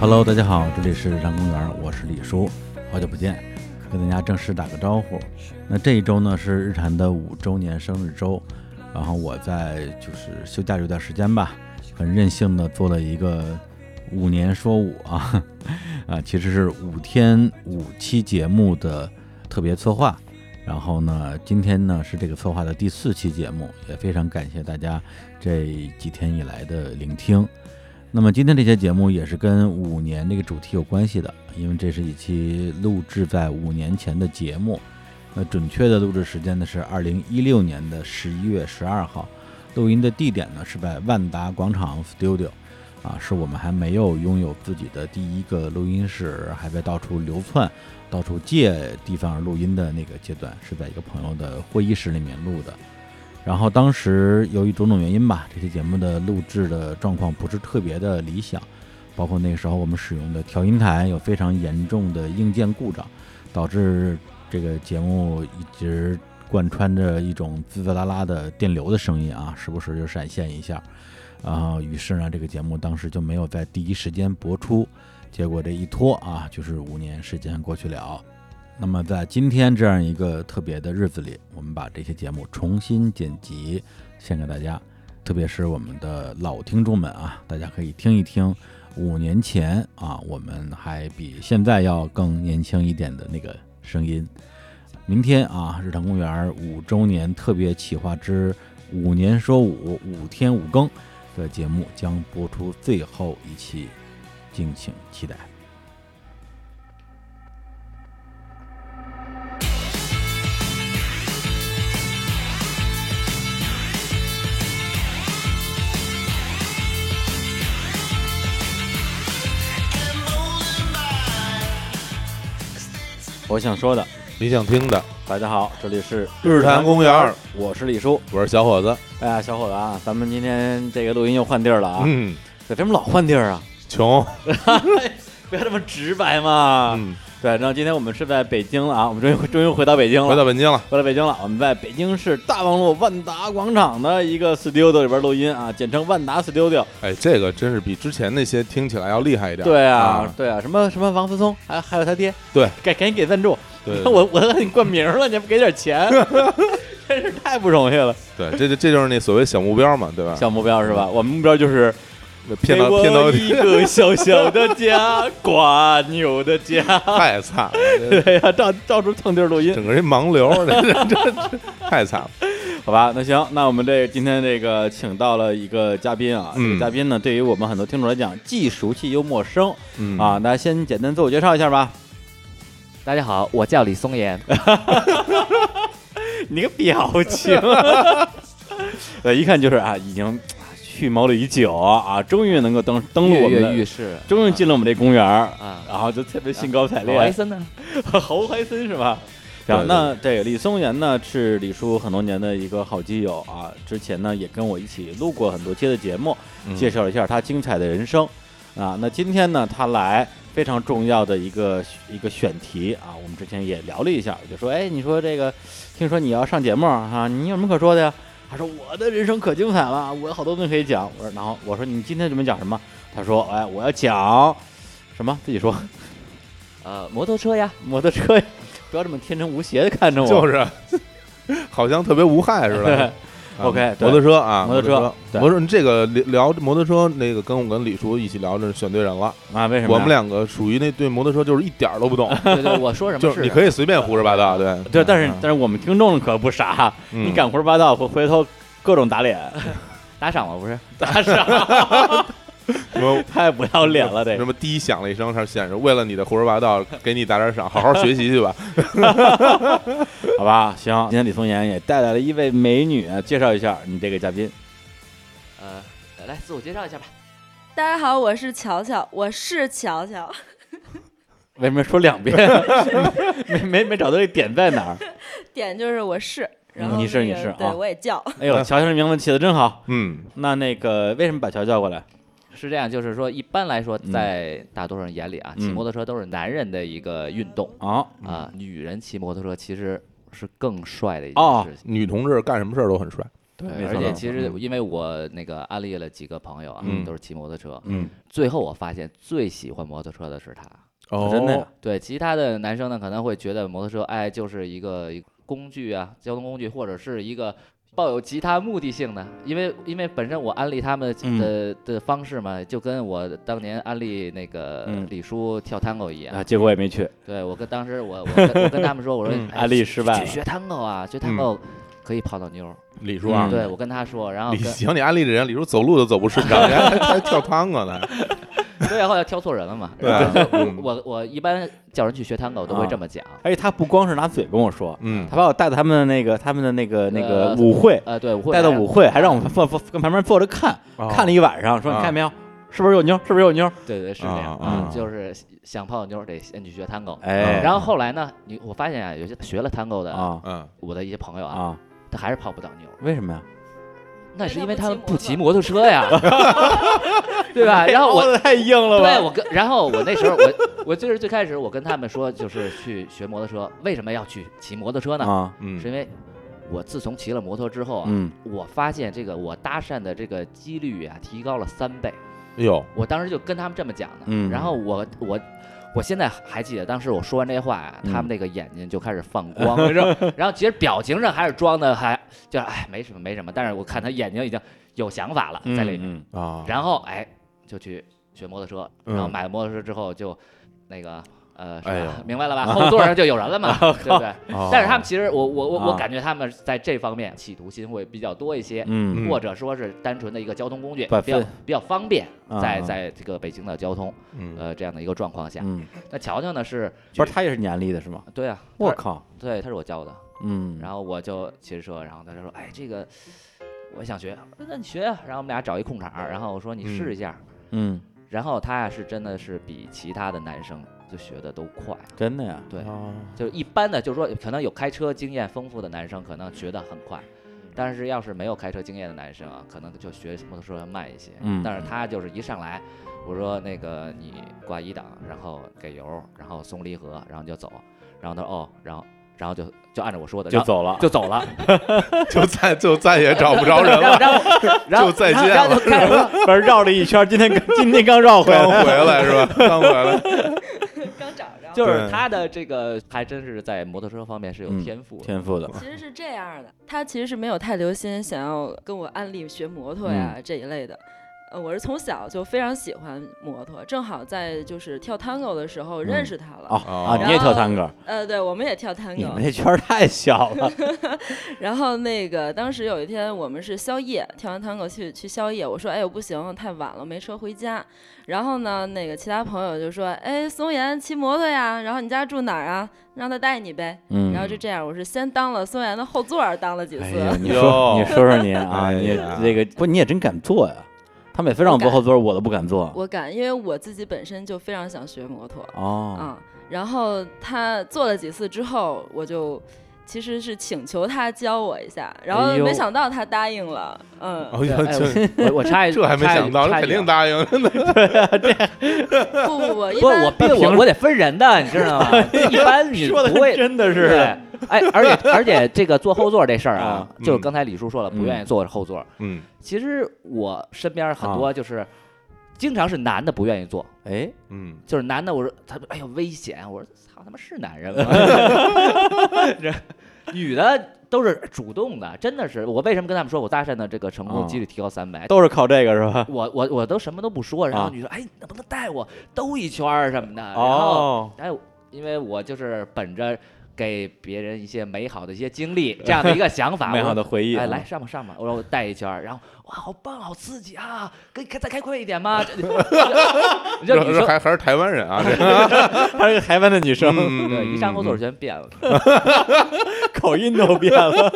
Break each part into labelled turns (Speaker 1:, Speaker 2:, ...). Speaker 1: Hello，大家好，这里是日常公园，我是李叔，好久不见，跟大家正式打个招呼。那这一周呢是日坛的五周年生日周，然后我在就是休假有段时间吧，很任性的做了一个五年说五啊 啊，其实是五天五期节目的特别策划。然后呢，今天呢是这个策划的第四期节目，也非常感谢大家这几天以来的聆听。那么今天这期节目也是跟五年这个主题有关系的，因为这是一期录制在五年前的节目。那准确的录制时间呢是二零一六年的十一月十二号，录音的地点呢是在万达广场 Studio，啊，是我们还没有拥有自己的第一个录音室，还在到处流窜、到处借地方录音的那个阶段，是在一个朋友的会议室里面录的。然后当时由于种种原因吧，这期节目的录制的状况不是特别的理想，包括那时候我们使用的调音台有非常严重的硬件故障，导致这个节目一直贯穿着一种滋滋啦啦的电流的声音啊，时不时就闪现一下。然后于是呢，这个节目当时就没有在第一时间播出，结果这一拖啊，就是五年时间过去了。啊那么在今天这样一个特别的日子里，我们把这些节目重新剪辑，献给大家，特别是我们的老听众们啊，大家可以听一听五年前啊，我们还比现在要更年轻一点的那个声音。明天啊，日常公园五周年特别企划之“五年说五，五天五更”的节目将播出最后一期，敬请期待。我想说的，
Speaker 2: 你想听的
Speaker 1: 大家好，这里是
Speaker 2: 日坛公园儿，
Speaker 1: 我是李叔。
Speaker 2: 我是小伙子。
Speaker 1: 哎呀，小伙子啊，咱们今天这个录音又换地儿了啊！
Speaker 2: 嗯，
Speaker 1: 对，为什么老换地儿啊？
Speaker 2: 穷。
Speaker 1: 不要这么直白嘛！
Speaker 2: 嗯，
Speaker 1: 对，然后今天我们是在北京了啊，我们终于终于回到北京了，
Speaker 2: 回到北京了。
Speaker 1: 回到北京了。我们在北京市大望路万达广场的一个 studio 里边录音啊，简称万达 studio。
Speaker 2: 哎，这个真是比之前那些听起来要厉害一点。
Speaker 1: 对啊，
Speaker 2: 啊，
Speaker 1: 对啊，什么什么王思聪，还还有他爹，
Speaker 2: 对，
Speaker 1: 赶赶紧给赞助，
Speaker 2: 对
Speaker 1: 我我都给你冠名了，你还不给点 钱，真是太不容易了。
Speaker 2: 对，这就这就是那所谓小目标嘛，对吧？
Speaker 1: 小目标是吧？我们目标就是
Speaker 2: 骗到
Speaker 1: 给我
Speaker 2: 骗到
Speaker 1: 一个小小的家，瓜牛的 家。
Speaker 2: 太惨了，这
Speaker 1: 对呀、到到处蹭地儿录音，
Speaker 2: 整个人盲流， 这这这这太惨了。
Speaker 1: 好吧？那行，那我们这今天这个请到了一个嘉宾啊，
Speaker 2: 嗯
Speaker 1: 这个嘉宾呢，对于我们很多听众来讲，既熟悉又陌生、
Speaker 2: 嗯，
Speaker 1: 啊。那先简单自我介绍一下吧。
Speaker 3: 大家好，我叫李松岩。
Speaker 1: 哎你个表情，对，一看就是啊，已经啊蓄谋了已久啊，终于能够登登录我
Speaker 3: 跃
Speaker 1: 们
Speaker 3: 跃欲
Speaker 1: 的，
Speaker 3: 试
Speaker 1: 终于进了我们这公园儿
Speaker 3: 啊哎
Speaker 1: 然后就特别兴高采烈，
Speaker 3: 好埃森呢？
Speaker 1: 侯怀森是吧？
Speaker 2: 对
Speaker 1: 行，那这个李松岩呢，是李叔很多年的一个好基友啊。之前呢，也跟我一起录过很多期的节目，
Speaker 2: 嗯
Speaker 1: 介绍了一下他精彩的人生啊。那今天呢，他来非常重要的一个一个选题啊，我们之前也聊了一下，就说，哎，你说这个，听说你要上节目啊，你有什么可说的呀？他说我的人生可精彩了，我有好多东西可以讲。我说，然后我说你今天准备讲什么？他说，哎，我要讲什么？自己说。
Speaker 3: 呃，摩托车呀，
Speaker 1: 摩托车，不要这么天真无邪的看着我。
Speaker 2: 就是 好像特别无害 似的。啊
Speaker 1: OK，对
Speaker 2: 摩托车啊，
Speaker 1: 摩
Speaker 2: 摩
Speaker 1: 托车对
Speaker 2: 摩托车，这个聊聊摩托车，那个跟我跟李叔一起聊着选对人了。
Speaker 1: 啊，为什么呀？
Speaker 2: 我们两个属于那对摩托车就是一点儿都不懂，
Speaker 3: 对对，我说什
Speaker 2: 就
Speaker 3: 么啊
Speaker 2: 是
Speaker 3: 是
Speaker 2: 你可以随便胡说八道，对
Speaker 1: 对，但
Speaker 3: 嗯
Speaker 1: 是但是我们听众可不傻，啊
Speaker 2: 嗯
Speaker 1: 你敢胡说八道，回回头各种打脸，
Speaker 3: 打赏我不是？
Speaker 1: 打赏，
Speaker 2: 什 么
Speaker 1: 太不要脸了，这
Speaker 2: 什
Speaker 1: 个。
Speaker 2: 么滴响了一声，它显示为了你的胡说八道，给你打点赏，好好学习去吧。
Speaker 1: 好吧，行，今天李松岩也带来了一位美女，啊介绍一下你这个嘉宾。
Speaker 3: 呃，来自我介绍一下吧。
Speaker 4: 大家好，我是乔乔，我是乔乔，
Speaker 1: 为什么说两遍？ 没没没找到这点在哪儿？
Speaker 4: 点就是我是，然
Speaker 1: 嗯
Speaker 4: 后、那
Speaker 1: 你是
Speaker 4: 个
Speaker 1: 你是
Speaker 4: 对、
Speaker 1: 啊
Speaker 4: 我也叫，
Speaker 1: 哎呦，乔乔这名字起的真好。
Speaker 2: 嗯，
Speaker 1: 那那个为什么把乔叫过来？
Speaker 3: 是这样，就是说，一般来说，
Speaker 1: 嗯
Speaker 3: 在大多数人眼里啊，
Speaker 1: 嗯
Speaker 3: 骑摩托车都是男人的一个运动
Speaker 1: 哦
Speaker 3: 啊，女人骑摩托车其实是更帅的一
Speaker 1: 哦
Speaker 3: 件事情。
Speaker 2: 女同志干什么事儿都很帅，
Speaker 1: 对
Speaker 3: 对
Speaker 1: 没
Speaker 3: 而
Speaker 1: 错
Speaker 3: 且
Speaker 1: 没
Speaker 3: 其
Speaker 1: 错
Speaker 3: 实
Speaker 1: 嗯
Speaker 3: 因为我那个安利了几个朋友啊，
Speaker 2: 嗯
Speaker 3: 都是骑摩托车，
Speaker 1: 嗯，
Speaker 3: 最后我发现最喜欢摩托车的是他。
Speaker 1: 哦真的呀
Speaker 3: 对，其他的男生呢可能会觉得摩托车哎就是一个一个工具啊，交通工具或者是一个。抱有其他目的性的，因为因为本身我安利他们
Speaker 1: 嗯
Speaker 3: 的、的方式嘛，就跟我当年安利那个
Speaker 5: 嗯
Speaker 3: 李叔跳探戈一样，
Speaker 5: 啊，结果也没去，
Speaker 3: 对我跟当时我我跟我跟他们说，我说、
Speaker 2: 嗯
Speaker 3: 哎
Speaker 5: 安利
Speaker 3: 去
Speaker 5: 失败
Speaker 3: 去
Speaker 5: 了
Speaker 3: 学 tango 啊，学 tango 可以泡到妞儿。
Speaker 2: 李叔啊
Speaker 5: 嗯，
Speaker 3: 对我跟他说，然后
Speaker 2: 李
Speaker 3: 跟
Speaker 2: 行，你安利这人，李叔走路都走不顺畅，人 家还还跳探戈呢，
Speaker 3: 对后来挑错人了嘛。
Speaker 2: 对
Speaker 3: 然后
Speaker 2: 啊，嗯
Speaker 3: 我我一般叫人去学 tango 都会
Speaker 5: 啊
Speaker 3: 这么讲，
Speaker 5: 而且他不光是拿嘴跟我说，
Speaker 2: 嗯
Speaker 5: 他把我带到他们的那个他们的那个那个
Speaker 3: 呃
Speaker 5: 舞会，
Speaker 3: 呃，对，我会
Speaker 5: 带到
Speaker 3: 来
Speaker 5: 舞会，还让我们坐坐跟旁边坐着看，
Speaker 2: 哦
Speaker 5: 看了一晚上，说你
Speaker 2: 啊
Speaker 5: 看见没有，是不是有妞？是不是有妞？
Speaker 3: 对对是这样
Speaker 2: 啊
Speaker 3: 啊
Speaker 2: 啊，
Speaker 3: 就是想泡妞儿得先去学 tango。
Speaker 5: 哎，
Speaker 3: 然后后来呢，你我发现啊，有些学了 tango 的，
Speaker 5: 啊
Speaker 2: 嗯，
Speaker 3: 我的一些朋友啊，
Speaker 5: 啊，
Speaker 3: 他还是泡不到妞儿，
Speaker 5: 为什么呀？
Speaker 3: 那是因为
Speaker 4: 他
Speaker 3: 他们
Speaker 4: 不
Speaker 3: 不
Speaker 4: 骑
Speaker 3: 骑摩托车呀， 对吧？哎然 后我
Speaker 5: 的太硬了
Speaker 3: 对，
Speaker 5: 吧？
Speaker 3: 我跟然后我那时候我我就是最开始我跟他们说就是去学摩托车，为什么要去骑摩托车呢？
Speaker 5: 啊，
Speaker 2: 嗯
Speaker 3: 是因为我自从骑了摩托之后啊，
Speaker 5: 嗯，
Speaker 3: 我发现这个我搭讪的这个几率啊提高了三倍。
Speaker 2: 哎呦，
Speaker 3: 我当时就跟他们这么讲的，
Speaker 5: 嗯
Speaker 3: 然后我我。我现在还记得，当时我说完这话啊，
Speaker 5: 嗯
Speaker 3: 他们那个眼睛就开始放光，然后 然后其实表情上还是装的还就是哎没什么没什么，但是我看他眼睛已经有想法
Speaker 5: 嗯
Speaker 3: 了在里面，
Speaker 5: 面
Speaker 2: 啊，
Speaker 3: 然后哎，就去学摩托车，
Speaker 2: 嗯
Speaker 3: 然后买了摩托车之后就那个呃，是
Speaker 2: 哎
Speaker 3: 吧
Speaker 2: 呦
Speaker 3: 明白了吧？后座上就有人了嘛， 对不对？
Speaker 2: 哦
Speaker 3: 但是他们其实我我我我
Speaker 5: 啊
Speaker 3: 感觉他们在这方面企图心会比较多一些，
Speaker 5: 嗯
Speaker 3: 或者说是单纯的一个交通工具，
Speaker 5: 百
Speaker 3: 比较
Speaker 5: 分
Speaker 3: 比较方便，
Speaker 5: 啊
Speaker 3: 在
Speaker 5: 啊
Speaker 3: 在这个北京的交通
Speaker 2: 嗯
Speaker 3: 呃这样的一个状况下，
Speaker 5: 嗯，
Speaker 3: 那乔乔呢是
Speaker 5: 不是他也是年历的是吗？
Speaker 3: 对啊，
Speaker 5: 我
Speaker 3: 他是
Speaker 5: 靠，
Speaker 3: 对他是我教的，
Speaker 5: 嗯，
Speaker 3: 然后我就骑着车，然后他就说：“哎，这个我想学，我说那你学呀。”然后我们俩找一空场儿，然后我说：“你试一下。
Speaker 5: 嗯，
Speaker 3: 然后他呀是真的是比其他的男生就学的都快，
Speaker 5: 真的呀，
Speaker 3: 对，
Speaker 2: 哦
Speaker 3: 就是一般的，就是说可能有开车经验丰富的男生可能学的很快，但是要是没有开车经验的男生啊，可能就学摩托车要慢一些。
Speaker 5: 嗯
Speaker 3: 但是他就是一上来，我说那个你挂一档，然后给油，然后松离合，然后你就走，然后他说哦，然后然后就就按照我说的
Speaker 5: 就
Speaker 3: 然后
Speaker 5: 走了，
Speaker 3: 就走了。
Speaker 2: 就再就再也找不着人了，
Speaker 3: 然后然后然后
Speaker 2: 就再见了
Speaker 3: 然后就开 始说
Speaker 5: 反正绕了一圈，今天刚今天刚绕回
Speaker 2: 刚
Speaker 5: 来，
Speaker 2: 回来是吧？刚回 来，
Speaker 4: 刚找着。
Speaker 3: 就是他的这个还真是在摩托车方面是有
Speaker 5: 嗯
Speaker 3: 天赋的。
Speaker 5: 天赋的，
Speaker 4: 其实是这样的，他其实是没有太留心想要跟我安利学摩托呀、
Speaker 1: 嗯
Speaker 4: 这一类的。呃，我是从小就非常喜欢摩托，正好在就是跳探戈的时
Speaker 1: 嗯
Speaker 4: 候认识他了。
Speaker 5: 哦啊，你也跳探戈，
Speaker 3: 哦
Speaker 4: 呃，对，我们也跳探
Speaker 5: 你
Speaker 4: 戈
Speaker 5: 们。这圈儿太小 了，
Speaker 4: 然后那个当时有一天我们是宵夜，跳完探戈去去宵夜，我说哎我不行，太晚了，没车回家。然后呢，那个其他朋友就说哎松岩骑摩托呀，然后你家住哪儿啊？让他带你呗。
Speaker 5: 嗯
Speaker 4: 然后就这样，我是先当了松岩的后座儿，当了几次。
Speaker 5: 哎呀，你
Speaker 2: 哟
Speaker 5: 说你说说你啊，
Speaker 2: 哎
Speaker 5: 你
Speaker 2: 呀
Speaker 5: 这个不你也真敢做呀？他们也非让我坐后座，我都不敢坐。
Speaker 4: 我敢，因为我自己本身就非常想学摩托
Speaker 5: 哦，
Speaker 4: 啊。然后他做了几次之后，我就其实是请求他教我一下，然后
Speaker 5: 哎呦
Speaker 4: 没想到他答应了。嗯，
Speaker 2: 哎呦，
Speaker 3: 哎
Speaker 2: 这
Speaker 3: 我我插 一
Speaker 2: 这还没
Speaker 3: 插一
Speaker 2: 想到，这
Speaker 3: 插一
Speaker 2: 肯定
Speaker 3: 句啊
Speaker 2: 答应，真的
Speaker 4: 不不不，一
Speaker 3: 不，我
Speaker 4: 般
Speaker 3: 逼我我得分人的，你知道吗？一般你
Speaker 5: 说的
Speaker 3: 不会
Speaker 5: 真的
Speaker 3: 对
Speaker 5: 是，
Speaker 3: 哎，而且而且这个坐后座这事儿啊
Speaker 5: 啊，
Speaker 2: 嗯
Speaker 3: 就是刚才李叔说了，不
Speaker 5: 嗯
Speaker 3: 愿意坐后座。
Speaker 2: 嗯
Speaker 3: 其实我身边很多就是，经常是男的不愿意坐，
Speaker 5: 啊哎，
Speaker 2: 嗯，
Speaker 3: 就是男的，我说他们哎呦危险，我说操他妈是男人吗？ 这女的都是主动的，真的是我为什么跟他们说我搭讪的这个成功几率提高三百、
Speaker 5: 啊都是靠这个 是吧？
Speaker 3: 我我我都什么都不说，然后
Speaker 5: 啊
Speaker 3: 女说哎能不能带我兜一圈儿什么的，然后
Speaker 5: 哦，
Speaker 3: 哎因为我就是本着给别人一些美好的一些经历 这样的一个想 法，
Speaker 5: 美
Speaker 3: 我
Speaker 5: 好
Speaker 3: 说
Speaker 5: 的回忆啊，
Speaker 3: 哎，来上吧上吧，我让我带一圈儿，然后哇，好棒，好刺激啊！可以开再开快一 点吗？ 这你知道
Speaker 2: 这
Speaker 3: 女
Speaker 2: 这
Speaker 3: 生
Speaker 2: 还还是台湾人啊， 这
Speaker 5: 还是个台湾的女生，
Speaker 2: 嗯
Speaker 3: 对，一上后座
Speaker 2: 嗯
Speaker 3: 全变了。
Speaker 5: 口音都变 了。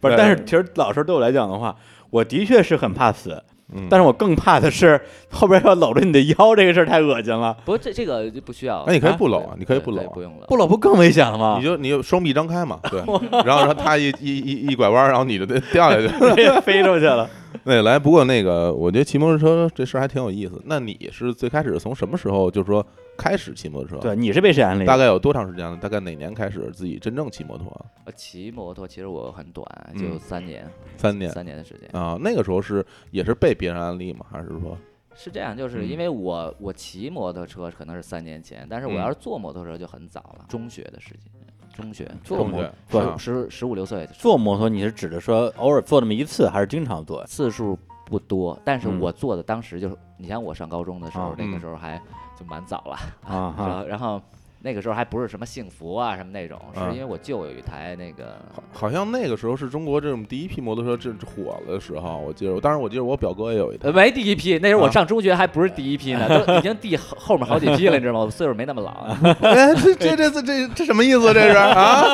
Speaker 5: 不
Speaker 2: 对
Speaker 5: 是，但是其实老师对我来讲的话，我的确是很怕死，
Speaker 2: 嗯
Speaker 5: 但是我更怕的是后边要搂着你的腰这个事儿太恶心了，
Speaker 3: 不过这这个就不需要。
Speaker 2: 那你可以
Speaker 5: 啊
Speaker 2: 不搂
Speaker 3: 对
Speaker 2: 啊，你可以
Speaker 3: 对
Speaker 2: 不
Speaker 3: 对
Speaker 2: 搂啊
Speaker 3: 不，用了。
Speaker 5: 不搂不更危险了吗
Speaker 3: 啊
Speaker 2: 你？就你就双臂张开嘛， 对，然后然后他一一一一拐弯，然后你就掉下去。
Speaker 5: 飞出去了。
Speaker 2: 那来，不过那个，我觉得骑摩托车这事儿还挺有意思。那你是最开始从什么时候就说开始骑摩托车？
Speaker 5: 对，，你是被谁安利？
Speaker 2: 大概有多长时间了？大概哪年开始自己真正骑摩托啊？
Speaker 3: 呃骑摩托其实我很短，
Speaker 2: 嗯
Speaker 3: 就三年，
Speaker 2: 三年
Speaker 3: 三年的时间。
Speaker 2: 啊，那个时候是也是被别人安利吗？还是说
Speaker 3: 是这样，
Speaker 2: 嗯
Speaker 3: 就是因为我我骑摩托车可能是三年前，但是我
Speaker 2: 嗯
Speaker 3: 要是坐摩托车就很早了，中学的事情，中学
Speaker 5: 坐
Speaker 2: 同
Speaker 5: 摩
Speaker 2: 学？
Speaker 5: 对
Speaker 2: 啊
Speaker 3: 十十五六岁的时候
Speaker 5: 坐摩托，你是指的说偶尔坐那么一次，还是经常坐？
Speaker 3: 次数不多，但是
Speaker 5: 嗯
Speaker 3: 我做的当时就是，你像我上高中的时候
Speaker 5: 啊，
Speaker 3: 那个
Speaker 2: 嗯
Speaker 3: 时候还就蛮早了，
Speaker 5: 啊
Speaker 3: 然
Speaker 5: 哈，
Speaker 3: 后然后那个时候还不是什么幸福啊什么那种，是
Speaker 2: 啊
Speaker 3: 因为我舅有一台那个
Speaker 2: 好好像那个时候是中国这种第一批摩托车这火的时候，我记得，当然我记得我表哥也有一台
Speaker 3: 呃，没第一批，那时候我
Speaker 2: 啊
Speaker 3: 上中学还不是第一批 呢，都已经第后后面好几批了，你知道吗？我岁数没那 么老，啊
Speaker 2: 哎，这这这这这这什么意思？这是啊？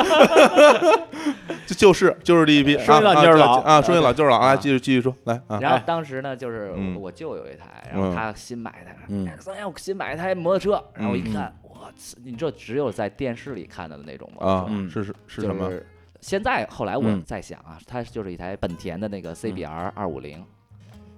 Speaker 2: 就就是就是第一批，
Speaker 5: 说你老
Speaker 2: 啊
Speaker 5: 就
Speaker 2: 啊
Speaker 5: 是老
Speaker 2: 啊，说你老就是老啊，
Speaker 3: 啊
Speaker 2: 继续继续说来啊。
Speaker 3: 然后当时呢，就是
Speaker 2: 嗯
Speaker 3: 我舅有一台，然后
Speaker 2: 嗯
Speaker 3: 他新买的，
Speaker 5: 嗯
Speaker 3: 哎，三爷，我新买一台摩托车，然后我一
Speaker 2: 嗯
Speaker 3: 看，我操，你这只有在电视里看到的那种摩
Speaker 2: 啊
Speaker 3: 托，
Speaker 5: 嗯
Speaker 2: 是是是什
Speaker 3: 车，就
Speaker 2: 么？
Speaker 3: 是现在后来我
Speaker 5: 嗯
Speaker 3: 在想啊，它就是一台本田的那
Speaker 2: 嗯
Speaker 3: 个 CBR 二五零。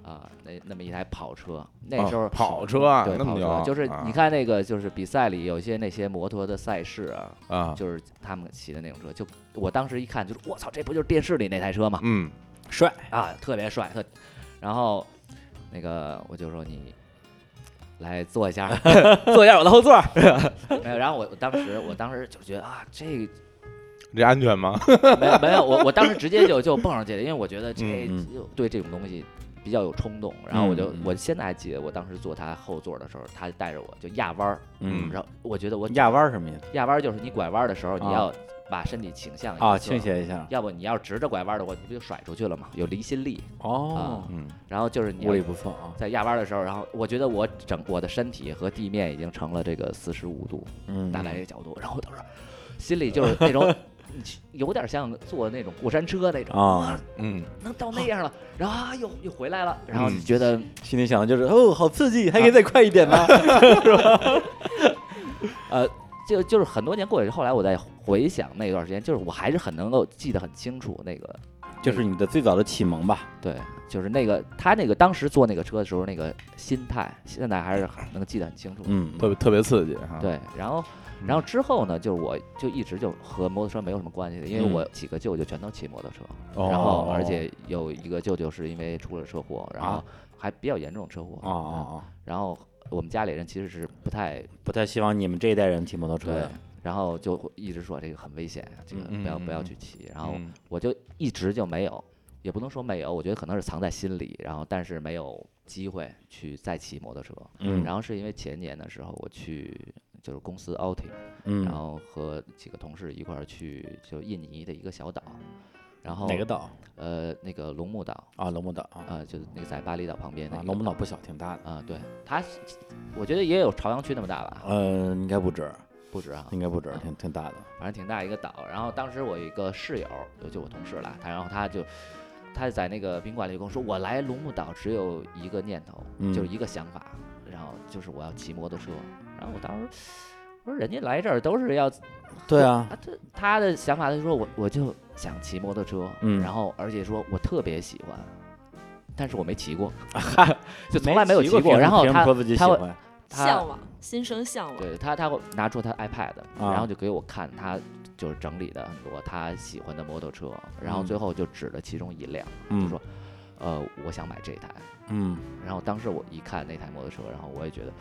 Speaker 3: 啊，那那么一台跑车，那时候、
Speaker 2: 啊跑车啊
Speaker 3: 对
Speaker 2: 那么
Speaker 3: 跑
Speaker 2: 牛
Speaker 3: 车，
Speaker 2: 啊
Speaker 3: 就是
Speaker 2: 啊
Speaker 3: 你看那个，就是比赛里有一些那些摩托的赛事啊，
Speaker 2: 啊，
Speaker 3: 就是他们骑的那种车，就我当时一看，就是我操，这不就是电视里那台车吗？
Speaker 2: 嗯
Speaker 5: 帅，
Speaker 3: 啊，特别帅，特。然后那个我就说你来坐一下， 坐一下我的后座。没有，然后我我当时我当时就觉得啊，这
Speaker 2: 这安全吗？
Speaker 3: 没有没有，我我当时直接就就蹦上去了，因为我觉得这、哎
Speaker 5: 嗯
Speaker 3: 就对这种东西。比较有冲动，然后我就、
Speaker 5: 嗯嗯
Speaker 3: 我现在还记得，我当时坐他后座的时候，他就带着我就压弯儿，
Speaker 5: 嗯，
Speaker 3: 然后我觉得我
Speaker 5: 压弯儿什么意思？
Speaker 3: 压弯儿就是你拐弯儿的时候，你
Speaker 5: 啊
Speaker 3: 要把身体倾向一
Speaker 5: 啊，
Speaker 3: 个
Speaker 5: 倾
Speaker 3: 侧
Speaker 5: 斜一下。
Speaker 3: 要不你要直着拐弯的话，你不就甩出去了吗？有离心力。啊
Speaker 5: 哦，
Speaker 2: 嗯
Speaker 3: 然后就是你
Speaker 5: 物
Speaker 3: 要
Speaker 5: 理不错啊。
Speaker 3: 在压弯的时候，然后我觉得我整我的身体和地面已经成了这个四十五度
Speaker 5: 嗯，
Speaker 3: 大概这个角度，然后我当时心里就是 那种有点像坐那种过山车那种，
Speaker 5: 啊，
Speaker 2: 嗯，
Speaker 3: 能到那样了，然后啊又又回来了，然后
Speaker 5: 嗯
Speaker 3: 你觉得啊
Speaker 5: 心里想的就是哦，好刺激，还可以再快一点吗？
Speaker 3: 就就是很多年过去，后来我再回想那段时间，就是我还是很能够记得很清楚那个
Speaker 5: 就是你的最早的启蒙吧。
Speaker 3: 对，就是那个他那个当时坐那个车的时候那个心态，现在还是很能记得很清楚。
Speaker 5: 嗯，啊
Speaker 2: 特别特别刺激啊哈。，
Speaker 3: 对，然后然后之后呢，就是我就一直就和摩托车没有什么关系的，因
Speaker 5: 嗯
Speaker 3: 为我几个舅舅全都骑摩托车，
Speaker 2: 哦
Speaker 3: 然后而且有一个舅舅是因为出了车祸，然后
Speaker 5: 啊
Speaker 3: 还比较严重车祸
Speaker 5: 哦
Speaker 3: 嗯
Speaker 5: 哦哦，
Speaker 3: 然后我们家里人其实是不太
Speaker 5: 不太希望你们这一代人骑摩托车
Speaker 3: 对
Speaker 5: 的。，
Speaker 3: 然后就会一直说这个很危险，啊这个
Speaker 2: 嗯
Speaker 3: 不要
Speaker 2: 嗯
Speaker 3: 不要
Speaker 2: 嗯
Speaker 3: 去骑，然后
Speaker 2: 嗯
Speaker 3: 我就一直就没有，也不能说没有，我觉得可能是藏在心里，然后但是没有机会去再骑摩托车。
Speaker 5: 嗯
Speaker 3: 然后是因为前年的时候我去就是公司 outing，、
Speaker 5: 嗯
Speaker 3: 然，后和几个同事一块儿去就印尼的一个小岛，然后
Speaker 5: 哪个？岛
Speaker 3: 呃，那个龙目岛，
Speaker 5: 啊？龙目岛啊，
Speaker 3: 呃，就是那个在巴厘岛旁边的
Speaker 5: 啊龙目岛不小，挺大的。
Speaker 3: 啊、对，它是我觉得也有朝阳区那么大吧，
Speaker 5: 呃，应该不止，
Speaker 3: 不啊止啊，
Speaker 5: 应该不止，挺挺大的。
Speaker 3: 反正挺大一个岛。然后当时我有一个室友，就就我同事啦，他然后他就他在那个宾馆里跟我说，我来龙目岛只有一个念头，
Speaker 5: 嗯
Speaker 3: 就是一个想法，然后就是我要骑摩托车。然后我当时我说人家来这儿都是要
Speaker 5: 对啊，
Speaker 3: 啊，这他的想法就是说我我就想骑摩托车，
Speaker 5: 嗯
Speaker 3: 然后而且说我特别喜欢。但是我没 骑过，就从来没有骑
Speaker 5: 过，
Speaker 3: 过。然后
Speaker 5: 凭什么
Speaker 3: 他
Speaker 5: 说自己喜
Speaker 3: 他会
Speaker 5: 欢
Speaker 3: 他
Speaker 4: 向往，心生向往。
Speaker 3: 对他，他会拿出他 iPad，、
Speaker 5: 啊
Speaker 3: 然后就给我看他就是整理的很多他喜欢的摩托车，然后
Speaker 5: 嗯
Speaker 3: 最后就指了其中一辆，
Speaker 5: 嗯
Speaker 3: 就说，呃，我想买这台。
Speaker 5: 嗯
Speaker 3: 然后当时我一看那台摩托车，然后我也觉得，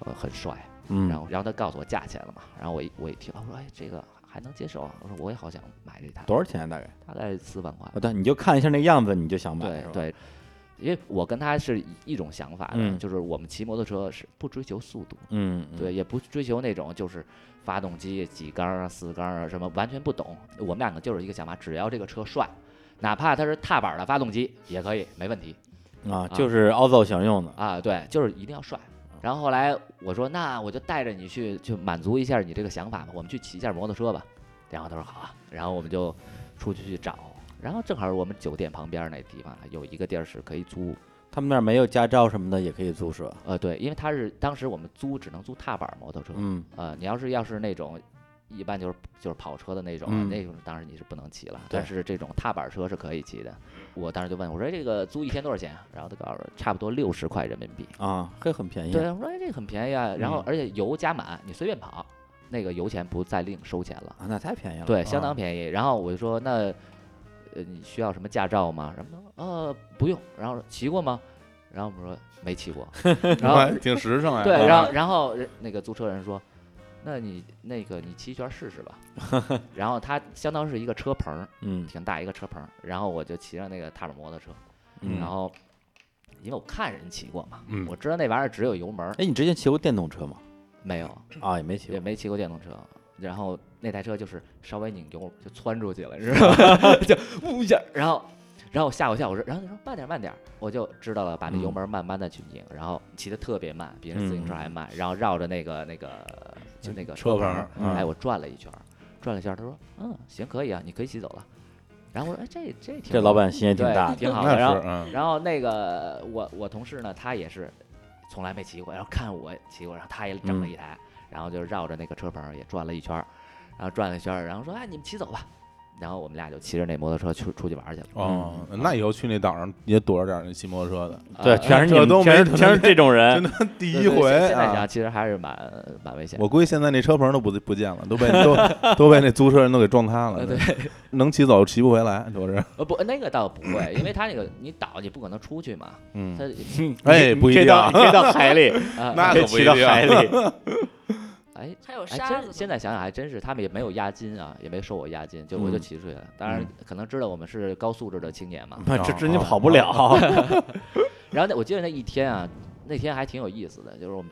Speaker 3: 呃，很帅。
Speaker 5: 嗯，
Speaker 3: 然后，然后他告诉我价钱了嘛，然后我一我一听，我说，哎，这个还能接受啊。我说我也好想买这台，
Speaker 5: 多少钱啊大概？
Speaker 3: 大概四万块
Speaker 5: 啊，。对，你就看一下那个样子，你就想买，
Speaker 3: 对
Speaker 5: 是吧，
Speaker 3: 对。因为我跟他是一种想法的，
Speaker 5: 嗯
Speaker 3: 就是我们骑摩托车是不追求速度，
Speaker 5: 嗯，嗯
Speaker 3: 对，，也不追求那种就是发动机几缸啊、四缸啊什么，完全不懂。我们两个就是一个想法，只要这个车帅，哪怕它是踏板的发动机也可以，没问题
Speaker 5: 啊，就是凹造型用的，
Speaker 3: 啊。对，就是一定要帅。然后后来我说，那我就带着你去，去满足一下你这个想法吧，我们去骑一下摩托车吧。然后他说好啊，然后我们就出去去找。然后正好我们酒店旁边那地方有一个地儿是可以租，
Speaker 5: 他们那儿没有驾照什么的也可以租车，
Speaker 3: 呃，对，因为他是当时我们租只能租踏板摩托车，
Speaker 5: 嗯
Speaker 3: 呃，你要是要是那种一般就是就是跑车的那种，啊
Speaker 1: 嗯
Speaker 3: 那种当然你是不能骑了，
Speaker 1: 对
Speaker 3: 但是这种踏板车是可以骑的。我当时就问我说：“哎这个租一天多少钱啊？”然后他告诉我差不多六十块人民币。
Speaker 1: 啊，
Speaker 5: 会很便宜。
Speaker 3: 对，我说：“哎，这个很便宜啊。”然后
Speaker 1: 嗯
Speaker 3: 而且油加满，你随便跑，那个油钱不再另收钱了。
Speaker 5: 啊，那太便
Speaker 1: 哦
Speaker 5: 宜了。
Speaker 3: 对，相当
Speaker 5: 便
Speaker 3: 便宜。然后我就说那，呃，你需要什么驾照吗？什么？呃，不用。然后骑过吗？然后我们说没 骑过。然后
Speaker 2: 挺实诚啊。
Speaker 3: 对，
Speaker 2: 啊
Speaker 3: 然后然后人那个租车人说，那你那个你骑一圈试试 吧。然后他相当是一个车棚儿，
Speaker 1: 嗯
Speaker 3: 挺大一个车棚儿。然后我就骑上那个踏板摩托车，
Speaker 1: 嗯
Speaker 3: 然后因为我看人骑过嘛，
Speaker 2: 嗯
Speaker 3: 我知道那玩意儿只有油门儿，
Speaker 5: 哎，你之前骑过电动车吗？
Speaker 3: 没有
Speaker 5: 啊，也没骑
Speaker 3: 也
Speaker 5: 过。
Speaker 3: 没骑过电动车。然后那台车就是稍微拧油就窜出去了，你知道吗？ 就呜一下，然后，然后吓我吓我说，然后他说慢点慢点，我就知道了，把那油
Speaker 1: 嗯
Speaker 3: 门慢慢的去拧，然后骑得特别慢，比人自行车还慢，然后绕着那个那个就那个
Speaker 2: 车
Speaker 3: 车
Speaker 2: 棚
Speaker 3: 棚
Speaker 2: 儿
Speaker 3: 儿，
Speaker 1: 嗯
Speaker 3: 哎，我转了一圈儿，转了一圈儿，他说，嗯，行，可以啊，你可以骑走了。然后我说，哎，这这挺
Speaker 5: 这老
Speaker 3: 好
Speaker 5: 板心也挺
Speaker 3: 对
Speaker 5: 大的。
Speaker 3: 挺好
Speaker 2: 那是
Speaker 3: 的。然后
Speaker 2: 嗯
Speaker 3: 然后那个我我同事呢，他也是从来没骑过，然后看我骑过，然后他也整了
Speaker 1: 嗯
Speaker 3: 一台，然后就绕着那个车棚儿也转了一圈儿，然后转了一圈儿，然后说：“哎，你们骑走吧。”然后我们俩就骑着那摩托车去出去玩儿去了。
Speaker 2: 哦，那以后去那岛上也躲着点儿那骑摩托车的，
Speaker 5: 对，全是你
Speaker 2: 这
Speaker 5: 们，
Speaker 2: 都
Speaker 5: 全
Speaker 2: 没
Speaker 5: 是全是这种
Speaker 2: 真。
Speaker 5: 人
Speaker 2: 的第
Speaker 3: 啊对
Speaker 2: 一
Speaker 3: 哎对
Speaker 2: 回
Speaker 3: 现现在
Speaker 2: 啊
Speaker 3: 想，！其实还是蛮蛮危险的。
Speaker 2: 我估计现在那车棚都不不见了，都被都都被那租车人都给撞塌了。
Speaker 3: 呃，对，，
Speaker 2: 能骑走骑不回来，都是。
Speaker 3: 呃不，那个倒不会，因为他那个你倒你不可能出去嘛，
Speaker 2: 嗯
Speaker 3: 他，
Speaker 2: 哎
Speaker 5: 你
Speaker 2: 不一
Speaker 5: 你可以
Speaker 2: 定
Speaker 5: 到你可以到海 里，
Speaker 3: 啊
Speaker 2: 那
Speaker 5: 可以
Speaker 2: 可不
Speaker 5: 骑
Speaker 2: 一
Speaker 5: 到
Speaker 2: 定
Speaker 5: 海 里。
Speaker 3: 哎
Speaker 4: 还有
Speaker 3: 哎，
Speaker 4: 沙子
Speaker 3: 真
Speaker 4: 呢。
Speaker 3: 现在想想还真是，他们也没有押金啊，也没收我押金，就我就
Speaker 1: 嗯
Speaker 3: 骑出去了。当然，可能知道我们是高素质的青年 嘛。
Speaker 5: 这这你
Speaker 2: 哦
Speaker 5: 跑不 了。
Speaker 3: 然后那我记得那一天啊，那天还挺有意思的，就是我们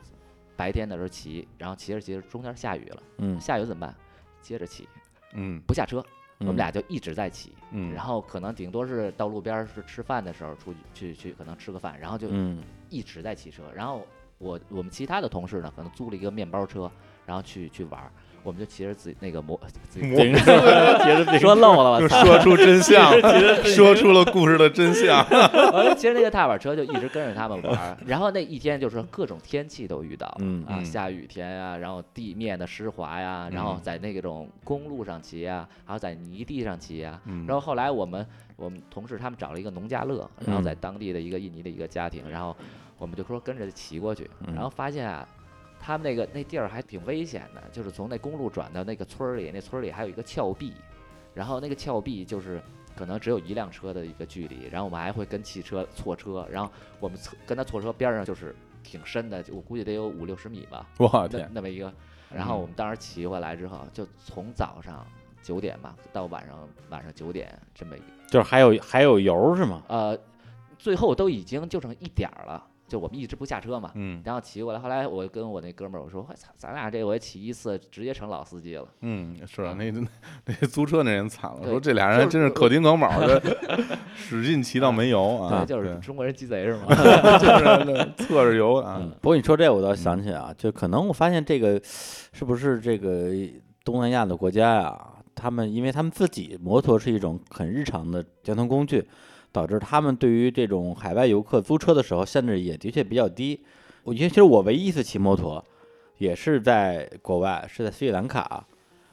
Speaker 3: 白天的时候骑，然后骑着骑着中间下雨了，
Speaker 1: 嗯，
Speaker 3: 下雨怎么办？接着骑，
Speaker 2: 嗯
Speaker 3: 不下车，我们
Speaker 1: 嗯
Speaker 3: 俩就一直在骑。
Speaker 2: 嗯，
Speaker 3: 然后可能顶多是到路边儿是吃饭的时候出去去去，可能吃个饭，然后就
Speaker 1: 嗯
Speaker 3: 一直在骑车。然后我我们其他的同事呢，可能租了一个面包车，然后去去玩儿，我们就骑着自己那个摩自己
Speaker 5: 自行车， 骑着自行车
Speaker 3: 说漏
Speaker 5: 啊
Speaker 3: 了，
Speaker 2: 就
Speaker 3: 我操！
Speaker 2: 说出真 相，说出了故事的真相。
Speaker 3: 我就骑着那个踏板车就一直跟着他们玩儿，然后那一天就是各种天气都遇到了，
Speaker 1: 嗯
Speaker 3: 啊，
Speaker 2: 嗯
Speaker 3: 下雨天啊，然后地面的湿滑呀，然后
Speaker 2: 嗯
Speaker 3: 在那种公路上骑啊，还有在泥地上骑啊。
Speaker 2: 嗯
Speaker 3: 然后后来我们我们同事他们找了一个农家乐，然后在当地的一个印尼的一个家庭，然后我们就说跟着骑过去，然后发现啊，他们那个那地儿还挺危险的，就是从那公路转到那个村儿里，那村儿里还有一个峭壁，然后那个峭壁就是可能只有一辆车的一个距离，然后我们还会跟汽车错车，然后我们错跟他错车边儿上就是挺深的，就我估计得有五六十米吧，
Speaker 2: 我
Speaker 3: 那
Speaker 2: 天，
Speaker 3: 那么一个。
Speaker 2: 嗯
Speaker 3: 然后我们当时骑回来之后，就从早上九点吧到晚上晚上九点这么一
Speaker 5: 就是还有还有油是吗？
Speaker 3: 呃，最后都已经就剩一点儿了，就我们一直不下车嘛。
Speaker 2: 嗯
Speaker 3: 然后骑过来，后来我跟我那哥们儿我说，我操，咱俩这回骑一次直接成老司机了。
Speaker 2: 嗯，是
Speaker 5: 啊
Speaker 2: 那 那租车那人惨了，
Speaker 3: 对
Speaker 2: 说这俩人还真是可丁可卯 的，使劲骑到没油啊，
Speaker 3: 对，就是
Speaker 2: 对
Speaker 3: 中国人鸡贼是 吗？
Speaker 2: 就是测着油啊，
Speaker 5: 不过你说这，我倒想起啊，就可能我发现这个是不是这个东南亚的国家呀、他们因为他们自己摩托是一种很日常的交通工具，导致他们对于这种海外游客租车的时候，限制也的确比较低。我因为其实我唯一一次骑摩托，也是在国外，是在斯里兰卡，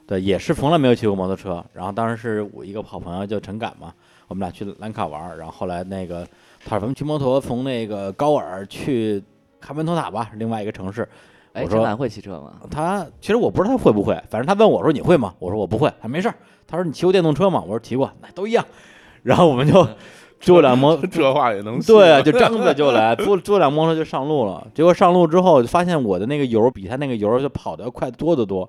Speaker 5: 对，也是从来没有骑过摩托车。然后当时是我一个好朋友叫陈敢嘛，我们俩去兰卡玩儿，然后后来那个他说咱们骑摩托从那个高尔去卡门托塔吧，另外一个城市。
Speaker 3: 哎，
Speaker 5: 我
Speaker 3: 陈
Speaker 5: 说
Speaker 3: 满会骑车吗？
Speaker 5: 他其实我不知道他会不会，反正他问我说你会吗？我说我不会。他没事儿。他说你骑过电动车吗？我说骑过，那都一样。然后我们 就租了辆 摩，
Speaker 2: 这话也能信
Speaker 5: 对啊，就张嘴就来，租租辆摩托就上路了。结果上路之后，就发现我的那个油比他那个油就跑得要快多得多，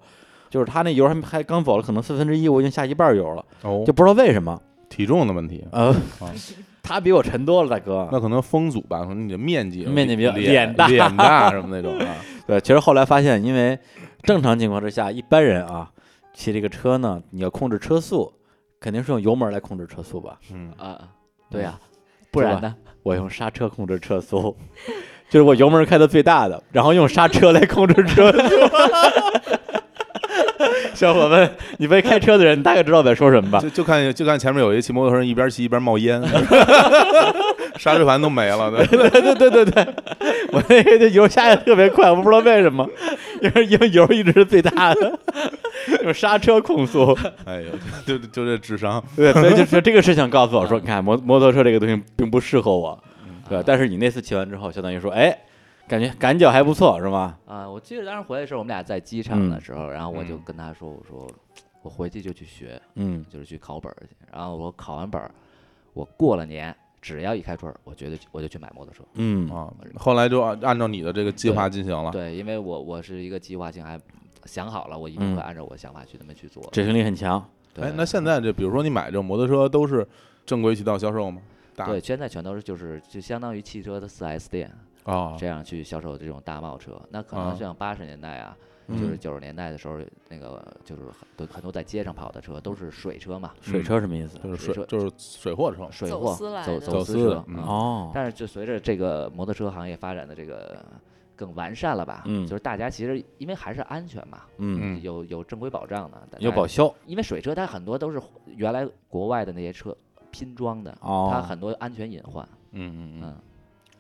Speaker 5: 就是他那油还还刚走了可能四分之一，我已经下一半油了，
Speaker 2: 哦
Speaker 5: 就，不知道为什么。
Speaker 2: 体重的问题，
Speaker 5: 呃
Speaker 2: 啊，
Speaker 5: 他比我沉多了，大哥。
Speaker 2: 那可能风阻吧，可能你的面积
Speaker 5: 面积比较
Speaker 2: 脸
Speaker 5: 脸大
Speaker 2: 脸大什么那种啊，
Speaker 5: 对，其实后来发现，因为正常情况之下，一般人啊骑这个车呢，你要控制车速，肯定是用油门来控制车速吧？
Speaker 2: 嗯，
Speaker 3: 啊，对呀、
Speaker 5: 不
Speaker 3: 不
Speaker 5: 然
Speaker 3: 然呢？
Speaker 5: 我用刹车控制车速， 就是我油门开到最大的，然后用刹车来控制车速。 小伙伴，你被开车的人，你大概知道我在说什么吧？
Speaker 2: 就就看就看前面有一骑摩托人一边骑一边冒 烟，刹车盘都没了，对
Speaker 5: 对对对对对， 我那个就油下的特别快，我不知道为什么，因为因为油一直是最大的， 用刹车控诉。
Speaker 2: 哎呦，就就就这智商，
Speaker 5: 对，所以就是这个事情告诉我说，你看摩摩托车这个东西并不适合我，对吧。但是你那次骑完之后，相当于说，哎，感觉赶脚还不错，是吗？
Speaker 3: 啊，我记得当时回来的时候，我们俩在机场的
Speaker 5: 嗯
Speaker 3: 时候，然后我就
Speaker 2: 嗯
Speaker 3: 跟他说，我说我回去就去学，
Speaker 5: 嗯
Speaker 3: 就是去考本儿去。然后我考完本儿，我过了年，只要一开春儿，我觉得我就去买摩托车。
Speaker 5: 嗯
Speaker 2: 啊，后来就按按照你的这个计划进行了，哎
Speaker 3: 对，因为我我是一个计划性，还想好了，我一定会按照我的想法去那么去做。
Speaker 5: 执行力很强。
Speaker 2: 嗯
Speaker 3: 对
Speaker 2: 哎，那现在这比如说你买这摩托车都是正规渠道销售吗？大
Speaker 3: 对，现在全都是就是就相当于汽车的四 S 店
Speaker 2: 啊
Speaker 3: 这样去销售这种大贸车。那可
Speaker 2: 啊嗯
Speaker 3: 能像八十年代啊，就是九十年代的时候，那个就是很多很多在街上跑的车都是水车嘛，
Speaker 5: 水车什么意思？
Speaker 2: 就是
Speaker 3: 水
Speaker 2: 水
Speaker 3: 车
Speaker 2: 就是水货车，
Speaker 3: 水
Speaker 4: 走
Speaker 3: 货
Speaker 4: 私来
Speaker 3: 走
Speaker 4: 的
Speaker 2: 走
Speaker 3: 私
Speaker 2: 私
Speaker 3: 车
Speaker 2: 的嗯
Speaker 3: 啊
Speaker 5: 哦，
Speaker 3: 但是就随着这个摩托车行业发展的这个更完善了吧，
Speaker 5: 嗯
Speaker 3: 就是大家其实因为还是安全嘛，
Speaker 5: 嗯，
Speaker 2: 嗯
Speaker 3: 有有正规保障的，大
Speaker 5: 有
Speaker 3: 家
Speaker 5: 保，修
Speaker 3: 因为水车它很多都是原来国外的那些车拼装的，
Speaker 5: 哦，
Speaker 3: 它很多安全隐患，
Speaker 2: 嗯嗯嗯
Speaker 3: 嗯，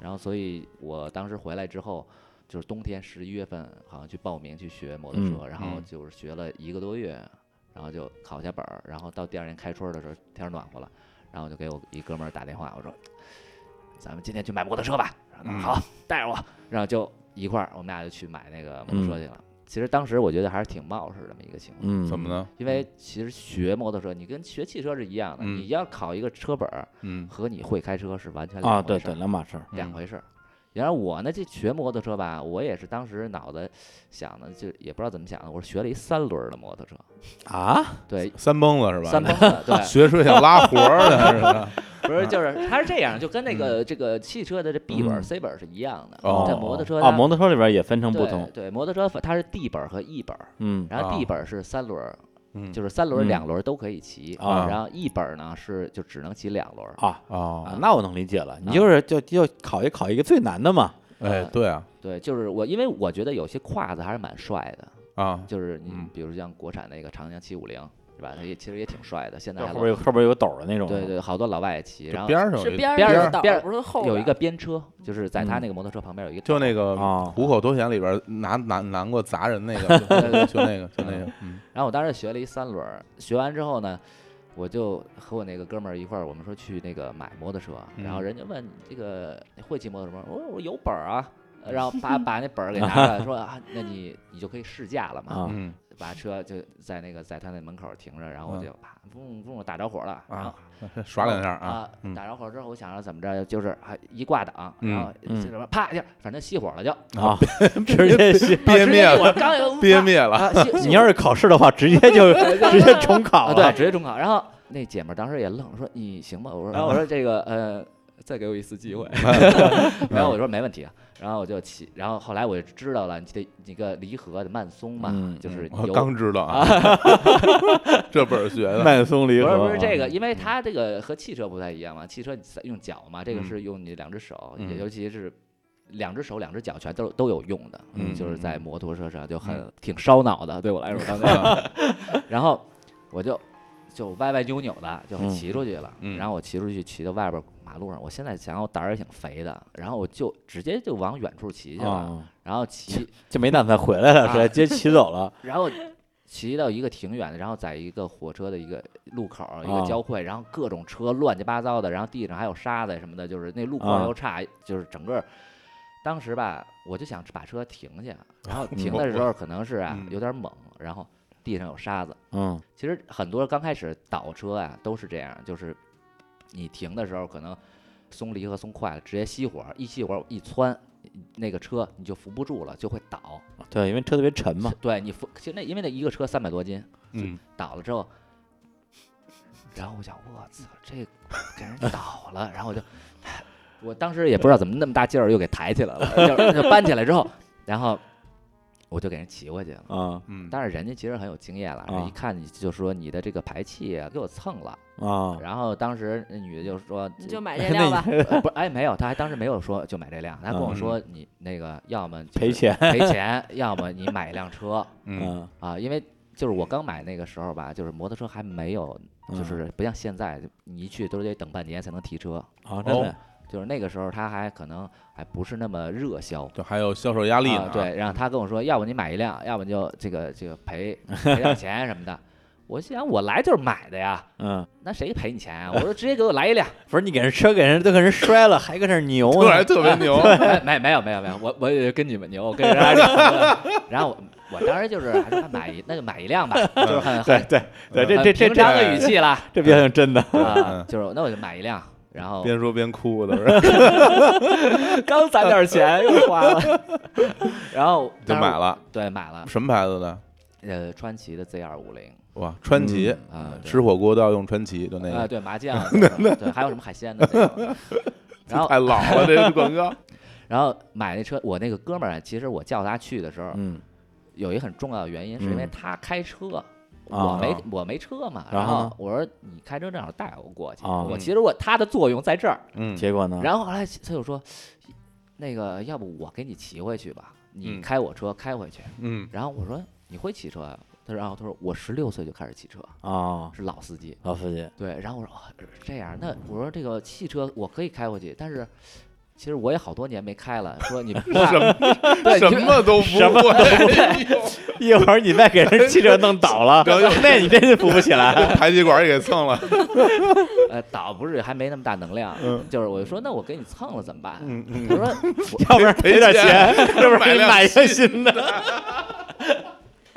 Speaker 3: 然后所以我当时回来之后。就是冬天十一月份，好像去报名去学摩托车，然后
Speaker 2: 嗯
Speaker 3: 就是学了一个多月，然后就考下本儿，然后到第二年开春儿的时候天儿暖和了，然后就给我一哥们儿打电话，我说咱们今天去买摩托车吧。然后他
Speaker 2: 嗯
Speaker 3: 说好，带着我，然后就一块儿，我们俩就去买那个摩托车去了。其实当时我觉得还是挺冒失的这么一个情况，
Speaker 5: 嗯，
Speaker 2: 怎么？呢？
Speaker 3: 因为其实学摩托车，你跟学汽车是一样的，
Speaker 2: 嗯
Speaker 3: 你要考一个车本儿
Speaker 2: 嗯
Speaker 3: 和你会开车是完全
Speaker 5: 啊，
Speaker 3: 两
Speaker 5: 对
Speaker 3: 回事
Speaker 5: 对，
Speaker 3: 儿，
Speaker 5: 两码事儿。
Speaker 3: 两回事儿。然后我呢，这学摩托车吧，我也是当时脑子想的，就也不知道怎么想的，我是学了一三轮儿的摩托车，
Speaker 5: 啊，
Speaker 3: 对，
Speaker 2: 三蹦子是吧？
Speaker 3: 三蹦子，对，
Speaker 2: 学出来想拉活儿的是吧？
Speaker 3: 不是，就是它是这样，就跟
Speaker 5: 嗯
Speaker 3: 那个这个汽车的这 B 本儿、C 本儿是一样的。
Speaker 2: 哦
Speaker 3: 在摩托车
Speaker 5: 啊，
Speaker 3: 它
Speaker 5: 摩托车里边也分成不
Speaker 3: 对
Speaker 5: 同。
Speaker 3: 对，摩托车分它是 D 本儿和 E 本儿，
Speaker 5: 嗯
Speaker 3: 然后
Speaker 2: 哦
Speaker 3: D 本儿是三轮儿，
Speaker 2: 嗯，
Speaker 3: 就是三轮儿、
Speaker 5: 嗯
Speaker 3: 两轮儿都可以骑，
Speaker 5: 啊
Speaker 3: 然后 E 本儿呢是就只能骑两轮儿。
Speaker 5: 啊
Speaker 2: 啊
Speaker 5: 啊，，那我能理解了，你就是就就考一考一个最难的嘛。
Speaker 2: 哎，对啊
Speaker 3: 对，就是我，因为我觉得有些胯子还是蛮帅的，
Speaker 2: 啊，
Speaker 3: 就是你
Speaker 2: 嗯
Speaker 3: 比如像国产那个长江七五零，是吧？它也其实也挺帅的，现在
Speaker 5: 就
Speaker 3: 还
Speaker 5: 后
Speaker 3: 老
Speaker 5: 边有后边有个斗儿的那种。
Speaker 3: 对，对，好多老外也骑，然
Speaker 2: 就
Speaker 3: 后
Speaker 2: 边儿上有
Speaker 4: 是
Speaker 2: 一
Speaker 4: 边儿
Speaker 3: 边
Speaker 4: 有
Speaker 3: 儿
Speaker 4: 岛
Speaker 3: 边儿
Speaker 4: 不是后
Speaker 3: 有
Speaker 4: 边
Speaker 3: 一
Speaker 4: 儿
Speaker 3: 个边车，就是在他
Speaker 5: 嗯
Speaker 3: 那个摩托车旁边有一个
Speaker 2: 就那个
Speaker 5: 啊
Speaker 2: 虎口脱险里边儿拿拿拿过砸人那 个，就就就那个就那个，嗯
Speaker 3: 然后我当时学了一三轮儿，学完之后呢，我就和我那个哥们儿一块儿，我们说去那个买摩托车，然后
Speaker 2: 嗯
Speaker 3: 人家问你这个你会骑摩托车吗？我说我有本 儿啊，然后把把那本儿给拿出来，说啊，那你你就可以试驾了嘛，
Speaker 5: 啊
Speaker 2: 嗯
Speaker 3: 把车就在那个在他那门口停着，然后我
Speaker 2: 嗯
Speaker 3: 就啪嗡嗡打着火了，然 后
Speaker 2: 啊，耍两下儿啊，
Speaker 3: 啊
Speaker 2: 嗯
Speaker 3: 打着火之后，我想着怎么着，就是还一挂档，然
Speaker 2: 嗯
Speaker 3: 后
Speaker 5: 嗯
Speaker 3: 这什么啪一下，反正熄火了就，
Speaker 5: 啊， 直接是
Speaker 2: 憋
Speaker 3: 直接
Speaker 2: 灭
Speaker 3: 一
Speaker 2: 了，
Speaker 3: 会儿刚有
Speaker 2: 憋灭了，
Speaker 3: 啊，熄熄
Speaker 5: 你要
Speaker 3: 火
Speaker 5: 是考试的话，直接就 直接重考
Speaker 3: 啊，
Speaker 5: 了。
Speaker 3: 对，直接中考。然后那姐们儿当时也愣，说你行吗？我说，然后我说这个呃，再给我一次机会。然后我说没问题啊。然后我就骑，然后后来我就知道了，你这那个离合的慢松嘛，
Speaker 5: 嗯
Speaker 3: 就是
Speaker 2: 我
Speaker 3: 有。
Speaker 2: 刚知道啊，这本儿 学 的，
Speaker 5: 慢松离
Speaker 3: 不
Speaker 5: 合
Speaker 3: 是
Speaker 5: 啊。
Speaker 3: 不是这个，
Speaker 2: 嗯
Speaker 3: 因为它这个和汽车不太一样嘛，汽车你在用脚嘛，这个
Speaker 2: 嗯
Speaker 3: 是用你两只手，
Speaker 2: 嗯
Speaker 3: 也尤其是两只手、两只脚全都都有用的，
Speaker 2: 嗯
Speaker 3: 就是在
Speaker 2: 嗯
Speaker 3: 摩托车上就
Speaker 2: 嗯
Speaker 3: 很挺烧脑的，对我来说 当时。
Speaker 2: 啊
Speaker 3: 然后我就就歪歪扭扭的就
Speaker 5: 嗯
Speaker 3: 骑出去了，
Speaker 2: 嗯
Speaker 3: 然后我骑出去骑到外边马路上，我现在想我胆儿也挺肥的，然后我就直接就往远处骑去了，
Speaker 2: 哦
Speaker 5: 啊，
Speaker 3: 然后骑，
Speaker 5: 就没打算回来了，是吧？
Speaker 3: 啊
Speaker 5: 直接骑走 了。
Speaker 3: 然后骑到一个挺远的，然后在一个火车的一个路口儿一个
Speaker 5: 啊
Speaker 3: 交汇，然后各种车乱七八糟的，然后地上还有沙子什么的，就是那路
Speaker 5: 啊
Speaker 3: 况又差，就是整个。当时吧，我就想把车停下，然后停的时候可能是啊
Speaker 2: 嗯
Speaker 3: 有点猛，然后地上有沙子，
Speaker 5: 嗯
Speaker 3: 其实很多刚开始倒车啊都是这样，就是你停的时候可能松离合松快了，直接熄火，一熄火一窜，那个车你就扶不住了，就会倒。
Speaker 5: 对，因为车特别沉嘛。
Speaker 3: 对你扶，其实那因为那一个车三百多斤，
Speaker 2: 嗯，
Speaker 3: 倒了之后，然后我想，我操，这给人倒了，然后我就， 我当时也不知道怎么那么大劲儿又给抬起来了，就就搬起来之后，然后我就给人骑回去了。
Speaker 5: 啊
Speaker 2: 嗯，
Speaker 3: 但是人家其实很有经验了，
Speaker 5: 啊
Speaker 3: 一看你就说你的这个排气啊给我蹭了。
Speaker 5: 啊
Speaker 3: 然后当时那女的 就说
Speaker 4: 你就买这辆吧，
Speaker 3: 呃不是哎没有，她还当时没有说就买这辆，她跟我说你那个要么就
Speaker 5: 嗯
Speaker 3: 是
Speaker 5: 赔钱。啊
Speaker 3: 赔钱，要么你买一辆车
Speaker 2: 嗯
Speaker 5: 嗯，
Speaker 3: 啊，因为就是我刚买那个时候吧，就是摩托车还没有，
Speaker 5: 嗯
Speaker 3: 就是不像现在你一去都得等半年才能提车，
Speaker 5: 啊，真
Speaker 2: 哦
Speaker 5: 的
Speaker 3: 就是那个时候他还可能还不是那么热销。
Speaker 2: 就还有销售压力呢
Speaker 3: 啊，，对，然后他跟我说，要不你买一辆，要不你就这个这个赔赔点钱什么的。我心想，我来就是买的呀，
Speaker 5: 嗯，
Speaker 3: 那谁赔你钱啊？我说直接给我来一辆，
Speaker 5: 不是你给人车给人都给人摔了，还跟那儿牛
Speaker 2: 突然
Speaker 5: 呢，
Speaker 2: 特别 牛，
Speaker 3: 没没没有没有没有，我我也跟你们牛，我跟人家然后我我当时就是还是买一那就买一辆吧，就是 很
Speaker 5: 对对
Speaker 3: 很
Speaker 5: 对，这
Speaker 3: 很
Speaker 5: 这这
Speaker 3: 平常
Speaker 5: 这
Speaker 3: 的语气了，
Speaker 5: 这比较像真的，
Speaker 3: 啊，就是那我就买一辆，然后
Speaker 2: 边说边哭的，是
Speaker 3: 刚攒点钱又花了，然后
Speaker 2: 就
Speaker 3: 当时
Speaker 2: 买了。
Speaker 3: 对买了，
Speaker 2: 什么牌子的？
Speaker 3: 呃，川崎的 Z 二五零
Speaker 2: 哇，川崎，
Speaker 3: 啊，对
Speaker 2: 吃火锅都要用川崎，就那
Speaker 3: 啊，
Speaker 2: 个，
Speaker 3: 对麻将，对，对还有什么海鲜的那种。然后
Speaker 2: 太老了，这个广 告。
Speaker 3: 然后买那车，我那个哥们儿啊，其实我叫他去的时候，
Speaker 5: 嗯，
Speaker 3: 有一个很重要的原因，是因为
Speaker 5: 嗯
Speaker 3: 他开车，我
Speaker 5: 啊
Speaker 3: 没我没车嘛。
Speaker 5: 然
Speaker 3: 然
Speaker 5: 后
Speaker 3: 后
Speaker 5: 呢
Speaker 3: 我说你开车正好带我过去，
Speaker 5: 啊
Speaker 3: 我其实我他的作用在这儿。
Speaker 2: 嗯，
Speaker 5: 结果呢？
Speaker 3: 然后后来他就说，那个要不我给你骑回去吧，你
Speaker 2: 嗯
Speaker 3: 开我车开回去。
Speaker 2: 嗯，
Speaker 3: 然后我说你会骑车呀、他说然后他说我十六岁就开始骑车，
Speaker 2: 哦
Speaker 5: 啊，
Speaker 3: 是老司机。
Speaker 5: 老司机，
Speaker 3: 对，然后我说、哦、这样，那我说这个汽车我可以开回去，但是其实我也好多年没 开了。说你怕
Speaker 2: 什么
Speaker 3: 啊对
Speaker 2: 什
Speaker 3: 你
Speaker 2: 么都不 会，
Speaker 5: 一会儿你再给人汽车弄倒 了
Speaker 2: 然后又，
Speaker 5: 那你真是扶不起 来。
Speaker 2: 排气管也给蹭 了。
Speaker 3: 呃倒不是还没那么大能量，
Speaker 2: 嗯
Speaker 3: 就是我就说那我给你蹭了怎么办？啊
Speaker 2: 嗯嗯
Speaker 3: 他说
Speaker 5: 要不然赔点
Speaker 2: 赔
Speaker 5: 钱
Speaker 2: 钱，
Speaker 5: 要不
Speaker 2: 买
Speaker 5: 然
Speaker 2: 辆
Speaker 5: 买一个新的。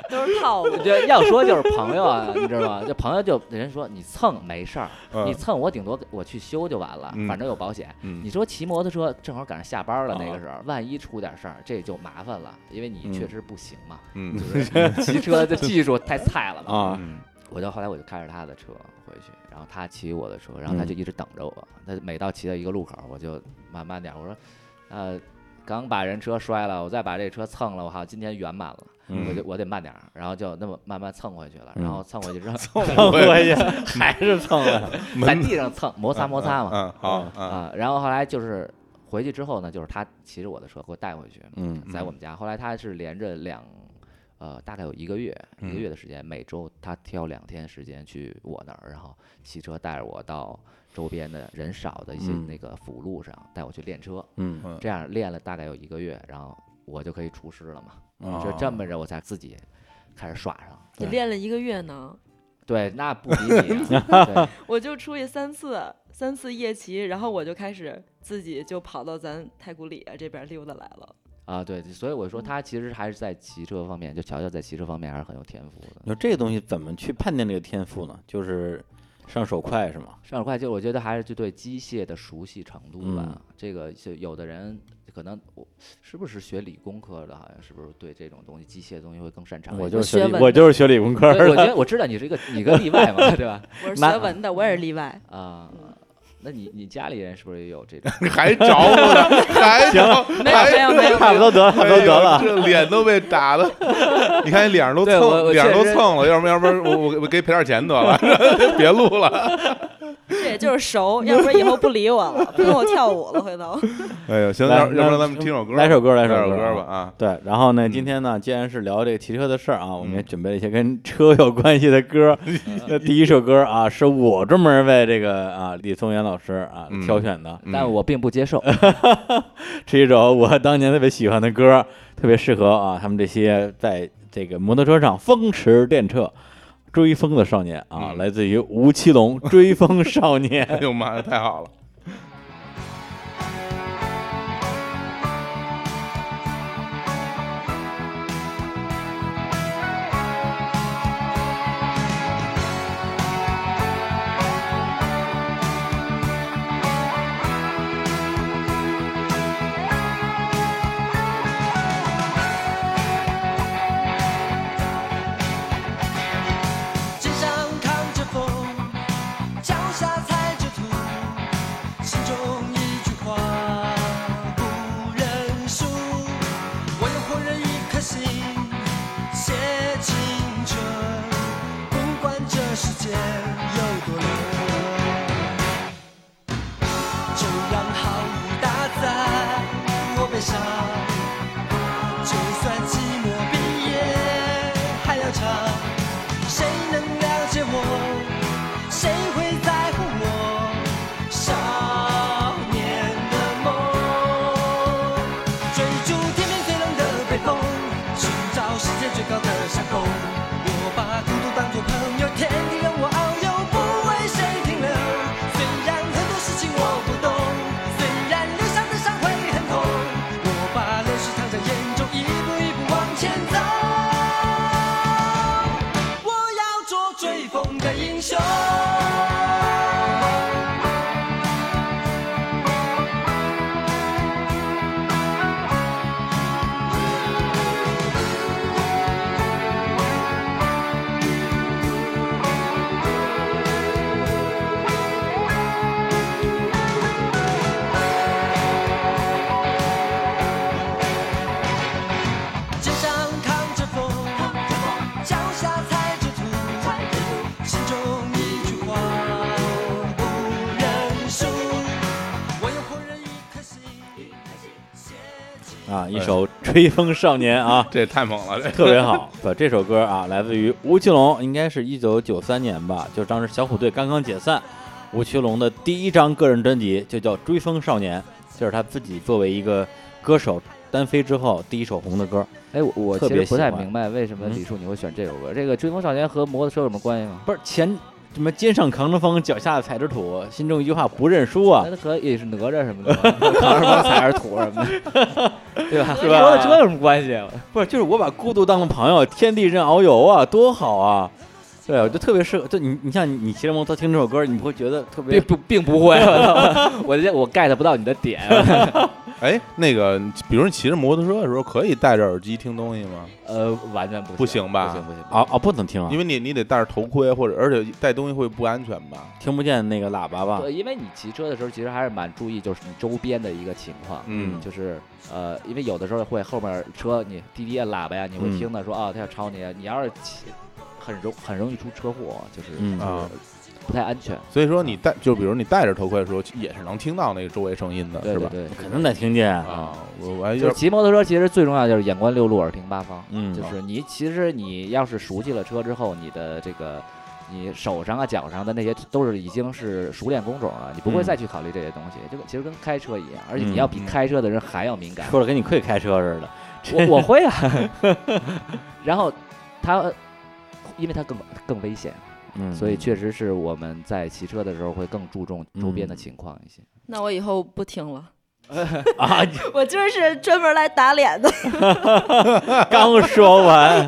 Speaker 4: 都是套路
Speaker 3: 我。觉得要说就是朋友啊，你知道吗？这朋友就人说你蹭没事儿，你蹭我顶多我去修就完了，
Speaker 2: 嗯
Speaker 3: 反正有保险。
Speaker 2: 嗯
Speaker 3: 你说骑摩托车正好赶上下班了，那
Speaker 5: 啊
Speaker 3: 个时候万一出点事儿，这就麻烦了，因为你确
Speaker 5: 嗯
Speaker 3: 实不行嘛，
Speaker 2: 嗯
Speaker 3: 就是骑车的技术太菜了 嘛。
Speaker 5: 啊，
Speaker 3: 我就后来我就开着他的车回去，然后他骑我的车，然后
Speaker 5: 嗯
Speaker 3: 他就一直等着我。他每到骑到一个路口，我就慢慢点，我说，呃，刚把人车摔了，我再把这车蹭了，我靠，今天圆满了，
Speaker 5: 嗯
Speaker 2: 嗯
Speaker 3: 我就我得慢点儿，然后就那么慢慢蹭回去了，然后蹭回去之 后
Speaker 5: 蹭回去还是蹭了。
Speaker 3: 在
Speaker 2: 门
Speaker 3: 地上蹭摩擦摩擦嘛，
Speaker 2: 嗯，好啊，
Speaker 3: 啊，然后后来就是回去之后呢，就是他骑着我的车给我带回去，
Speaker 5: 嗯
Speaker 3: 在我们家。后来他是连着两，呃，大概有一个月，一个月的时间，每周他挑两天时间去我那儿，然后骑车带着我到周边的人少的一些
Speaker 5: 嗯
Speaker 3: 那个辅路上，带我去练车。
Speaker 5: 嗯
Speaker 2: 嗯
Speaker 3: 这样练了大概有一个月，然后我就可以出师了嘛。
Speaker 5: 啊
Speaker 3: 就这么着，我才自己开始耍上。
Speaker 4: 你练了一个月呢，
Speaker 3: 对，那不比你、啊对。
Speaker 4: 我就出去三次，三次夜骑，然后我就开始自己就跑到咱太古里啊这边溜达来了。
Speaker 3: 啊，对，所以我
Speaker 5: 嗯
Speaker 3: 说他其实还是在骑车方面，就乔乔在骑车方面还是很有天赋的。
Speaker 5: 你说这个东西怎么去判定这个天赋呢？就是上手快是吗？
Speaker 3: 上手快就我觉得还是就对机械的熟悉程度吧。
Speaker 5: 嗯
Speaker 3: 这个就有的人可能我是不是学理工科的，好像是不是对这种东西机械的东西会更擅长一点？
Speaker 5: 我
Speaker 4: 就
Speaker 5: 就是是
Speaker 4: 学
Speaker 5: 学理，
Speaker 4: 文的
Speaker 5: 我就是学理工科
Speaker 3: 对我觉
Speaker 5: 的。
Speaker 3: 得我知道你是一个你一个例外嘛，对吧？
Speaker 4: 我是
Speaker 5: 那
Speaker 4: 学文的，我也是例外。
Speaker 3: 啊、
Speaker 4: 嗯
Speaker 3: 那你你家里人是不是也有这种？
Speaker 2: 还着了 呢，还着，
Speaker 4: 没有没有 没有，
Speaker 5: 差不多得了，差不多得
Speaker 2: 哎
Speaker 5: 了。
Speaker 2: 呦这脸都被打 的，你看你脸上都
Speaker 3: 对我
Speaker 2: 蹭，
Speaker 3: 我
Speaker 2: 脸上都
Speaker 3: 确实
Speaker 2: 蹭了，要不要不然我我我给赔点钱得 了，别录了。
Speaker 4: 这也就是熟，要不然以后不理我了，不跟我跳舞了，回头。
Speaker 2: 哎呦，行，
Speaker 5: 来
Speaker 2: 要要不
Speaker 5: 那
Speaker 2: 然咱们听首歌吧，
Speaker 5: 来首歌，来
Speaker 2: 来首
Speaker 5: 歌
Speaker 2: 歌吧。啊，
Speaker 5: 对，然后呢，
Speaker 2: 嗯
Speaker 5: 今天呢，既然是聊这个骑车的事儿啊，我们也
Speaker 2: 嗯
Speaker 5: 准备了一些跟车有关系的歌 儿。那第一首歌啊，是我专门为这个啊李松元老师啊
Speaker 2: 嗯
Speaker 5: 挑选的，
Speaker 2: 嗯
Speaker 3: 但我并不 接受。
Speaker 5: 是一首我当年特别喜欢的歌儿，特别适合啊他们这些在这个摩托车上风驰电掣追风的少年啊，
Speaker 2: 嗯
Speaker 5: 来自于吴奇隆《追风少年》
Speaker 2: 哎。呦妈呀，太好了。，
Speaker 6: 肩上扛着风，脚下踩着土，心中一句话不认输。我用火热一颗心写青春，不管这世界有多冷，就让好雨打在我背上，就算寂寞比夜还要长。谁能了解我？谁会在乎我？少年的追逐天边最冷的北风，寻找世界最高的山峰。我把孤独当作朋友，天地任我遨游，不为谁停留。虽然很多事情我不懂，虽然留下的伤会很痛，我把泪水藏在眼中，一步一步往前走。我要做追风的英雄。肩上扛着风，脚下踩着土，心中一句话不认输。我有火热一颗心，写进
Speaker 5: 啊，一首《追风少年》啊
Speaker 2: 这也太猛了，这
Speaker 5: 特别好。把这首歌啊，来自于吴奇隆，应该是一九九三年吧，就当时小虎队刚刚解散，吴奇隆的第一张个人专辑就叫《追风少年》，这是他自己作为一个歌手单飞之后第一首红的歌。
Speaker 3: 哎，我我
Speaker 5: 特
Speaker 3: 其
Speaker 5: 别
Speaker 3: 实不太
Speaker 5: 喜欢
Speaker 3: 明白为什么
Speaker 5: 嗯
Speaker 3: 李叔你会选这首歌。这个《追风少年》和摩托车有什么关系吗？
Speaker 5: 不是前什么肩上扛着风，脚下踩着土，心中一句话不认输啊
Speaker 3: 那，他可以是哪吒什么的 吧，扛着包踩着土什么的，对吧？
Speaker 5: 是吧
Speaker 3: 摩托车有什么关系？
Speaker 5: 不是就是我把孤独当成朋友，天地任遨游啊，多好啊！对，我就特别适合，就你，你像你你骑着摩托听这首歌，你不会觉得特别
Speaker 3: 并不并不 会，我这我 get 不到你的点。
Speaker 2: 哎，那个，比如你骑着摩托车的时候，可以戴着耳机听东西吗？
Speaker 3: 呃，完全不
Speaker 2: 不行吧
Speaker 3: 不行不行，
Speaker 5: 啊啊不能听啊
Speaker 2: 因，为你你得戴着头盔，或者而且戴东西会不安全吧？
Speaker 5: 听不见那个喇叭吧？
Speaker 3: 对，因为你骑车的时候，其实还是蛮注意，就是你周边的一个情况。
Speaker 2: 嗯
Speaker 3: 就是呃，因为有的时候会后面车你滴滴按喇叭呀，你会
Speaker 5: 嗯
Speaker 3: 听到说啊，他要超你，你要是骑，很容很容易出车祸，就是
Speaker 5: 嗯
Speaker 2: 啊，
Speaker 3: 不太安全，
Speaker 2: 所以说你戴，就比如你戴着头盔的时候，也是能听到那个周围声音的，
Speaker 3: 对
Speaker 2: 是
Speaker 3: 对
Speaker 2: 吧？
Speaker 3: 对。
Speaker 5: 肯定得听见啊。
Speaker 2: 啊，我我还
Speaker 3: 就
Speaker 2: 有
Speaker 3: 是骑摩托车，其实最重要就是眼观六路，耳听八方。
Speaker 5: 嗯
Speaker 3: 就是你其实你要是熟悉了车之后，你的这个你手上啊、脚上的那些都是已经是熟练工种了，你不
Speaker 5: 嗯
Speaker 3: 会再去考虑这些东西。这个其实跟开车一样，而且
Speaker 5: 嗯
Speaker 3: 你要比
Speaker 2: 嗯
Speaker 3: 开车的人还要 敏感。
Speaker 5: 说的跟你会开车似的，
Speaker 3: 我我会啊。 然后他，因为他更更危险，
Speaker 5: 嗯，嗯
Speaker 3: 所以确实是我们在骑车的时候会更注重周边的情况一些。
Speaker 4: 那我以后不听了，
Speaker 5: 啊，你
Speaker 4: 我就是专门来打脸的。
Speaker 5: 刚说完，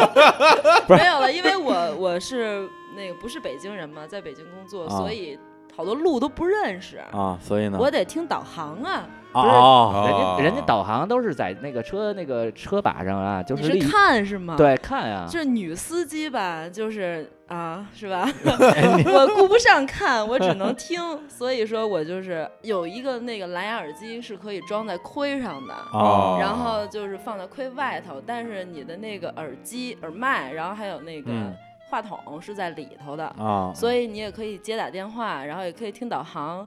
Speaker 4: 没有了，因 为我我是那个不是北京人嘛，在北京工作，
Speaker 5: 啊
Speaker 4: 所以好多路都不认识，
Speaker 5: 啊，所以呢，
Speaker 4: 我得听导航啊。
Speaker 5: 啊
Speaker 3: 是
Speaker 5: 啊
Speaker 3: 人家人家
Speaker 2: 啊
Speaker 3: 导航都是在那个车那个车把上啊，就
Speaker 4: 你
Speaker 3: 立
Speaker 4: 是看是吗？。
Speaker 3: 对看啊，
Speaker 4: 就是女司机吧，就是啊，是吧？
Speaker 5: 哎
Speaker 4: 我顾不上看，我只能听，所以说我就是有一个那个蓝牙耳机是可以装在盔上的，
Speaker 5: 啊，
Speaker 4: 然后就是放在盔外头，但是你的那个耳机、耳麦，然后还有那
Speaker 5: 嗯
Speaker 4: 个话筒是在里头的，
Speaker 5: 啊，
Speaker 4: 所以你也可以接打电话，然后也可以听导航，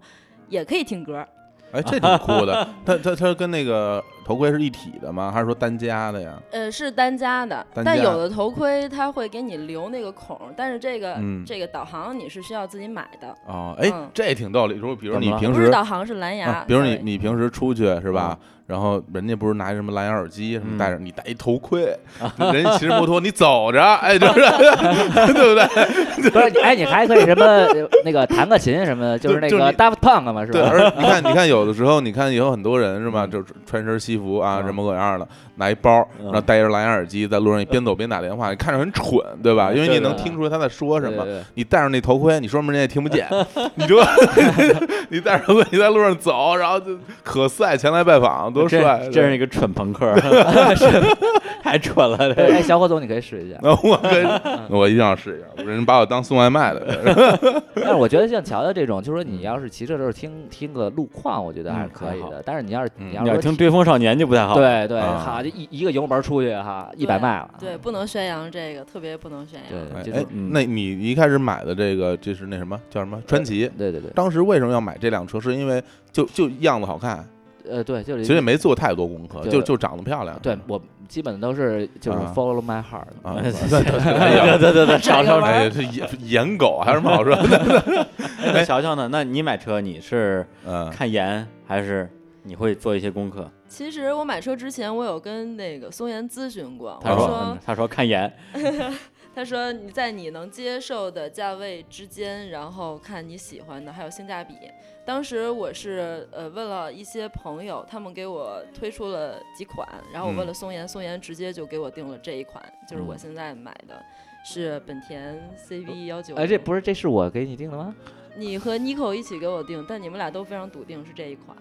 Speaker 4: 也可以听歌。
Speaker 2: 哎，这挺酷的。它它它跟那个头盔是一体的吗？还是说单加的呀？
Speaker 4: 呃，是单加的，
Speaker 2: 单
Speaker 4: 但
Speaker 2: 加
Speaker 4: 有的头盔它会给你留那个孔儿，但是这个、
Speaker 2: 嗯
Speaker 4: 这个导航你是需要自己买的，
Speaker 2: 哦，哎
Speaker 4: 嗯，
Speaker 2: 这也挺道理。如果比如
Speaker 5: 怎
Speaker 2: 你
Speaker 5: 么了
Speaker 2: 平
Speaker 4: 不是
Speaker 2: 时
Speaker 4: 导航是蓝牙。
Speaker 2: 啊，比如你
Speaker 4: sorry
Speaker 2: 你平时出去是吧？
Speaker 3: 嗯
Speaker 2: 然后人家不是拿什么蓝牙耳机什么戴着，你戴一头盔，人家骑着摩托，你走着，哎，就是 对不对？
Speaker 3: 不是，哎，你还可以什么呃那个弹个琴什么的，就是那
Speaker 2: 就
Speaker 3: 个
Speaker 2: 你
Speaker 3: Daft Punk 嘛，是
Speaker 2: 对，
Speaker 3: 吧？
Speaker 2: 而你看，你看，有的时候，你看有很多人是吧，就穿身西服啊，
Speaker 5: 嗯
Speaker 2: 什么各样的，拿一包，
Speaker 5: 嗯
Speaker 2: 然后戴着蓝牙耳机，在路上你边走边打电话，你看着很蠢，对吧？因为
Speaker 5: 哎对
Speaker 2: 你
Speaker 5: 对
Speaker 2: 能
Speaker 3: 对
Speaker 2: 听出来他在说什
Speaker 3: 对
Speaker 2: 么
Speaker 3: 对。对
Speaker 2: 你戴上那头盔，你说明人家也听不 见。你说， 你戴上头盔，你在路上走，然后就可赛前来拜访，多帅！。
Speaker 5: 真真是一个蠢朋克， 是太蠢了，这
Speaker 3: 对哎，小伙总，你可以试一下
Speaker 2: 那我 跟我一定要试一下，人家把我当送外卖的。
Speaker 3: 但是我觉得像乔乔这种，就是说
Speaker 2: 嗯
Speaker 3: 你要是骑车的时候听听个路况，我觉得还是可以
Speaker 5: 还
Speaker 3: 的。但是你要是
Speaker 2: 嗯
Speaker 3: 你
Speaker 5: 你
Speaker 3: 要
Speaker 5: 要
Speaker 3: 是
Speaker 5: 听《追风少年》就不太好。，
Speaker 3: 对对，
Speaker 2: 啊
Speaker 3: 哈，就一一个油门出去哈，一百
Speaker 4: 对
Speaker 3: 迈了。啊
Speaker 4: 对，不能宣扬这个，特别不能宣扬。
Speaker 3: 对，就
Speaker 2: 哎
Speaker 3: 是，
Speaker 5: 嗯
Speaker 2: 那你一开始买的这个，这是那什么叫什么传奇？
Speaker 3: 对对对，
Speaker 2: 当时为什么要买这辆车？是因为就就样子好看，
Speaker 3: 呃对，就是
Speaker 2: 其实也没做太多功课，
Speaker 3: 对
Speaker 2: 就就长得漂亮。
Speaker 3: 对我基本都是就是
Speaker 2: 啊
Speaker 3: follow my heart。
Speaker 2: 啊，
Speaker 5: 对
Speaker 2: 对
Speaker 5: 对对对 对，瞧瞧
Speaker 2: 哎呀，这野颜狗还有什么 好说的？
Speaker 5: 哎那乔乔呢？那你买车你是
Speaker 2: 嗯，
Speaker 5: 看颜还是你会做一些功课。
Speaker 4: 其实我买车之前，我有跟那个松岩咨询过，我
Speaker 5: 他说，嗯
Speaker 4: 说，
Speaker 5: 他说看颜，
Speaker 4: 他说你在你能接受的价位之间，然后看你喜欢的，还有性价比。当时我是呃问了一些朋友，他们给我推出了几款，然后
Speaker 3: 嗯
Speaker 4: 我问了松岩，松岩直接就给我定了这一款，就是我
Speaker 5: 嗯
Speaker 4: 现在买的。是本田 CV 幺 九，
Speaker 3: 哎，这不是这是我给你定的吗？
Speaker 4: 你和 Nico 一起给我定，但你们俩都非常笃定是这一款。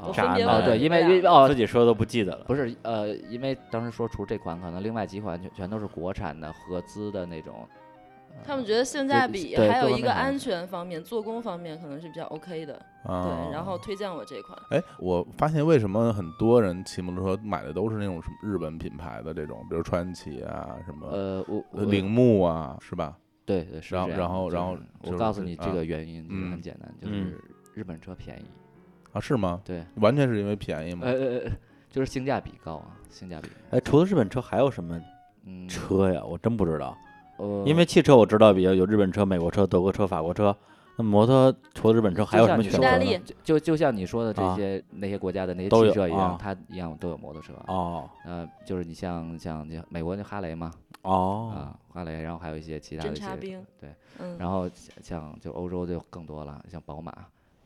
Speaker 4: 我
Speaker 5: 啥
Speaker 4: 分别
Speaker 5: 呢
Speaker 4: 问
Speaker 3: 哦，
Speaker 4: 了
Speaker 3: 对，
Speaker 4: 你
Speaker 3: 因
Speaker 4: 们
Speaker 3: 为因为
Speaker 4: 俩
Speaker 3: 哦
Speaker 5: 自，己说都不记得了。
Speaker 3: 不是呃，因为当时说除这款，可能另外几款全全都是国产的合资的那种。呃
Speaker 4: 他们觉得性价比，
Speaker 3: 对
Speaker 4: 还有
Speaker 3: 各
Speaker 4: 一
Speaker 3: 方面
Speaker 4: 个
Speaker 3: 好像
Speaker 4: 安全方面、做工方面可能是比较 OK 的，
Speaker 2: 啊
Speaker 4: 对，然
Speaker 3: 哦
Speaker 4: 后推荐我这款。
Speaker 2: 哎，我发现为什么很多人骑摩托车买的都是那种什么日本品牌的这种，比如川崎啊，什么
Speaker 3: 呃，我我
Speaker 2: 呃铃木啊，是吧？
Speaker 3: 对对是
Speaker 2: 然后
Speaker 3: 这样
Speaker 2: 然后
Speaker 3: 就是
Speaker 2: 然后就是
Speaker 3: 我告诉你
Speaker 2: 啊
Speaker 3: 这个原因就是
Speaker 2: 嗯
Speaker 3: 很简单，就
Speaker 5: 嗯
Speaker 3: 是日本车便宜，
Speaker 2: 啊，是吗？
Speaker 3: 对，
Speaker 2: 完全是因为便宜吗
Speaker 3: 呃？呃呃，就是性价比高啊，性价比。
Speaker 5: 嗯哎，除了日本车还有什么
Speaker 3: 嗯，
Speaker 5: 车呀？我真不知道，
Speaker 3: 呃，
Speaker 5: 因为汽车我知道比较有日本车、美国车、德国车、法国车。那摩托除了日本车还有什么
Speaker 3: 就
Speaker 5: 选
Speaker 3: 像
Speaker 5: 择
Speaker 3: 你
Speaker 4: 意大
Speaker 5: 呢？
Speaker 4: 利
Speaker 3: 就就就像你说的这
Speaker 5: 啊
Speaker 3: 些那些国家的那些
Speaker 5: 都
Speaker 3: 汽
Speaker 5: 有
Speaker 3: 车一样，
Speaker 5: 啊
Speaker 3: 它一样都有摩托车。
Speaker 5: 哦
Speaker 3: 呃，就是你像像像美国那哈雷嘛，
Speaker 5: 哦，
Speaker 3: 啊，哈雷，然后还有一些其他的
Speaker 4: 侦
Speaker 3: 一些
Speaker 4: 察兵，
Speaker 3: 对，
Speaker 4: 嗯，
Speaker 3: 然后像像就欧洲就更多了，像宝马，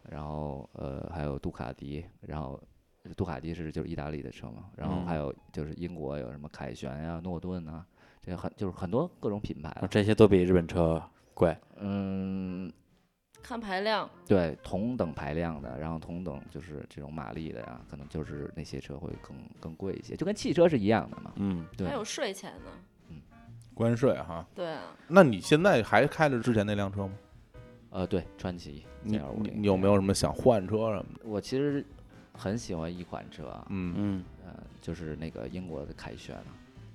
Speaker 3: 然后呃还有杜卡迪，然后杜卡迪是就是意大利的车嘛，然
Speaker 2: 嗯
Speaker 3: 后还有就是英国有什么凯旋呀、诺顿啊，这很就是很多各种品牌了。
Speaker 5: 这些都比日本车贵。
Speaker 3: 嗯，
Speaker 4: 看排量，
Speaker 3: 对，同等排量的，然后同等就是这种马力的呀，可能就是那些车会更更贵一些，就跟汽车是一样的嘛。
Speaker 5: 嗯，
Speaker 3: 对
Speaker 4: 还有税前呢。
Speaker 2: 关税哈。
Speaker 4: 对啊，
Speaker 2: 那你现在还开着之前那辆车吗？
Speaker 3: 呃，对，川崎
Speaker 2: 你
Speaker 3: ZR 五
Speaker 2: 你
Speaker 3: 零，
Speaker 2: 你有没有什么想换车什么的？
Speaker 3: 我其实很喜欢一款车啊，
Speaker 2: 嗯，
Speaker 5: 嗯，
Speaker 3: 呃，就是那个英国的凯旋啊，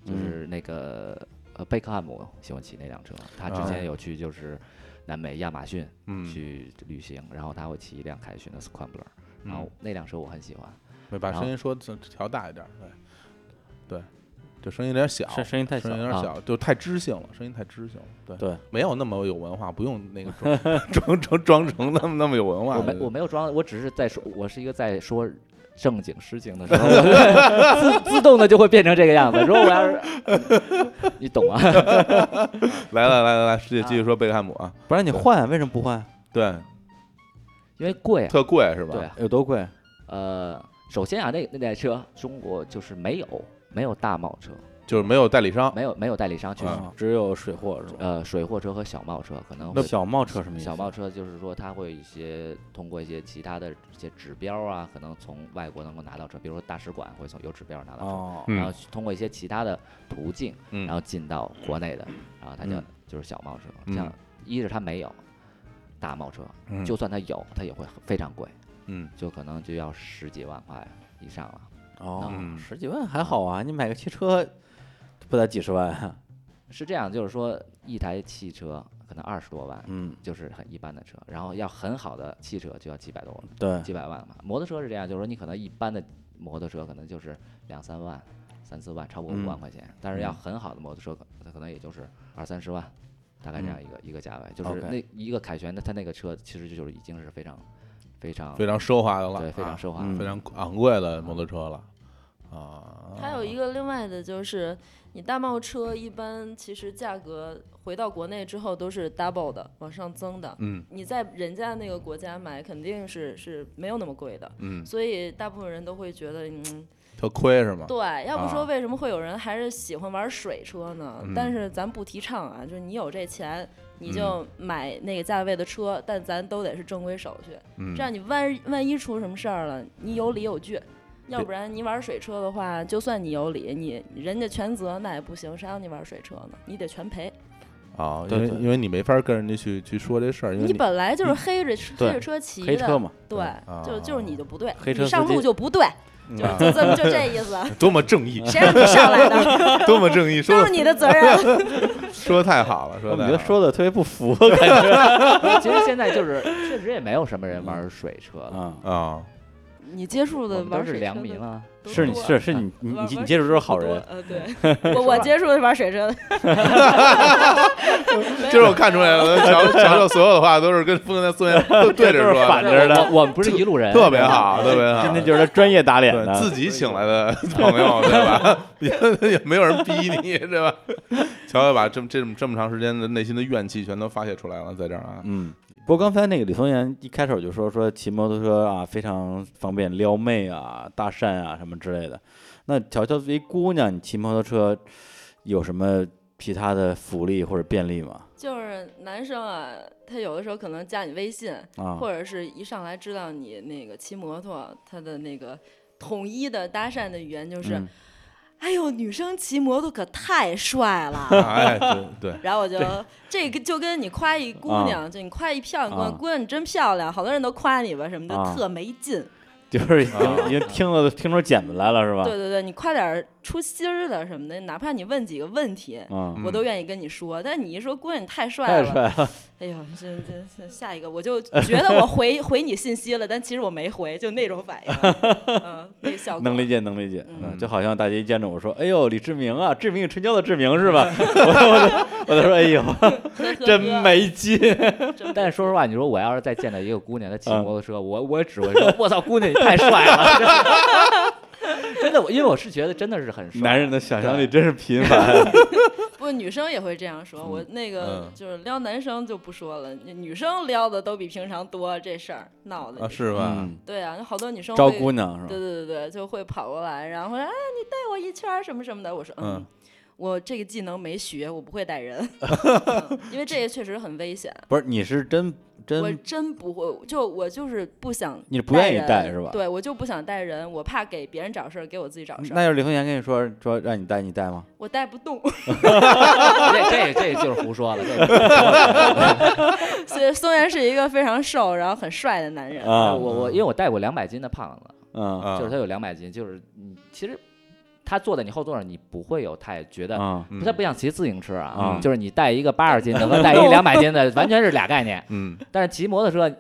Speaker 3: 就
Speaker 5: 嗯
Speaker 3: 是那个、呃贝克汉姆喜欢骑那辆车，他之
Speaker 2: 啊
Speaker 3: 前有去就是南美亚马逊
Speaker 2: 嗯
Speaker 3: 去旅行，然后他会骑一辆凯旋的 Scrambler，
Speaker 2: 嗯
Speaker 3: 然后那辆车我很喜欢，
Speaker 2: 对，把
Speaker 3: 然后
Speaker 2: 声音说调大一点，对，对，这声音有点小，
Speaker 5: 声声音太小
Speaker 2: 声音有点
Speaker 3: 啊
Speaker 2: 小，就太知性了，声音太知性了，对
Speaker 5: 对，
Speaker 2: 没有那么有文化，不用那个装 装装装成那么那么有文化
Speaker 3: 我
Speaker 2: 的，
Speaker 3: 没我没有装，我只是在说，我是一个在说正经事情的时候， 我自自动的就会变成这个样子。如果我要是，你懂啊？
Speaker 2: 来来来来来，师姐继续说贝克汉姆啊，
Speaker 5: 不然你
Speaker 2: 对
Speaker 5: 换为什么不换？
Speaker 2: 对，
Speaker 3: 因为贵啊，
Speaker 2: 特贵是吧？
Speaker 3: 对啊，
Speaker 5: 有多贵？
Speaker 3: 呃，首先啊，那那台车中国就是没有没有大贸车，
Speaker 2: 就是没有代理商，
Speaker 3: 没有没有代理商去、
Speaker 2: 啊
Speaker 5: 只有水货是吧？
Speaker 3: 呃水货车和小贸车可能
Speaker 5: 嗯那
Speaker 3: 会。
Speaker 5: 小贸车什么意思？
Speaker 3: 小贸车就是说，它会有一些通过一些其他的一些指标啊，可能从外国能够拿到车，比如说大使馆会从有指标拿到车，
Speaker 5: 哦，
Speaker 3: 然后去通过一些其他的途径，
Speaker 2: 嗯
Speaker 3: 然后进到国内的，然后它叫
Speaker 2: 嗯
Speaker 3: 就是小贸车。
Speaker 2: 嗯
Speaker 3: 像一是它没有大贸车，
Speaker 2: 嗯
Speaker 3: 就算它有，它也会非常贵，
Speaker 2: 嗯
Speaker 3: 就可能就要十几万块以上了。
Speaker 5: 哦
Speaker 2: 嗯，
Speaker 5: 十几万还好啊，你买个汽车不得几十万啊？
Speaker 3: 是这样，就是说一台汽车可能二十多万，
Speaker 5: 嗯，
Speaker 3: 就是很一般的车，然后要很好的汽车就要几百多万
Speaker 5: 对，
Speaker 3: 几百万嘛。摩托车是这样，就是说你可能一般的摩托车可能就是两三万、三四万，超过五万
Speaker 5: 嗯
Speaker 3: 块钱。但是要
Speaker 5: 嗯
Speaker 3: 很好的摩托车，可可能也就是二三十万，大概这样一个、一个价位。就是
Speaker 5: 嗯
Speaker 3: 那
Speaker 5: OK
Speaker 3: 一个凯旋的，它那个车其实就是已经是非常非常
Speaker 2: 非常奢华的了，
Speaker 3: 对非
Speaker 2: 啊
Speaker 3: 常奢华了。
Speaker 5: 嗯
Speaker 2: 非常昂贵的摩托车了啊。
Speaker 4: 还有一个另外的就是，你大贸车一般其实价格回到国内之后都是 double 的，往上增的。
Speaker 2: 嗯
Speaker 4: 你在人家那个国家买，肯定是是没有那么贵的，
Speaker 2: 嗯，
Speaker 4: 所以大部分人都会觉得，嗯，
Speaker 2: 特亏是吗？
Speaker 4: 对，要不
Speaker 2: 啊
Speaker 4: 说为什么会有人还是喜欢玩水车呢？
Speaker 2: 嗯
Speaker 4: 但是咱不提倡啊，就是你有这钱，你
Speaker 2: 嗯
Speaker 4: 就买那个价位的车，但咱都得是正规手续，
Speaker 2: 嗯
Speaker 4: 这样你万万一出什么事儿了，你有理有据。要不然你玩水车的话，就算你有理，你人家全责那也不行，谁让你玩水车呢？你得全赔。
Speaker 2: 啊，因
Speaker 5: 对
Speaker 2: 为
Speaker 5: 对
Speaker 2: 因为你没法跟人家去去说这事儿，因为
Speaker 4: 你本来就是黑着
Speaker 5: 对
Speaker 4: 黑着车骑的，
Speaker 5: 黑车嘛，啊
Speaker 4: 对，就就是你就不对，
Speaker 5: 黑车
Speaker 4: 你上
Speaker 5: 司机
Speaker 4: 路就不对，
Speaker 5: 嗯
Speaker 4: 就就这么就这意思，
Speaker 2: 多么正义，
Speaker 4: 谁让你上来 的？
Speaker 2: 多么正义，说
Speaker 4: 都是
Speaker 2: 的
Speaker 4: 你的责任。啊
Speaker 2: 说的太好了，说
Speaker 5: 我
Speaker 2: 的
Speaker 5: 们觉得说的特别不服感觉
Speaker 3: 其实现在就是
Speaker 5: 嗯
Speaker 3: 确实也没有什么人玩水车了，
Speaker 5: 啊。
Speaker 2: 啊，
Speaker 4: 你接触
Speaker 3: 我
Speaker 4: 的
Speaker 3: 们
Speaker 4: 玩
Speaker 3: 都是
Speaker 4: 水车
Speaker 3: 良
Speaker 4: 的
Speaker 3: 民啊，
Speaker 4: 都
Speaker 5: 是你
Speaker 4: 多
Speaker 5: 是是你你
Speaker 4: 玩
Speaker 5: 你
Speaker 4: 玩
Speaker 5: 接触
Speaker 4: 水
Speaker 5: 都是
Speaker 4: 车
Speaker 5: 好
Speaker 4: 多
Speaker 5: 人，
Speaker 4: 呃， 对我我接触的是玩水车的，
Speaker 2: 就是我看出来了，乔乔乔所有的话都是跟风格孙岩都对着
Speaker 5: 都是
Speaker 2: 说，
Speaker 5: 反着的，
Speaker 3: 我我们不是一路人，
Speaker 2: 特别好，特别好，
Speaker 5: 真的就是专业打脸
Speaker 2: 对
Speaker 5: 的
Speaker 2: 自。己请来的朋友，对 吧？也也没有人逼你，对吧？ 乔乔把这么这么这么长时间的内心的怨气全都发泄出来了，在这儿啊，
Speaker 5: 嗯，不过刚才那个李松岩一开始就说说骑摩托车啊非常方便撩妹啊、搭讪啊什么之类的。那乔乔作为姑娘，你骑摩托车有什么其他的福利或者便利吗？
Speaker 4: 就是男生啊，他有的时候可能加你微信，
Speaker 5: 啊，
Speaker 4: 或者是一上来知道你那个骑摩托，他的那个统一的搭讪的语言就是，
Speaker 5: 嗯
Speaker 4: 哎呦，女生骑摩托可太
Speaker 5: 嗯
Speaker 4: 帅了。
Speaker 2: 哎，对对，
Speaker 4: 然后我就这个就跟你夸一姑
Speaker 5: 啊
Speaker 4: 娘，就你夸一漂亮姑
Speaker 5: 啊
Speaker 4: 娘，姑娘你真漂亮，好多人都夸你吧什么的，
Speaker 5: 啊
Speaker 4: 特没劲。
Speaker 5: 就是已经
Speaker 2: 啊
Speaker 5: 已经听了听出茧子来了是吧？
Speaker 4: 对对对，你夸点儿出心儿的什么的，哪怕你问几个问题，
Speaker 5: 嗯，
Speaker 4: 我
Speaker 2: 嗯
Speaker 4: 都愿意跟你说。但你一说姑娘你太帅
Speaker 5: 太
Speaker 4: 了，
Speaker 5: 帅了，
Speaker 4: 哎呦，这这这下一个，我就觉得我回回你信息了，但其实我没回，就那种反应，嗯，那效果
Speaker 5: 能理解能理解，
Speaker 4: 嗯
Speaker 5: 嗯，就好像大家一见着我说，哎呦李志明啊，志明与春娇的志明是 吧？我我都我都说，哎呦
Speaker 4: 呵呵
Speaker 5: 真
Speaker 4: 呵
Speaker 5: 没劲，
Speaker 4: 真没
Speaker 3: 但是说实话，你说我要是再见到一个姑娘，她骑
Speaker 5: 嗯
Speaker 3: 摩托车，我我也只会说：“我操，姑娘你太帅了！” 真的，我因为我是觉得真的是很帅。
Speaker 5: 男人的想象力真是贫乏。
Speaker 4: 不，女生也会这样说。我那个
Speaker 2: 嗯
Speaker 4: 就是撩男生就不说了，女女生撩的都比平常多，这事儿闹的
Speaker 2: 啊，。是吧？
Speaker 5: 嗯，
Speaker 4: 对啊，那好多女生
Speaker 5: 招
Speaker 4: 会
Speaker 5: 姑娘是
Speaker 4: 对
Speaker 5: 吧？
Speaker 4: 对对对，就会跑过来，然后说：“哎，你带我一圈儿什么什么的。”我说：“嗯，
Speaker 2: 嗯
Speaker 4: 我这个技能没学，我不会带 人，嗯因为这也确实很危险。
Speaker 5: 不是，你是真
Speaker 4: 我
Speaker 5: 真
Speaker 4: 真不会，就我就是不想人，
Speaker 5: 你不愿意带是吧
Speaker 4: 对，我就不想带人，我怕给别人找事儿，给我自己找事
Speaker 5: 那
Speaker 4: 儿，
Speaker 5: 要是李红岩跟你说说让你带你带吗？
Speaker 4: 我带不动。
Speaker 3: 这这这就是胡说了。这
Speaker 4: 所以松原是一个非常瘦，然后很帅的男人。
Speaker 5: 啊，
Speaker 3: 我我因为我带过两百斤的胖子，
Speaker 5: 嗯
Speaker 2: 啊
Speaker 3: 就是他有两百斤，就是你其实他坐在你后座上，你不会有太觉得。
Speaker 5: 啊
Speaker 2: 嗯
Speaker 3: 他不像骑自行车啊，
Speaker 5: 嗯
Speaker 3: 就是你带一个八十斤的和带一两百斤的，完全是俩概念。
Speaker 2: 嗯，
Speaker 3: 但是骑摩托车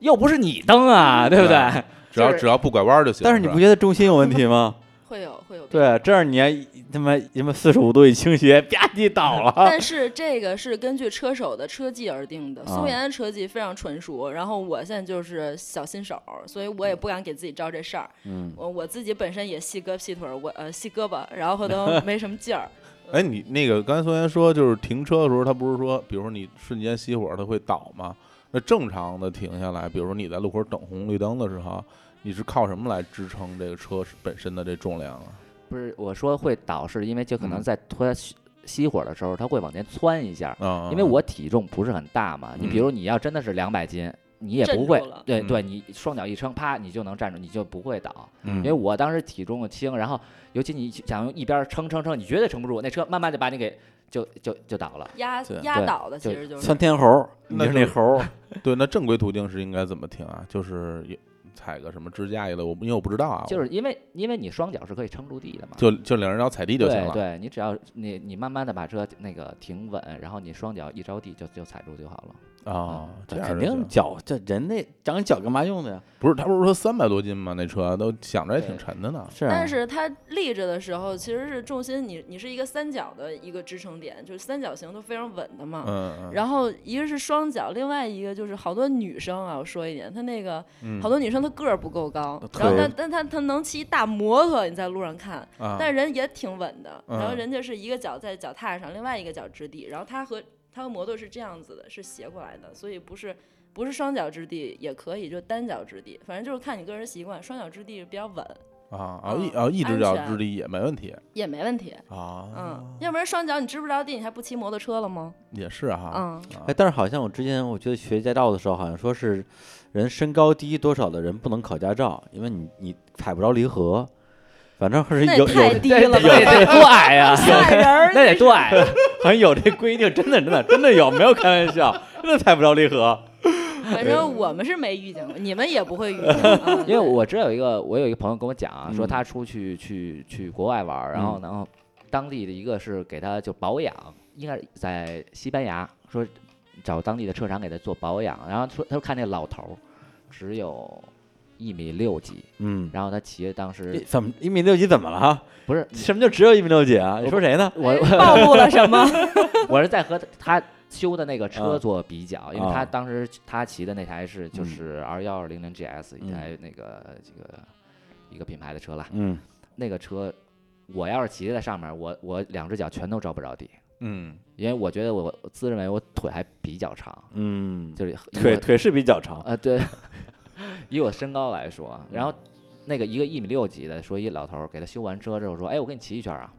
Speaker 3: 又不是你蹬啊，对不对？
Speaker 2: 只要
Speaker 3: 就是
Speaker 2: 只要不拐弯就行。
Speaker 5: 但是你
Speaker 2: 吧
Speaker 5: 不觉得重心有问题吗？
Speaker 4: 会有会有，。
Speaker 5: 对，啊这样你还他妈他妈四十五度一倾斜， 啪地倒了。
Speaker 4: 但是这个是根据车手的车技而定的，
Speaker 5: 啊
Speaker 4: 松原的车技非常纯熟，然后我现在就是小新手，所以我也不敢给自己招这事儿。
Speaker 5: 嗯，
Speaker 4: 我我自己本身也细胳膊细腿儿，我呃细胳膊，然后后头没什么 劲儿，
Speaker 2: 哎，你那个刚才孙岩说，就是停车的时候，他不是说，比如说你瞬间熄火，它会倒吗？那正常的停下来，比如说你在路口等红绿灯的时候，你是靠什么来支撑这个车本身的这重量啊？
Speaker 3: 不是我说会倒，是因为就可能
Speaker 2: 嗯
Speaker 3: 在推它熄熄火的时候，它会往前窜一下。
Speaker 2: 啊，
Speaker 3: 因为我体重不是很大嘛，你比
Speaker 2: 嗯
Speaker 3: 如你要真的是两百斤，你也
Speaker 4: 镇
Speaker 3: 不会
Speaker 4: 住了，
Speaker 3: 对对，
Speaker 2: 嗯
Speaker 3: 你双脚一撑，啪，你就能站住，你就不会倒。
Speaker 2: 因
Speaker 3: 因为我当时体重轻，然后尤其你想用一边撑撑撑，你绝对撑不住，那车慢慢就把你给就就就倒了。
Speaker 4: 压
Speaker 5: 对
Speaker 4: 压
Speaker 3: 对
Speaker 4: 倒的其
Speaker 3: 就
Speaker 4: 实就是
Speaker 5: 窜天猴，你
Speaker 2: 那
Speaker 5: 是那
Speaker 2: 就
Speaker 5: 猴 儿，
Speaker 2: 对，那正规途径是应该怎么停啊？就是也踩个什么支架一类的，我因为我不知道啊，
Speaker 3: 就是因为因为你双脚是可以撑住地的嘛
Speaker 2: 我，就就两人要踩地就行
Speaker 3: 对
Speaker 2: 了。
Speaker 3: 对，你只要你你慢慢的把车那个停稳，然后你双脚一着地就就踩住就好了。
Speaker 2: 啊，这样
Speaker 5: 嗯肯
Speaker 2: 就行
Speaker 5: 定脚这人那长脚干嘛用的呀？
Speaker 2: 不是他不是说三百多斤吗？那车都想着也挺沉的呢。
Speaker 5: 是啊，
Speaker 4: 但是它立着的时候，其实是重心你你是一个三角的一个支撑点，就是三角形都非常稳的嘛。
Speaker 2: 嗯嗯，
Speaker 4: 然后一个是双脚，另外一个就是好多女生啊，我说一点，她那个
Speaker 2: 嗯哦
Speaker 4: 好多女生她个儿不够高，
Speaker 5: 特
Speaker 4: 然后
Speaker 5: 别
Speaker 4: 她但她她能骑一大摩托，你在路上看，
Speaker 2: 啊
Speaker 4: 但人也挺稳的。然后
Speaker 2: 嗯
Speaker 4: 人家是一个脚在脚踏上，另外一个脚支地，然后她和她和摩托是这样子的，是斜过来的，所以不是不是双脚支地也可以，就单脚支地，反正就是看你个人习惯，双脚支地比较稳
Speaker 2: 啊啊一
Speaker 4: 嗯
Speaker 2: 啊一只
Speaker 4: 安
Speaker 2: 脚
Speaker 4: 全
Speaker 2: 支地也没问题
Speaker 4: 也没问题。
Speaker 2: 啊，
Speaker 4: 嗯，要不然双脚你支不着地，你还不骑摩托车了吗？
Speaker 2: 也是哈，
Speaker 4: 嗯，
Speaker 2: 啊
Speaker 5: 哎，但是好像我之前我觉得学驾照的时候，好像说是人身高低多少的人不能考驾照，因为你你踩不着离合，反正是
Speaker 4: 那
Speaker 5: 有有
Speaker 4: 太低了
Speaker 3: 那
Speaker 4: 吧，
Speaker 3: 得多矮呀！
Speaker 4: 吓人 儿。
Speaker 3: 那得多矮啊！
Speaker 5: 好像有这规定，真的真的真的有，没有开玩笑，真的踩不着离合。
Speaker 4: 反正我们是没遇见过，你们也不会遇见。啊
Speaker 3: 因为我知道有一个，我有一个朋友跟我讲啊，说
Speaker 5: 嗯
Speaker 3: 他出去去去国外玩儿，然后然后当地的一个是给他就保养，应该是在西班牙，说找当地的车厂给他做保养，然后说他说看那老头儿只有1.85一米六几，
Speaker 5: 嗯，
Speaker 3: 然后他骑的当时
Speaker 5: 怎么一米六几怎么了哈？
Speaker 3: 不是
Speaker 5: 什么叫只有一米六几啊？你说谁呢？
Speaker 3: 我
Speaker 4: 哎 暴露了什么？
Speaker 3: 我是在和他修的那个车
Speaker 5: 啊
Speaker 3: 做比较，因为
Speaker 5: 啊
Speaker 3: 他当时他骑的那台是就
Speaker 5: 嗯
Speaker 3: 是 R 幺二零零 GS 一
Speaker 5: 嗯
Speaker 3: 台那个这个一个品牌的车了，
Speaker 5: 嗯，
Speaker 3: 那个车我要是骑在上面，我我两只脚全都着不着地，
Speaker 2: 嗯，
Speaker 3: 因为我觉得我我自认为我腿还比较长，
Speaker 5: 嗯，
Speaker 3: 就是以
Speaker 5: 腿
Speaker 3: 我
Speaker 5: 腿是比较长，
Speaker 3: 啊，对， 以我身高来说，啊然后那个一个一米六几的，说一老头儿给他修完车之后说：“哎，我跟你骑一圈儿啊。”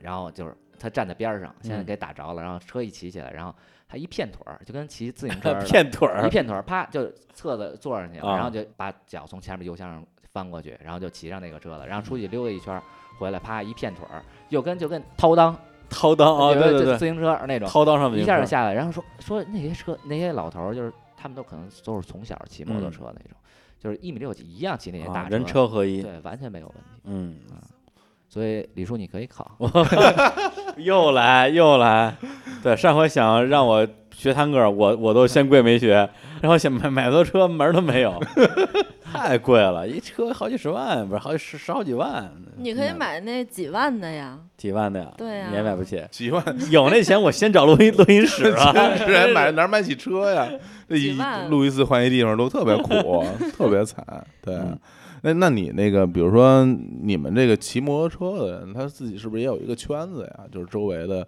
Speaker 3: 然后就是他站在边儿上，现在
Speaker 5: 嗯
Speaker 3: 给打着了，然后车一骑起来，然后他一片腿儿，就跟骑自 行车儿似的
Speaker 5: 骗腿
Speaker 3: 一
Speaker 5: 儿，
Speaker 3: 片腿儿，啪就侧着坐上去了，然
Speaker 5: 啊
Speaker 3: 后就把脚从前面油箱上翻过去，然后就骑上那个车了，然后出去溜达一圈儿，回来啪一片腿儿，又跟就跟掏裆
Speaker 5: 掏裆
Speaker 2: 哦
Speaker 5: 啊，
Speaker 3: 就
Speaker 5: 对对
Speaker 3: 就
Speaker 5: 对，
Speaker 3: 自行车儿那种，
Speaker 5: 掏裆上面
Speaker 3: 一下就下来，然后说说那些车那些老头儿就是他们都可能都是从小骑摩托
Speaker 5: 嗯
Speaker 3: 车那种，就是一米六几一样骑那些
Speaker 5: 啊
Speaker 3: 大，
Speaker 5: 人车合一，
Speaker 3: 对，完全没有问题。
Speaker 5: 嗯，
Speaker 3: 所以李叔你可以考，
Speaker 5: 又来又来，对，上回想让我学探戈，我我都嫌贵没学，然后想买买个车门儿都没有，太贵了，一车好几十万，不是好几十十好几万，
Speaker 4: 你可以买那几万的呀，
Speaker 5: 几万的呀，
Speaker 4: 对啊呀
Speaker 5: 你也买不起，
Speaker 2: 几万，
Speaker 5: 有那钱我先找录音录音室啊
Speaker 2: 是还买哪儿买起车呀？这一
Speaker 4: 几万
Speaker 2: 路一次换一地方都特别苦，啊 特别惨。对
Speaker 5: 嗯，
Speaker 2: 那那你那个，比如说你们这个骑摩托车的人，他自己是不是也有一个圈子呀？就是周围的，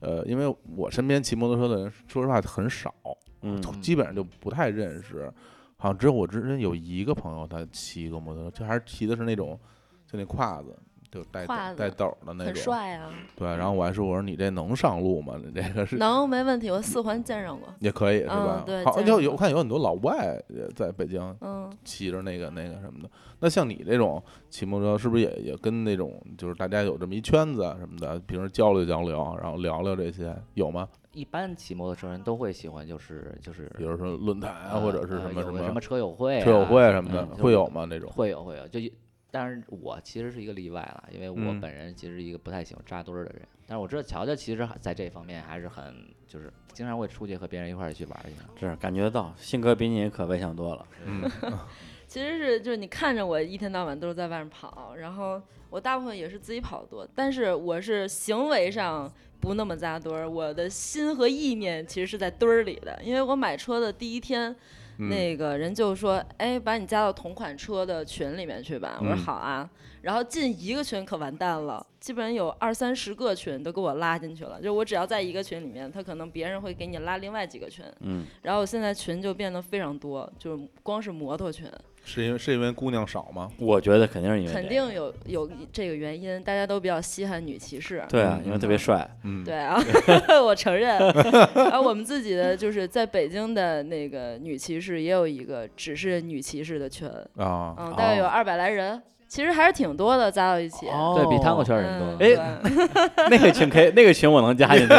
Speaker 2: 呃，因为我身边骑摩托车的人，说实话很少，
Speaker 5: 嗯
Speaker 2: 基本上就不太认识。好像只有我之前有一个朋友，他骑一个摩托车，就还是骑的是那种，就那挎子，就带
Speaker 4: 挎子
Speaker 2: 带斗儿的那种。
Speaker 4: 很帅啊，
Speaker 2: 对，然后我还说，我说你这能上路吗？你这个是
Speaker 4: 能没问题，我四环见上过。
Speaker 2: 也可以是吧？
Speaker 4: 嗯对
Speaker 2: 好，
Speaker 4: 这样
Speaker 2: 有有我看有很多老外也在北京
Speaker 4: 嗯，
Speaker 2: 骑着那个那个什么的。那像你这种骑摩托车，是不是也也跟那种就是大家有这么一圈子啊什么的，平时交流交流，然后聊聊这些有吗？
Speaker 3: 一般骑摩托车人都会喜欢就是就是
Speaker 2: 比如说论坛啊，
Speaker 3: 呃
Speaker 2: 或者是
Speaker 3: 呃
Speaker 2: 什么
Speaker 3: 有
Speaker 2: 什
Speaker 3: 个
Speaker 2: 么
Speaker 3: 车友会啊、
Speaker 2: 车友会什么的
Speaker 3: 嗯，
Speaker 2: 会有吗？那种
Speaker 3: 会有会有就一。但是我其实是一个例外了，因为我
Speaker 2: 嗯
Speaker 3: 本人其实一个不太喜欢扎堆儿的人。但是我知道乔乔其实在这方面还是很，就是经常会出去和别人一块儿去玩儿去。
Speaker 5: 是感觉得到，性格比你可外向多了，
Speaker 2: 嗯
Speaker 4: 其实是就是你看着我一天到晚都是在外面跑，然后我大部分也是自己跑得多，但是我是行为上不那么扎堆儿，我的心和意念其实是在堆儿里的，因为我买车的第一天。
Speaker 2: 嗯
Speaker 4: 那个人就说：“哎，把你加到同款车的群里面去吧。”我说：“
Speaker 2: 嗯
Speaker 4: 好啊。”然后进一个群可完蛋了，基本有二三十个群都给我拉进去了。就我只要在一个群里面，他可能别人会给你拉另外几个群。
Speaker 5: 嗯，
Speaker 4: 然后我现在群就变得非常多，就是光是摩托群，
Speaker 2: 是因为是因为姑娘少吗？
Speaker 5: 我觉得肯定是因为
Speaker 4: 肯
Speaker 5: 这个
Speaker 4: 定有有这个原因，大家都比较稀罕女骑士。
Speaker 5: 对啊，因为特别帅，
Speaker 2: 嗯，
Speaker 4: 对啊， 我承认。然后我们自己的就是在北京的那个女骑士也有一个只是女骑士的群，
Speaker 2: 啊，
Speaker 4: 嗯，大概有
Speaker 5: 哦
Speaker 4: 二百来人，其实还是挺多的，加到一起。
Speaker 3: 对比探戈
Speaker 5: 圈
Speaker 3: 圈人多。
Speaker 4: 哦嗯
Speaker 5: 哎
Speaker 4: 对
Speaker 5: 那个群可以，那个群我能加进去，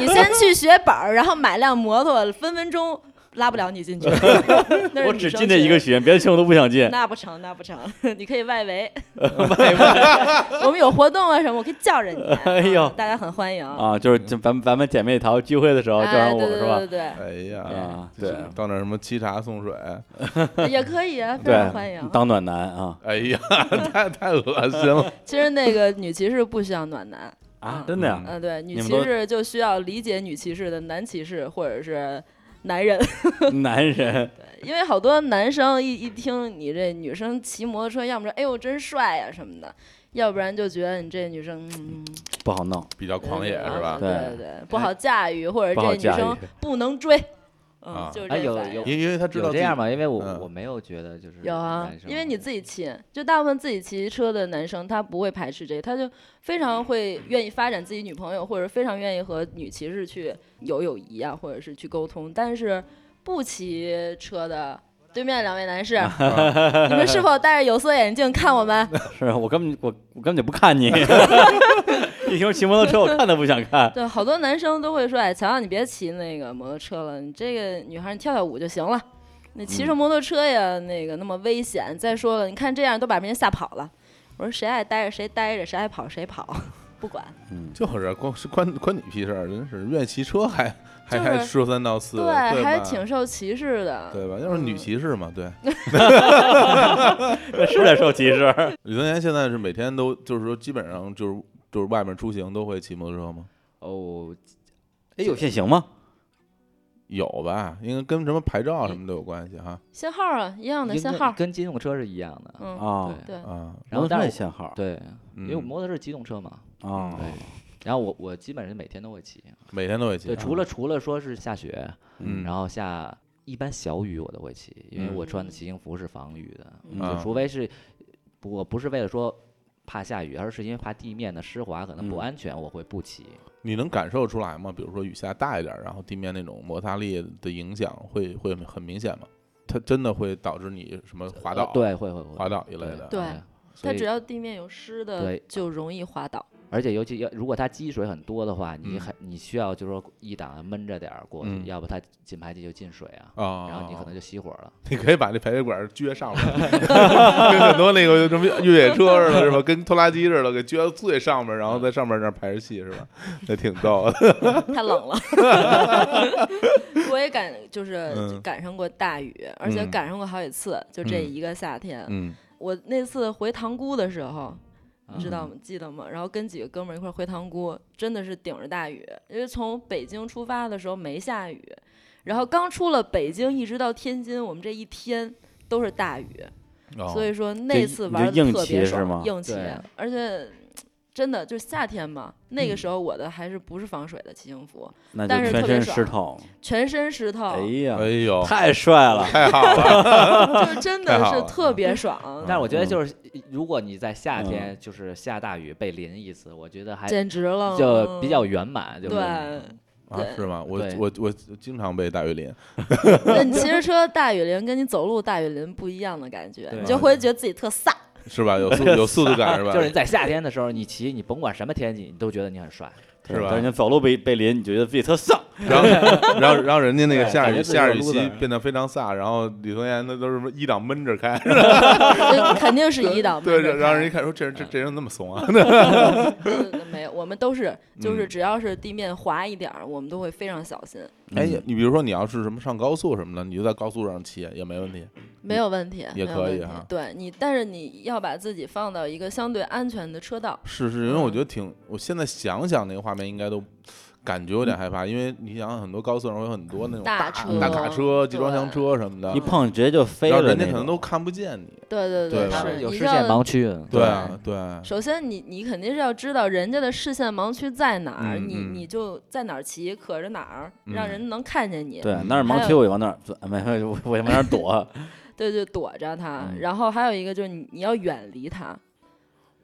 Speaker 4: 你先去学板儿，然后买辆摩托，分分钟拉不了你 进去。那是
Speaker 5: 我
Speaker 4: 女
Speaker 5: 只
Speaker 4: 生
Speaker 5: 进这一个
Speaker 4: 群，
Speaker 5: 群，别的群我都不想 进。
Speaker 4: 那不成，那不成，你可以 外围。 我们有活动啊什么，我可以叫着你。
Speaker 5: 哎呦
Speaker 4: 嗯大家很欢迎。
Speaker 5: 啊，就是就咱们咱们姐妹淘聚会的时候叫
Speaker 4: 哎，
Speaker 5: 上我
Speaker 4: 对对
Speaker 5: 是
Speaker 4: 对
Speaker 5: 吧？
Speaker 4: 对
Speaker 2: 哎呀
Speaker 5: 啊，
Speaker 2: 就是
Speaker 5: 对
Speaker 2: 到那儿什么沏茶送水，
Speaker 4: 对，也 可以啊，非常欢迎
Speaker 5: 对，。当暖男啊
Speaker 2: 哎呀， 太太恶心了，
Speaker 4: 其实那个女骑士不需要暖男，
Speaker 5: 啊
Speaker 4: 啊，
Speaker 5: 真的呀
Speaker 2: 嗯
Speaker 4: 嗯，对，女
Speaker 5: 你们
Speaker 4: 骑
Speaker 5: 都
Speaker 4: 士就需要理解女骑士的男骑士或者是男人，
Speaker 5: 男人
Speaker 4: 因为好多男生一一听你这女生骑摩托车，要么说哎呦真帅呀、什么的，要不然就觉得你这女生嗯
Speaker 5: 不好弄，
Speaker 2: 比较狂野是吧？
Speaker 4: 对对对，不好驾驭，或者
Speaker 5: 不好
Speaker 4: 这女
Speaker 5: 驾驭
Speaker 4: 生不能追，
Speaker 2: 啊
Speaker 4: 嗯，就是
Speaker 3: 哎
Speaker 4: 这
Speaker 3: 有
Speaker 4: 反应
Speaker 3: 有
Speaker 2: 因因为他知道
Speaker 3: 有
Speaker 2: 自
Speaker 3: 这
Speaker 2: 己
Speaker 3: 样吗？因为我、
Speaker 2: 嗯
Speaker 3: 我没有觉得就是
Speaker 4: 有啊
Speaker 3: 男，生
Speaker 4: 因为你自己骑，就大部分自己骑车的男生，他不会排斥这个，他就非
Speaker 3: 嗯
Speaker 4: 常会愿意发展自己女朋友，或者非常愿意和女骑士去有友谊啊，或者是去沟通。但是不骑车的对面两位男士，
Speaker 2: 啊
Speaker 4: 你们是否戴着有色眼镜看我们？
Speaker 5: 是我根本我我根本就不看你，一听说骑摩托车我看都不想看，
Speaker 4: 对，好多男生都会说，哎，强强你别骑那个摩托车了，你这个女孩儿你跳跳舞就行了。你
Speaker 2: 嗯
Speaker 4: 骑着摩托车呀，那个那么危险。再说了，你看这样都把别人吓跑了。我说谁爱待着谁待着，谁爱跑谁跑。 不管。
Speaker 5: 嗯，
Speaker 2: 就是关是关关你屁事儿，真是愿意骑车还还
Speaker 4: 就
Speaker 2: 还
Speaker 4: 是
Speaker 2: 说三道四，对
Speaker 4: 还
Speaker 2: 吧
Speaker 4: 挺受歧视的。
Speaker 2: 对吧？要是女
Speaker 4: 嗯
Speaker 2: 骑士嘛，对，
Speaker 5: 是在受歧视。
Speaker 2: 李增岩现在是每天都就是说基本上就是就是外面出行都会骑摩托车吗？
Speaker 3: 哦，
Speaker 5: 哎，有限行吗？
Speaker 2: 有吧？应该跟什么牌照什么都有关系哈
Speaker 4: 限号啊，一样的
Speaker 3: 应
Speaker 4: 限
Speaker 3: 该
Speaker 4: 号。
Speaker 3: 跟机动车是一样的。
Speaker 4: 嗯，
Speaker 5: 啊，
Speaker 3: 对
Speaker 4: 对，
Speaker 2: 啊。
Speaker 3: 然
Speaker 5: 摩
Speaker 3: 后
Speaker 5: 托
Speaker 3: 但
Speaker 5: 车
Speaker 3: 是
Speaker 5: 也
Speaker 3: 我
Speaker 5: 限号
Speaker 3: 对，因为我
Speaker 2: 嗯哦
Speaker 3: 摩托车是机动车嘛，
Speaker 5: 啊，
Speaker 3: 对。然后我我基本上每天都会骑，
Speaker 2: 每天都会骑，啊
Speaker 3: 对，除了除了说是下雪，
Speaker 2: 哦嗯，
Speaker 3: 然后下一般小雨我都会骑，因为我穿的骑行服是防雨的，
Speaker 5: 嗯
Speaker 2: 啊
Speaker 3: 就除非是不我不是为了说怕下雨，而是因为怕地面的湿滑可能不
Speaker 5: 嗯
Speaker 3: 安全，我会不骑。
Speaker 2: 你能感受出来吗？比如说雨下大一点儿，然后地面那种摩擦力的影响会会很明显吗？它真的会导致你什么滑
Speaker 3: 呃
Speaker 2: 倒、
Speaker 3: 对，会会会
Speaker 2: 滑倒一类的？
Speaker 4: 对
Speaker 3: 哎所
Speaker 4: 它只
Speaker 3: 以，
Speaker 4: 要地面有湿的
Speaker 3: 对，
Speaker 4: 就容易 滑倒。
Speaker 3: 而且尤其要如果它积水很多的话，你
Speaker 2: 嗯
Speaker 3: 很你需要就是说一档闷着点儿过去，
Speaker 2: 嗯
Speaker 3: 要不它进排气就进水啊，
Speaker 2: 啊，
Speaker 3: 然后你可能就熄火了。
Speaker 2: 你可以把这排水管儿撅上面，跟很多那个什么越野车似的，是吧？跟拖拉机似的，给撅到最上面，然后在上面那儿排着气，是吧？那挺逗的。
Speaker 4: 太冷了。 我也赶就是
Speaker 2: 嗯
Speaker 4: 赶上过大雨，而且
Speaker 2: 嗯
Speaker 4: 赶上过好几次，就这
Speaker 2: 嗯
Speaker 4: 一个夏天。
Speaker 2: 嗯
Speaker 4: 我那次回塘沽的时候，你知
Speaker 3: 嗯
Speaker 4: 道吗？记得吗？然后跟几个哥们儿一块儿回塘沽，真的是顶着大雨，因为从北京出发的时候没下雨，然后刚出了北京一直到天津，我们这一天都是大雨，嗯
Speaker 2: 哦
Speaker 4: 所以说那次玩的
Speaker 5: 你就硬
Speaker 4: 特
Speaker 5: 骑
Speaker 4: 别
Speaker 5: 是吗
Speaker 4: 爽，硬骑
Speaker 3: 对，
Speaker 4: 而且。真的就是夏天嘛，那个时候我的还是不是防水的骑行服，
Speaker 5: 那
Speaker 4: 但
Speaker 5: 就是全
Speaker 4: 特别哦
Speaker 5: 身
Speaker 4: 爽
Speaker 5: 湿透。
Speaker 4: 全身湿透，
Speaker 5: 哎呀
Speaker 2: 哎，呦，
Speaker 5: 太帅了！
Speaker 2: 太好了，
Speaker 4: 就是真
Speaker 2: 太
Speaker 4: 的
Speaker 2: 好
Speaker 4: 是
Speaker 2: 了
Speaker 4: 特别爽，
Speaker 3: 但是我觉得
Speaker 5: 嗯
Speaker 3: 就是，如果你在夏
Speaker 5: 嗯
Speaker 3: 天就是下大雨被淋一次，我觉得还
Speaker 4: 简直了，
Speaker 3: 就比较
Speaker 4: 嗯
Speaker 3: 圆满，就是
Speaker 4: 对。
Speaker 2: 啊，是吗？我
Speaker 3: 对
Speaker 2: 我我经常被大雨淋，
Speaker 4: 那你骑着车大雨淋跟你走路大雨淋不一样的感觉，
Speaker 5: 对
Speaker 4: 你就会觉得自己 特飒。
Speaker 2: 是吧？有速有速度感，是吧？
Speaker 3: 就是你在夏天的时候，你骑，你甭管什么天气，你都觉得你很帅。
Speaker 2: 是
Speaker 5: 对
Speaker 2: 吧
Speaker 5: 但是你走路被被淋，你就觉得自己特丧。
Speaker 2: 然后，然后，然后人家那个
Speaker 5: 对
Speaker 2: 下
Speaker 5: 感觉
Speaker 2: 雨
Speaker 5: 自己
Speaker 2: 下
Speaker 5: 有
Speaker 2: 雨
Speaker 5: 撸
Speaker 2: 期
Speaker 5: 的
Speaker 2: 变得非常飒，然后李宗岩那都是一档闷着开，
Speaker 4: 这肯定是一档
Speaker 2: 对，
Speaker 4: 没
Speaker 2: 让人一
Speaker 4: 人
Speaker 2: 看说这人这这人怎么那么怂啊？
Speaker 4: 看嗯没有，我们都是
Speaker 2: 嗯
Speaker 4: 就是只要是地面滑一点儿，我们都会非常小心，
Speaker 2: 哎，你比如说你要是什么上高速什么的，你就在高速上骑也没问题。
Speaker 4: 没有问题，
Speaker 2: 也
Speaker 4: 没有
Speaker 2: 可以
Speaker 4: 问题
Speaker 2: 哈
Speaker 4: 对你，但是你要把自己放到一个相对安全的车道。
Speaker 2: 是是，因为我
Speaker 4: 嗯
Speaker 2: 觉得挺，我现在想想那个画面，应该都感觉有点害怕，因为你想想很多高速上会有很多那种
Speaker 4: 大车
Speaker 2: 大卡车、集
Speaker 4: 对
Speaker 2: 装箱车什么的
Speaker 5: 一，碰直接就飞
Speaker 2: 然后
Speaker 5: 了那种，
Speaker 2: 人家可能都看不见你。
Speaker 4: 对对
Speaker 2: 对吧
Speaker 4: 是
Speaker 3: 有
Speaker 4: 你
Speaker 3: 视
Speaker 4: 知道
Speaker 3: 线盲区。嗯
Speaker 2: 对啊，对啊，
Speaker 4: 首先你，你肯定是要知道人家的视线盲区在哪儿，
Speaker 2: 嗯
Speaker 4: 你
Speaker 2: 嗯
Speaker 4: 你就在哪儿骑，可着哪儿，
Speaker 2: 嗯
Speaker 4: 让人能看见你。
Speaker 5: 对，那是盲区，我就往那儿， 没没，我我就往那儿躲。
Speaker 4: 对，就躲着它。
Speaker 5: 嗯
Speaker 4: 然后还有一个就是你你要远离它，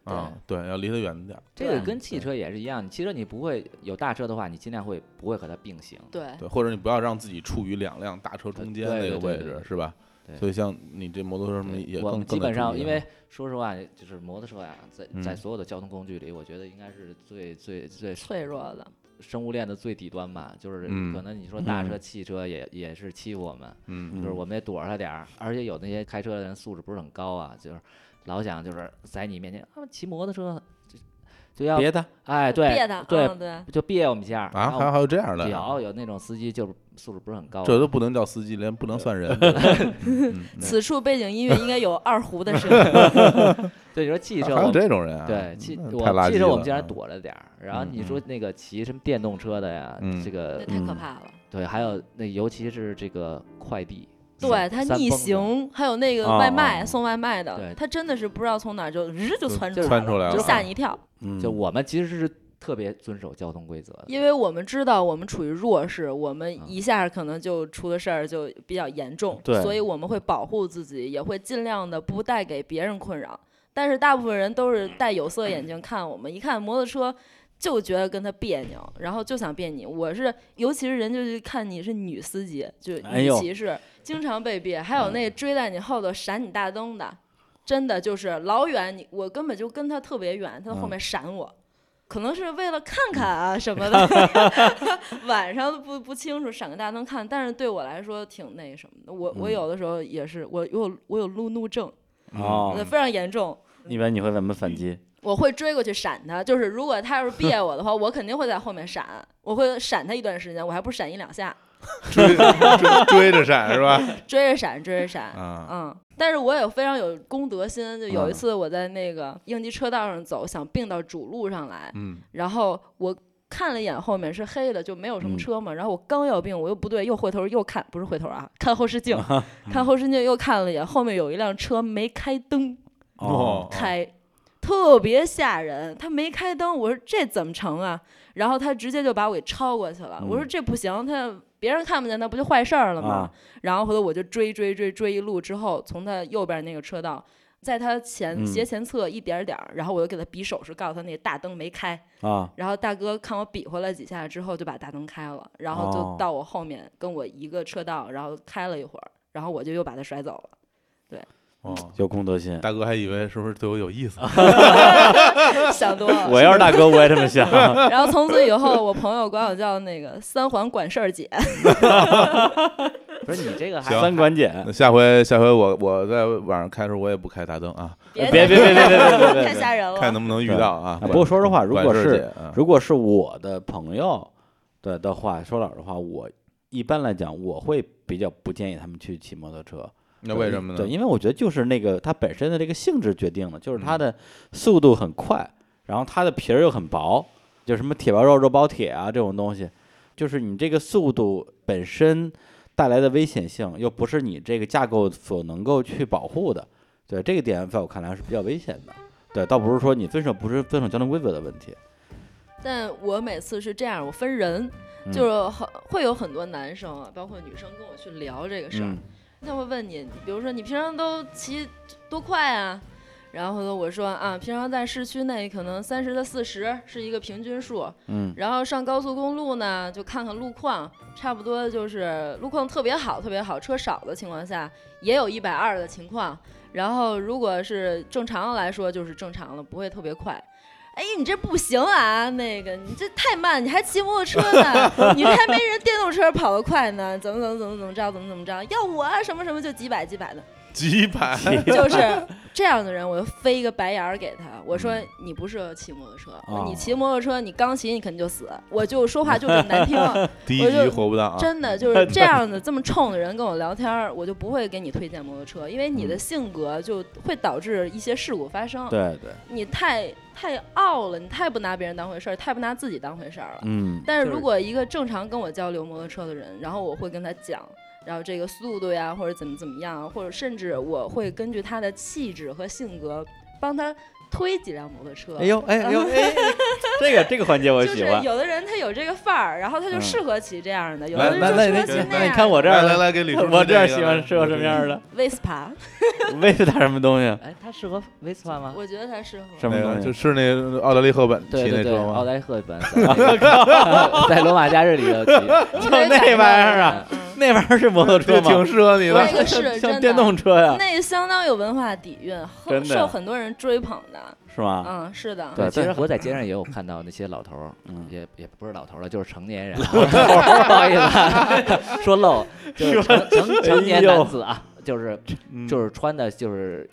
Speaker 2: 啊，对，要离他远点儿。
Speaker 3: 这个跟汽车也是一样，你汽车你不会有大车的话，你尽量会不会和它并行。
Speaker 4: 对
Speaker 2: 对，或者你不要让自己处于两辆大车中间
Speaker 3: 对
Speaker 2: 那
Speaker 3: 对
Speaker 2: 个
Speaker 3: 对
Speaker 2: 位
Speaker 3: 对
Speaker 2: 置
Speaker 3: 对，
Speaker 2: 是吧
Speaker 3: 对？
Speaker 2: 所以像你这摩托车什么
Speaker 3: 对
Speaker 2: 也
Speaker 3: 我
Speaker 2: 更
Speaker 3: 们基
Speaker 2: 更得
Speaker 3: 本上，
Speaker 2: 注意
Speaker 3: 因
Speaker 2: 了
Speaker 3: 为说实话，就是摩托车呀，在在
Speaker 2: 嗯
Speaker 3: 所有的交通工具里，我觉得应该是最最最
Speaker 4: 脆弱的，
Speaker 3: 生物链的最底端吧。就是
Speaker 2: 嗯
Speaker 3: 可能你说大车、
Speaker 5: 嗯
Speaker 3: 汽车也也是欺负我们，
Speaker 2: 嗯，
Speaker 3: 就是
Speaker 5: 嗯
Speaker 3: 我们得躲着他点儿。而且有那些开车的人素质不是很高啊，就是老想就是在你面前啊骑摩托车就就要
Speaker 5: 别的，
Speaker 3: 哎
Speaker 4: 别
Speaker 3: 对
Speaker 4: 的，嗯、对，
Speaker 3: 就别我们一下
Speaker 2: 啊，还有还有这样的呀，
Speaker 3: 有有那种司机就是素质不是很高，
Speaker 2: 这都不能叫司机，连不能算人。 嗯嗯
Speaker 4: 此处背景音乐应该有二胡的声音，
Speaker 3: 对你说汽车
Speaker 2: 还
Speaker 3: 我
Speaker 2: 有
Speaker 3: 们。
Speaker 2: 这种人啊？
Speaker 3: 对汽
Speaker 2: 那太
Speaker 3: 我
Speaker 2: 垃圾
Speaker 3: 汽车我们
Speaker 2: 了
Speaker 3: 竟然
Speaker 2: 啊
Speaker 3: 躲着点儿，然后
Speaker 2: 嗯
Speaker 3: 你说那个骑什么电动车的呀，
Speaker 2: 嗯
Speaker 3: 这个
Speaker 4: 那太可怕了。
Speaker 3: 对，还有那尤其是这个快递，
Speaker 4: 对它
Speaker 3: 三
Speaker 4: 逆
Speaker 3: 蹦子，
Speaker 4: 行，还有那个
Speaker 5: 哦
Speaker 4: 外
Speaker 5: 哦
Speaker 4: 卖、
Speaker 5: 哦
Speaker 4: 送外卖的
Speaker 3: 对，
Speaker 4: 它真的是不知道从哪儿就日就窜出
Speaker 3: 就是
Speaker 4: 来
Speaker 2: 窜出来
Speaker 4: 就
Speaker 2: 了
Speaker 4: 吓你一跳。
Speaker 5: 嗯，
Speaker 3: 就我们其实是特别遵守交通规则的，
Speaker 4: 因为我们知道我们处于弱势，我们
Speaker 3: 嗯
Speaker 4: 一下可能就出的事儿就比较严重，
Speaker 5: 对
Speaker 4: 所以我们会保护自己，也会尽量的不带给别人困扰。但是大部分人都是戴有色眼镜看我们，一看摩托车就觉得跟他别扭，然后就想变你。我是，尤其是人就是看你是女司机，就
Speaker 5: 哎
Speaker 4: 女
Speaker 5: 呦
Speaker 4: 骑士，经常被别。还有那追在你后头闪你大灯的，真的就是老远你我根本就跟他特别远，他在后面闪我。可能是为了看看啊什么的，晚上不不清楚，闪个大灯看。但是对我来说挺那什么的，我我
Speaker 5: 嗯
Speaker 4: 有的时候也是，我我有我有路怒症，
Speaker 5: 哦
Speaker 2: 嗯
Speaker 4: 呃，非常严重。
Speaker 5: 一般你会怎么反击？
Speaker 4: 我会追过去闪他。就是如果他要是别我的话，我肯定会在后面闪，我会闪他一段时间，我还不是闪一两下，
Speaker 2: 追 追追着闪是吧？
Speaker 4: 追着闪，追着闪。
Speaker 2: 啊，嗯
Speaker 4: 嗯，但是我也非常有公德心，就有一次我在那个应急车道上走，想并到主路上来，
Speaker 2: 嗯，
Speaker 4: 然后我看了一眼后面是黑的，就没有什么
Speaker 5: 嗯
Speaker 4: 车嘛。然后我刚要并，我又不对，又回头又看，不是回头啊，看后 视镜，看后视镜又看了一眼，后面有一辆车没开灯
Speaker 5: 嗯
Speaker 2: 哦，
Speaker 4: 开，特别吓人。他没开灯，我说这怎么成啊？然后他直接就把我给超过去了。我说
Speaker 5: 嗯
Speaker 4: 这不行，他别人看不见，那不就坏事儿了吗？
Speaker 5: 啊
Speaker 4: 然后回头我就追追追追一路之后，从他右边那个车道，在他前
Speaker 5: 嗯
Speaker 4: 斜前侧一点儿点儿，然后我就给他比手势，告诉他那个大灯没开。
Speaker 5: 啊，
Speaker 4: 然后大哥看我比划了几下之后，就把大灯开了，然后就
Speaker 5: 哦
Speaker 4: 到我后面跟我一个车道，然后开了一会儿，然后我就又把他甩走了。
Speaker 2: 哦，
Speaker 5: 有公德 心。
Speaker 2: 大哥还以为是不是对我有意 思？
Speaker 4: 想多了，
Speaker 5: 我要是大哥，我也这么想。
Speaker 4: 然后从此以后，我朋友管我叫那个三环管事儿姐。
Speaker 3: 不是你这个还
Speaker 2: 行
Speaker 5: 三管检，
Speaker 2: 那下回下回我我在晚上开的时候我也不开大灯啊，
Speaker 4: 别
Speaker 5: 别别别别别别别别
Speaker 4: 太吓人了。
Speaker 2: 看能不能遇到啊。
Speaker 5: 啊不过说实话如
Speaker 2: 管
Speaker 5: 果
Speaker 2: 事儿
Speaker 5: 是
Speaker 2: 姐啊
Speaker 5: 如果是我的朋友的的话，说老实话，我一般来讲我会比较不建议他们去骑摩托车。
Speaker 2: 那
Speaker 5: 对
Speaker 2: 为什么呢？
Speaker 5: 对，因为我觉得就是那个它本身的这个性质决定了，就是
Speaker 2: 嗯
Speaker 5: 它的速度很快，然后它的皮儿又很薄，就什么铁包肉、肉包铁啊这种东西，就是你这个速度本身带来的危险性，又不是你这个架构所能够去保护的。对这个点，在我看来是比较危险的。对，倒不是说你遵守不是遵守交通规则的问题，
Speaker 4: 但我每次是这样，我分人，
Speaker 5: 嗯
Speaker 4: 就是很会有很多男生啊，包括女生跟我去聊这个事儿。
Speaker 5: 嗯
Speaker 4: 他会问你，比如说你平常都骑多快啊？然后呢，我说啊，平常在市区内可能三十到四十是一个平均数，
Speaker 5: 嗯
Speaker 4: 然后上高速公路呢，就看看路况，差不多就是路况特别好、特别好，车少的情况下，也有一百二的情况。然后如果是正常来说，就是正常了，不会特别快。哎，你这不行啊！那个，你这太慢，你还骑摩托车呢，你这还没人电动车跑得快呢，怎么怎么怎么怎么着，怎么怎么着，要我啊什么什么就几百几百的，
Speaker 2: 几 百，
Speaker 4: 就是这样的人，我就飞一个白眼儿给他，我说你不适合骑摩托车，我说你骑摩托车你刚骑你肯定就死，我就说话就这么难听，
Speaker 2: 第一
Speaker 4: 我
Speaker 2: 集
Speaker 4: 就
Speaker 2: 活不到啊。
Speaker 4: 真的就是这样的这么冲的人跟我聊天儿，我就不会给你推荐摩托车，因为你的性格就会导致一些事故发生，
Speaker 5: 对对，
Speaker 4: 你太太傲了，你太不拿别人当回事儿，太不拿自己当回事儿了。
Speaker 5: 嗯
Speaker 4: 但是
Speaker 2: 就是
Speaker 4: 如果一个正常跟我交流摩托车的人，然后我会跟他讲，然后这个速度呀，或者怎么怎么样，啊或者甚至我会根据他的气质和性格帮他推几辆摩托车。
Speaker 5: 哎呦哎呦哎，这个这个环节我
Speaker 4: 就
Speaker 5: 喜
Speaker 4: 是
Speaker 5: 欢。
Speaker 4: 有的人他有这个范儿，然后他就
Speaker 5: 嗯
Speaker 4: 适合骑这样的，有
Speaker 2: 来
Speaker 4: 的人就
Speaker 5: 那
Speaker 4: 适
Speaker 5: 那
Speaker 4: 合骑
Speaker 5: 那
Speaker 4: 样的。
Speaker 5: 那你看我这
Speaker 2: 来
Speaker 5: 儿
Speaker 2: 来
Speaker 5: 的，
Speaker 2: 来，给李叔说个，
Speaker 5: 我这儿喜欢适合什么
Speaker 2: 我
Speaker 5: 样
Speaker 2: 这个？
Speaker 5: 的？
Speaker 4: Vespa，
Speaker 5: 啊为了它什么东西？
Speaker 3: 哎，他适合 Vespa 吗？
Speaker 4: 我觉得他适合。
Speaker 5: 什么
Speaker 2: 那
Speaker 5: 东
Speaker 2: 个
Speaker 5: 西？
Speaker 2: 就是那奥黛丽·赫本骑
Speaker 3: 对
Speaker 2: 那
Speaker 3: 对对，
Speaker 2: 车
Speaker 3: 奥
Speaker 2: 吗？
Speaker 3: 黛赫 本在那个在罗马假日里头骑，
Speaker 4: 就
Speaker 5: 那玩意儿啊！
Speaker 4: 嗯
Speaker 5: 那玩意儿是摩托车
Speaker 2: 这
Speaker 5: 吗？
Speaker 2: 挺适合你
Speaker 4: 那
Speaker 2: 的。
Speaker 4: 个
Speaker 5: 像
Speaker 4: 是真的
Speaker 5: 像电动车呀，
Speaker 4: 那相当有文化底蕴，
Speaker 5: 真
Speaker 4: 很
Speaker 5: 的
Speaker 4: 受很多人追捧的。
Speaker 5: 是吗？
Speaker 4: 嗯，是的。
Speaker 5: 对
Speaker 3: 其
Speaker 5: 但
Speaker 3: 实我在街上也有看到那些老头儿，
Speaker 5: 嗯
Speaker 3: 也也不是老头儿了， 就是成 年人，不好意思啊，说漏，就是成成成
Speaker 5: 哎
Speaker 3: 年男子啊，就是就是是穿的就是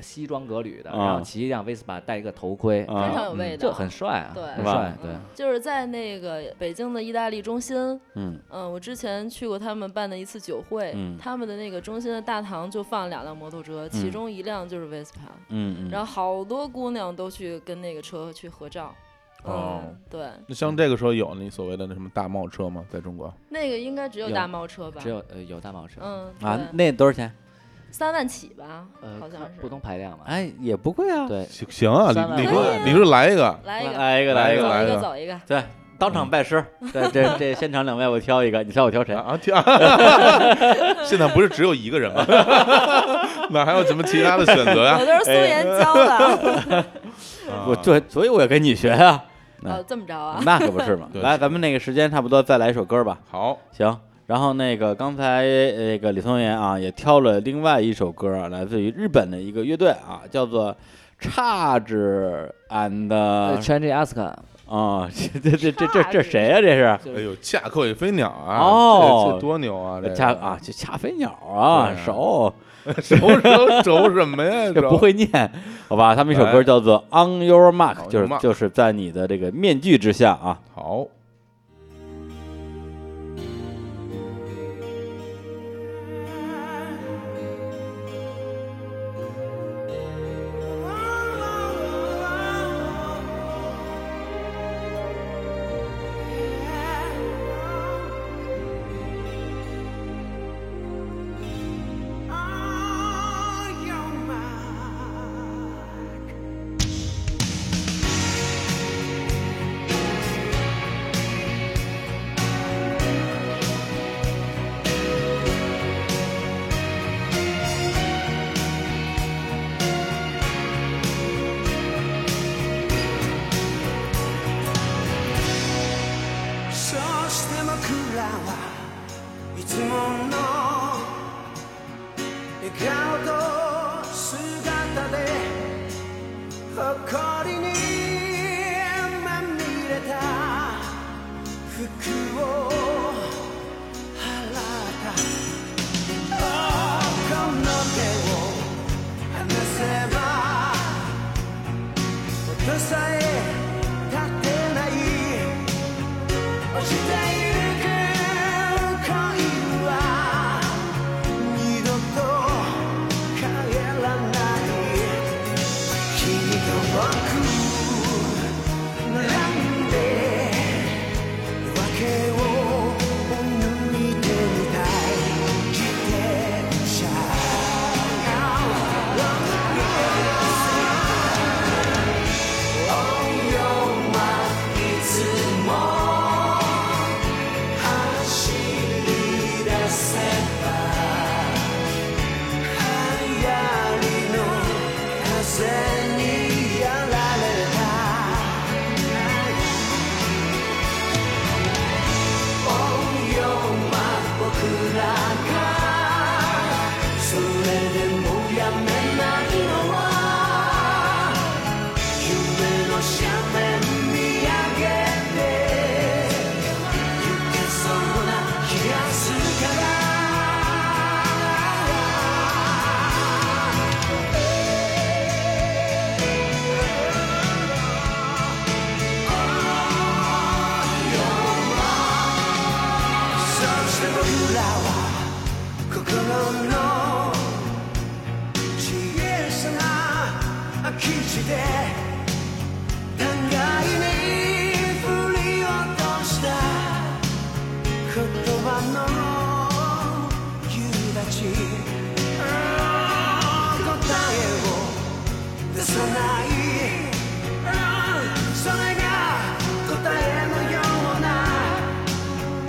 Speaker 3: 西装革履的，
Speaker 5: 嗯啊
Speaker 3: 然后骑一辆 Vespa，戴一个头盔，
Speaker 5: 啊
Speaker 4: 非常有味道，
Speaker 3: 就很帅啊，
Speaker 4: 对
Speaker 3: 很
Speaker 5: 是吧
Speaker 3: 帅，对
Speaker 4: 嗯，就是在那个北京的意大利中心，
Speaker 5: 嗯
Speaker 4: 嗯，我之前去过他们办的一次酒会，
Speaker 5: 嗯
Speaker 4: 他们的那个中心的大堂就放两辆摩托车，其
Speaker 5: 嗯
Speaker 4: 中一辆就是 Vespa，、
Speaker 5: 嗯嗯，
Speaker 4: 然后好多姑娘都去跟那个车去合照。
Speaker 2: 哦
Speaker 4: 嗯，对，
Speaker 2: 那像这个车有你所谓的那什么大贸车吗？在中国
Speaker 4: 那个应该只有
Speaker 3: 有
Speaker 4: 大猫车吧？
Speaker 3: 只有呃有大帽车，
Speaker 4: 嗯，
Speaker 5: 啊
Speaker 4: 对，
Speaker 5: 那多少钱？
Speaker 4: 三万起吧，
Speaker 3: 呃
Speaker 4: 好像是。
Speaker 3: 不同排量嘛，
Speaker 5: 哎，也不贵啊。
Speaker 3: 对，
Speaker 2: 行行啊，
Speaker 3: 三万
Speaker 2: 李李
Speaker 4: 可以
Speaker 2: 叔
Speaker 4: 啊
Speaker 2: 李叔来一个，
Speaker 4: 来一个，
Speaker 5: 来一个，
Speaker 2: 来
Speaker 5: 一
Speaker 2: 一个
Speaker 5: 个，
Speaker 4: 走一
Speaker 2: 来一个啊
Speaker 4: 个，走一个。
Speaker 5: 对，当场拜 师。对，这这现场两位我挑一个，你猜我挑谁？
Speaker 2: 啊啊！天啊 现在不是只有一个人吗？哪还有什么其他的选择 呀、
Speaker 4: 我都是苏 联教的。
Speaker 2: 啊？
Speaker 5: 我对，所以我要跟你学啊。那
Speaker 4: 哦，这么着啊？
Speaker 5: 那可不是嘛。
Speaker 2: 对
Speaker 5: 来，咱们那个时间差不多，再来一首歌吧。
Speaker 2: 好，
Speaker 5: 行，然后那个刚才那个李松岩啊，也挑了另外一首歌啊，来自于日本的一个乐队啊，叫做 Charge and 啊、
Speaker 3: 呃，Change Ask，
Speaker 5: 这这这这这这谁呀、啊这是？
Speaker 2: 哎呦，恰克与飞鸟啊！
Speaker 5: 哦
Speaker 2: 这这多牛啊！这
Speaker 5: 恰啊，这恰飞鸟啊，
Speaker 2: 对啊
Speaker 5: 熟。
Speaker 2: 熟 熟熟什么呀？
Speaker 5: 这
Speaker 2: 熟
Speaker 5: 不会念，好吧？他们一首歌
Speaker 2: 哎
Speaker 5: 叫做《On Your Mark》，
Speaker 2: On
Speaker 5: 就
Speaker 2: Your
Speaker 5: 是
Speaker 2: Mark
Speaker 5: 就是在你的这个面具之下啊。
Speaker 2: 好，
Speaker 6: On your mark.「そして僕らはいつもの笑顔と姿で誇りにまみれた服を払った」「この手を離せば音さえ立てない」「落ちてゆく恋は二度と帰らない」「君と僕なんで訳を抜いてみたい」「自転車風にやられた」それでもやめないのは夢の斜面見上げて行けそうな気がするからそして僕らは心の小さな空き地で互いに振り落とした言葉の夕立ああ答えを出さないああそれが答えのような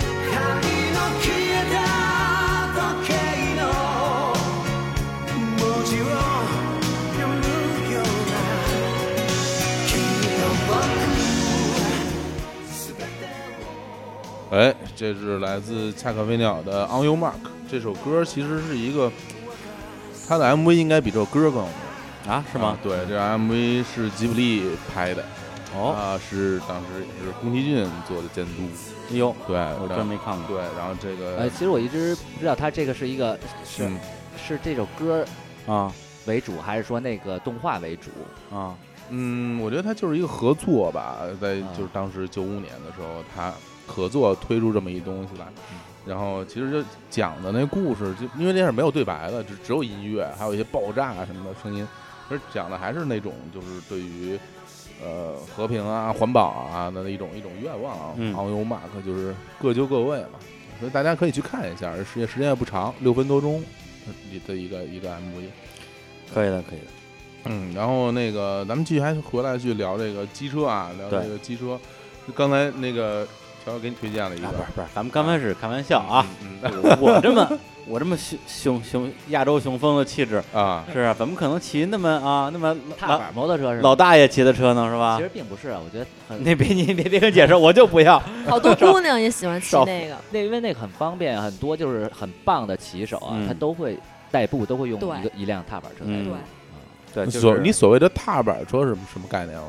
Speaker 6: 「髪の消えた時計の文字を読むような」「君と僕すべてを」
Speaker 2: 哎，这是来自恰克飞鸟的《On Your Mark》这首歌，其实是一个，它的 MV 应该比这首歌更有名
Speaker 5: 啊，是吗
Speaker 2: 啊？对，这 MV 是吉卜力拍的，
Speaker 5: 哦，
Speaker 2: 啊，是当时也是宫崎骏做的监督，
Speaker 5: 哎呦，
Speaker 2: 对，然
Speaker 5: 我真哎没看过
Speaker 2: 对，然后这个
Speaker 3: 呃，其实我一直不知道他这个是一个是
Speaker 2: 嗯
Speaker 3: 是这首歌
Speaker 5: 啊
Speaker 3: 为主，还是说那个动画为主？
Speaker 5: 啊
Speaker 2: 嗯，我觉得它就是一个合作吧，在
Speaker 3: 啊
Speaker 2: 就是当时九五年的时候，他合作推出这么一东西来，然后其实就讲的那故事，就因为那是没有对白的，只只有音乐，还有一些爆炸啊什么的声音，其实讲的还是那种就是对于呃和平啊、环保啊的一种一种愿望啊。
Speaker 5: 嗯
Speaker 2: On your mark 就是各就各位嘛，所以大家可以去看一下，时间时间也不长，六分多钟的一个一个 MV。
Speaker 5: 可以的，可以的。
Speaker 2: 嗯，然后那个咱们继续还是回来去聊这个机车啊，聊
Speaker 5: 对
Speaker 2: 这个机车。刚才那个乔乔给你推荐了一个
Speaker 5: 啊，不是不是，咱们刚开始开玩笑啊，
Speaker 2: 嗯
Speaker 5: 我这么我这么雄雄雄亚洲雄风的气质，
Speaker 2: 嗯 啊，
Speaker 5: 是啊，怎么可能骑那么啊那么
Speaker 3: 踏
Speaker 5: 老
Speaker 3: 板摩托车是
Speaker 5: 老
Speaker 3: 吗？
Speaker 5: 大爷骑的车呢，是吧
Speaker 3: 其？实并不是啊，我觉得很
Speaker 5: 那别你别别跟解释，我就不要。
Speaker 4: 好多姑娘也喜欢骑
Speaker 5: 少
Speaker 4: 那个，
Speaker 3: 那因为那个很方便，很多就是很棒的骑手啊，
Speaker 5: 嗯
Speaker 3: 他都会代步，都会用
Speaker 4: 对
Speaker 3: 一个一辆踏板车代
Speaker 5: 嗯
Speaker 3: 步。
Speaker 4: 对，
Speaker 5: 对，就
Speaker 2: 所
Speaker 5: 是
Speaker 2: 你所谓的踏板车是什么什么概念啊？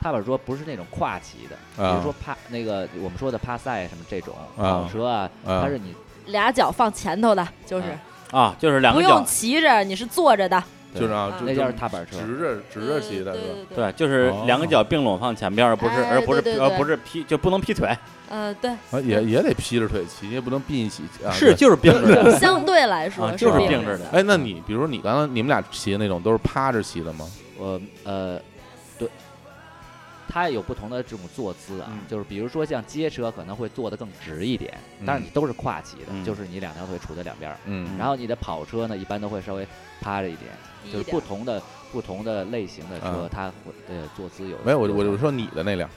Speaker 3: 踏板车不是那种跨骑的，比
Speaker 2: 啊
Speaker 3: 如说帕那个我们说的帕赛什么这种
Speaker 2: 啊
Speaker 3: 跑车啊，
Speaker 2: 啊
Speaker 3: 它是你
Speaker 4: 俩脚放前头的，就是
Speaker 3: 啊
Speaker 5: 啊，就是两
Speaker 4: 不
Speaker 5: 个
Speaker 4: 用
Speaker 5: 脚，
Speaker 4: 骑着，你是坐着的。
Speaker 2: 就是啊，
Speaker 4: 啊
Speaker 2: 就
Speaker 3: 那
Speaker 2: 就
Speaker 3: 叫是踏板车。
Speaker 2: 直着直着骑的是吧？
Speaker 4: 对对。
Speaker 5: 对，就是两个
Speaker 2: 哦
Speaker 5: 脚并拢放前边，而不是
Speaker 4: 哎
Speaker 5: 而不是
Speaker 4: 对对
Speaker 5: 而
Speaker 4: 对
Speaker 5: 不是劈，就不能劈 腿，
Speaker 4: 呃，对，
Speaker 2: 啊，也也得劈着腿骑，也不能并一起骑啊。
Speaker 5: 是
Speaker 2: 对。
Speaker 5: 就是并着的，
Speaker 4: 相对来说
Speaker 5: 啊就是
Speaker 4: 并
Speaker 5: 并着的
Speaker 2: 哎，那你比如说你刚刚你们俩骑的那种，都是趴着骑的吗？
Speaker 3: 我呃，对，它有不同的这种坐姿啊，
Speaker 5: 嗯
Speaker 3: 就是比如说像街车可能会坐得更直一点，但
Speaker 2: 嗯
Speaker 3: 是你都是跨骑的，
Speaker 5: 嗯
Speaker 3: 就是你两条腿杵在两边儿。
Speaker 2: 嗯，
Speaker 3: 然后你的跑车呢，一般都会稍微趴着一点，
Speaker 4: 低
Speaker 3: 就是
Speaker 4: 一
Speaker 3: 不
Speaker 4: 点。
Speaker 3: 同的不同的类型的车，
Speaker 2: 啊
Speaker 3: 它会的坐姿有
Speaker 2: 没有，我就我
Speaker 3: 差
Speaker 2: 就说你的那辆，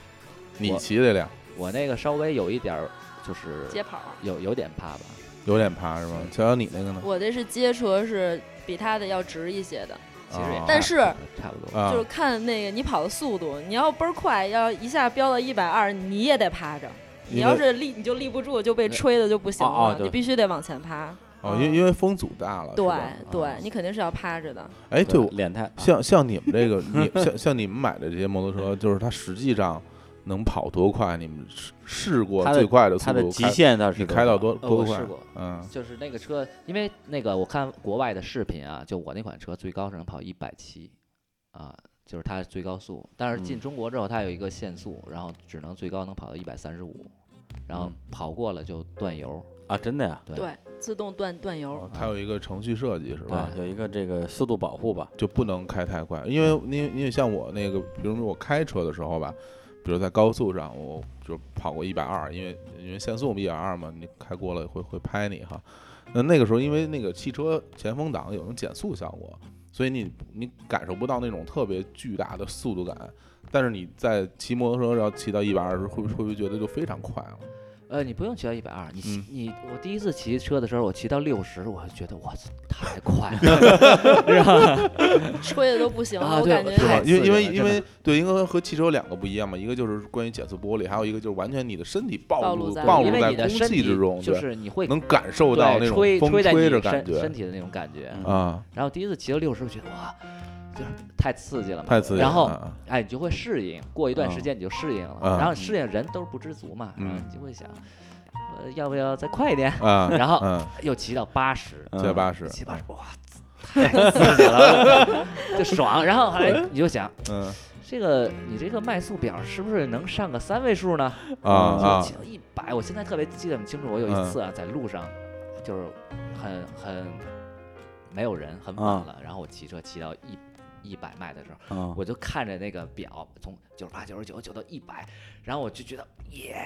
Speaker 2: 你
Speaker 3: 我
Speaker 2: 骑的那辆
Speaker 3: 我那个稍微有一点儿就是
Speaker 4: 街跑，
Speaker 3: 有有点怕吧，
Speaker 2: 有点趴是吗？
Speaker 3: 对
Speaker 2: 乔乔你那个呢？
Speaker 4: 我这是街车，是比他的要直一些的，
Speaker 3: 其实也
Speaker 2: 啊
Speaker 3: 差
Speaker 4: 但是
Speaker 3: 差不多。
Speaker 2: 啊
Speaker 4: 就是，看那个你跑的速度，你要倍儿快，要一下飙到一百二，你也得趴着。
Speaker 2: 因
Speaker 4: 你要
Speaker 2: 为
Speaker 4: 是立你就立不住，就被吹的就不行
Speaker 5: 哦哦
Speaker 4: 了，
Speaker 5: 对
Speaker 4: 你必须得往前趴。
Speaker 2: 哦，因为因为风阻大了，是
Speaker 4: 对
Speaker 2: 吧
Speaker 4: 对
Speaker 2: 啊，
Speaker 4: 你肯定是要趴着的。
Speaker 2: 哎，对，我
Speaker 5: 脸太大
Speaker 2: 像像你们这 个，你像像你们买的这些摩托车，就是它实际上能跑多快？你们试试过
Speaker 5: 它的
Speaker 2: 最快的
Speaker 5: 它
Speaker 2: 速
Speaker 5: 啊的
Speaker 2: 度
Speaker 5: 极
Speaker 2: 开？
Speaker 5: 限到
Speaker 2: 你
Speaker 5: 是
Speaker 2: 开到
Speaker 5: 少
Speaker 2: 多
Speaker 3: 呃我
Speaker 2: 多快
Speaker 3: 试过？
Speaker 2: 嗯，
Speaker 3: 就是那个车，因为那个我看国外的视频啊，就我那款车最高是能跑一百七，啊，就是它最高速。但是进
Speaker 5: 嗯
Speaker 3: 中国之后，它有一个限速，然后只能最高能跑到一百三十五，然后
Speaker 5: 嗯
Speaker 3: 跑过了就断油。
Speaker 5: 啊？真的呀？
Speaker 3: 对
Speaker 4: 对，自动断断油。
Speaker 2: 哦它有一个程序设计是吧？
Speaker 5: 对，有一个这个速度保护吧，
Speaker 2: 就不能开太快，因为因为因为像我那个，比如说我开车的时候吧，比如在高速上，我就跑过一百二，因为因为限速一百二嘛，你开过了会会拍你哈。那那个时候，因为那个汽车前风挡有那种减速效果，所以你你感受不到那种特别巨大的速度感。但是你在骑摩托车要骑到一百二十，会不会会不会觉得就非常快了？
Speaker 3: 呃，你不用骑到一百二，你骑
Speaker 2: 嗯
Speaker 3: 你我第一次骑车的时候，我骑到六十，我就觉得我操太快了，然后
Speaker 4: 吹的都不行
Speaker 3: 啊
Speaker 4: 了，我
Speaker 3: 对
Speaker 4: 感觉
Speaker 3: 是
Speaker 2: 对吧
Speaker 3: 太？
Speaker 2: 因为
Speaker 3: 刺
Speaker 2: 因为
Speaker 3: 激了
Speaker 2: 因为对，因为和汽车有两个不一样嘛，一个就是关于减速玻璃，还有一个就是完全你的身体暴
Speaker 4: 暴
Speaker 2: 露
Speaker 4: 露在
Speaker 2: 暴露
Speaker 4: 里
Speaker 3: 因为
Speaker 2: 在
Speaker 3: 你
Speaker 2: 空
Speaker 3: 的身
Speaker 2: 气
Speaker 3: 体
Speaker 2: 之中，
Speaker 3: 就
Speaker 2: 对，
Speaker 3: 是你会
Speaker 2: 能感受到
Speaker 3: 对
Speaker 2: 那
Speaker 3: 吹
Speaker 2: 种风
Speaker 3: 在
Speaker 2: 吹
Speaker 3: 你
Speaker 2: 着
Speaker 3: 身
Speaker 2: 感觉
Speaker 3: 身，体的那种感觉。
Speaker 5: 嗯
Speaker 2: 啊，
Speaker 3: 然后第一次骑到六十，我觉得哇，就是太刺激了嘛，
Speaker 2: 太刺激了。
Speaker 3: 然后
Speaker 2: 啊
Speaker 3: 哎，你就会适应，过一段时
Speaker 5: 嗯
Speaker 3: 间你就适应了，
Speaker 2: 嗯
Speaker 3: 然后适应人都是不知足嘛，然后
Speaker 2: 嗯
Speaker 3: 你就会想，呃，要不要再快一点？
Speaker 2: 啊，
Speaker 3: 然后
Speaker 2: 嗯，
Speaker 3: 又骑到八十，
Speaker 5: 嗯
Speaker 2: 在八十，
Speaker 3: 骑八十，哇，太刺激 了，就爽。然后后来你就想，
Speaker 2: 嗯
Speaker 3: 这个你这个迈速表是不是能上个三位数呢？
Speaker 2: 啊啊嗯
Speaker 3: 就骑到一百，我现在特别记得很清楚，我有一次啊，在路上就是很很没有人，很晚
Speaker 5: 啊
Speaker 3: 了，然后我骑车骑到一一百迈的时候。
Speaker 5: 嗯，
Speaker 3: 我就看着那个表，从九十八、九十九、九到一百，然后我就觉得
Speaker 2: 嗯
Speaker 3: 耶，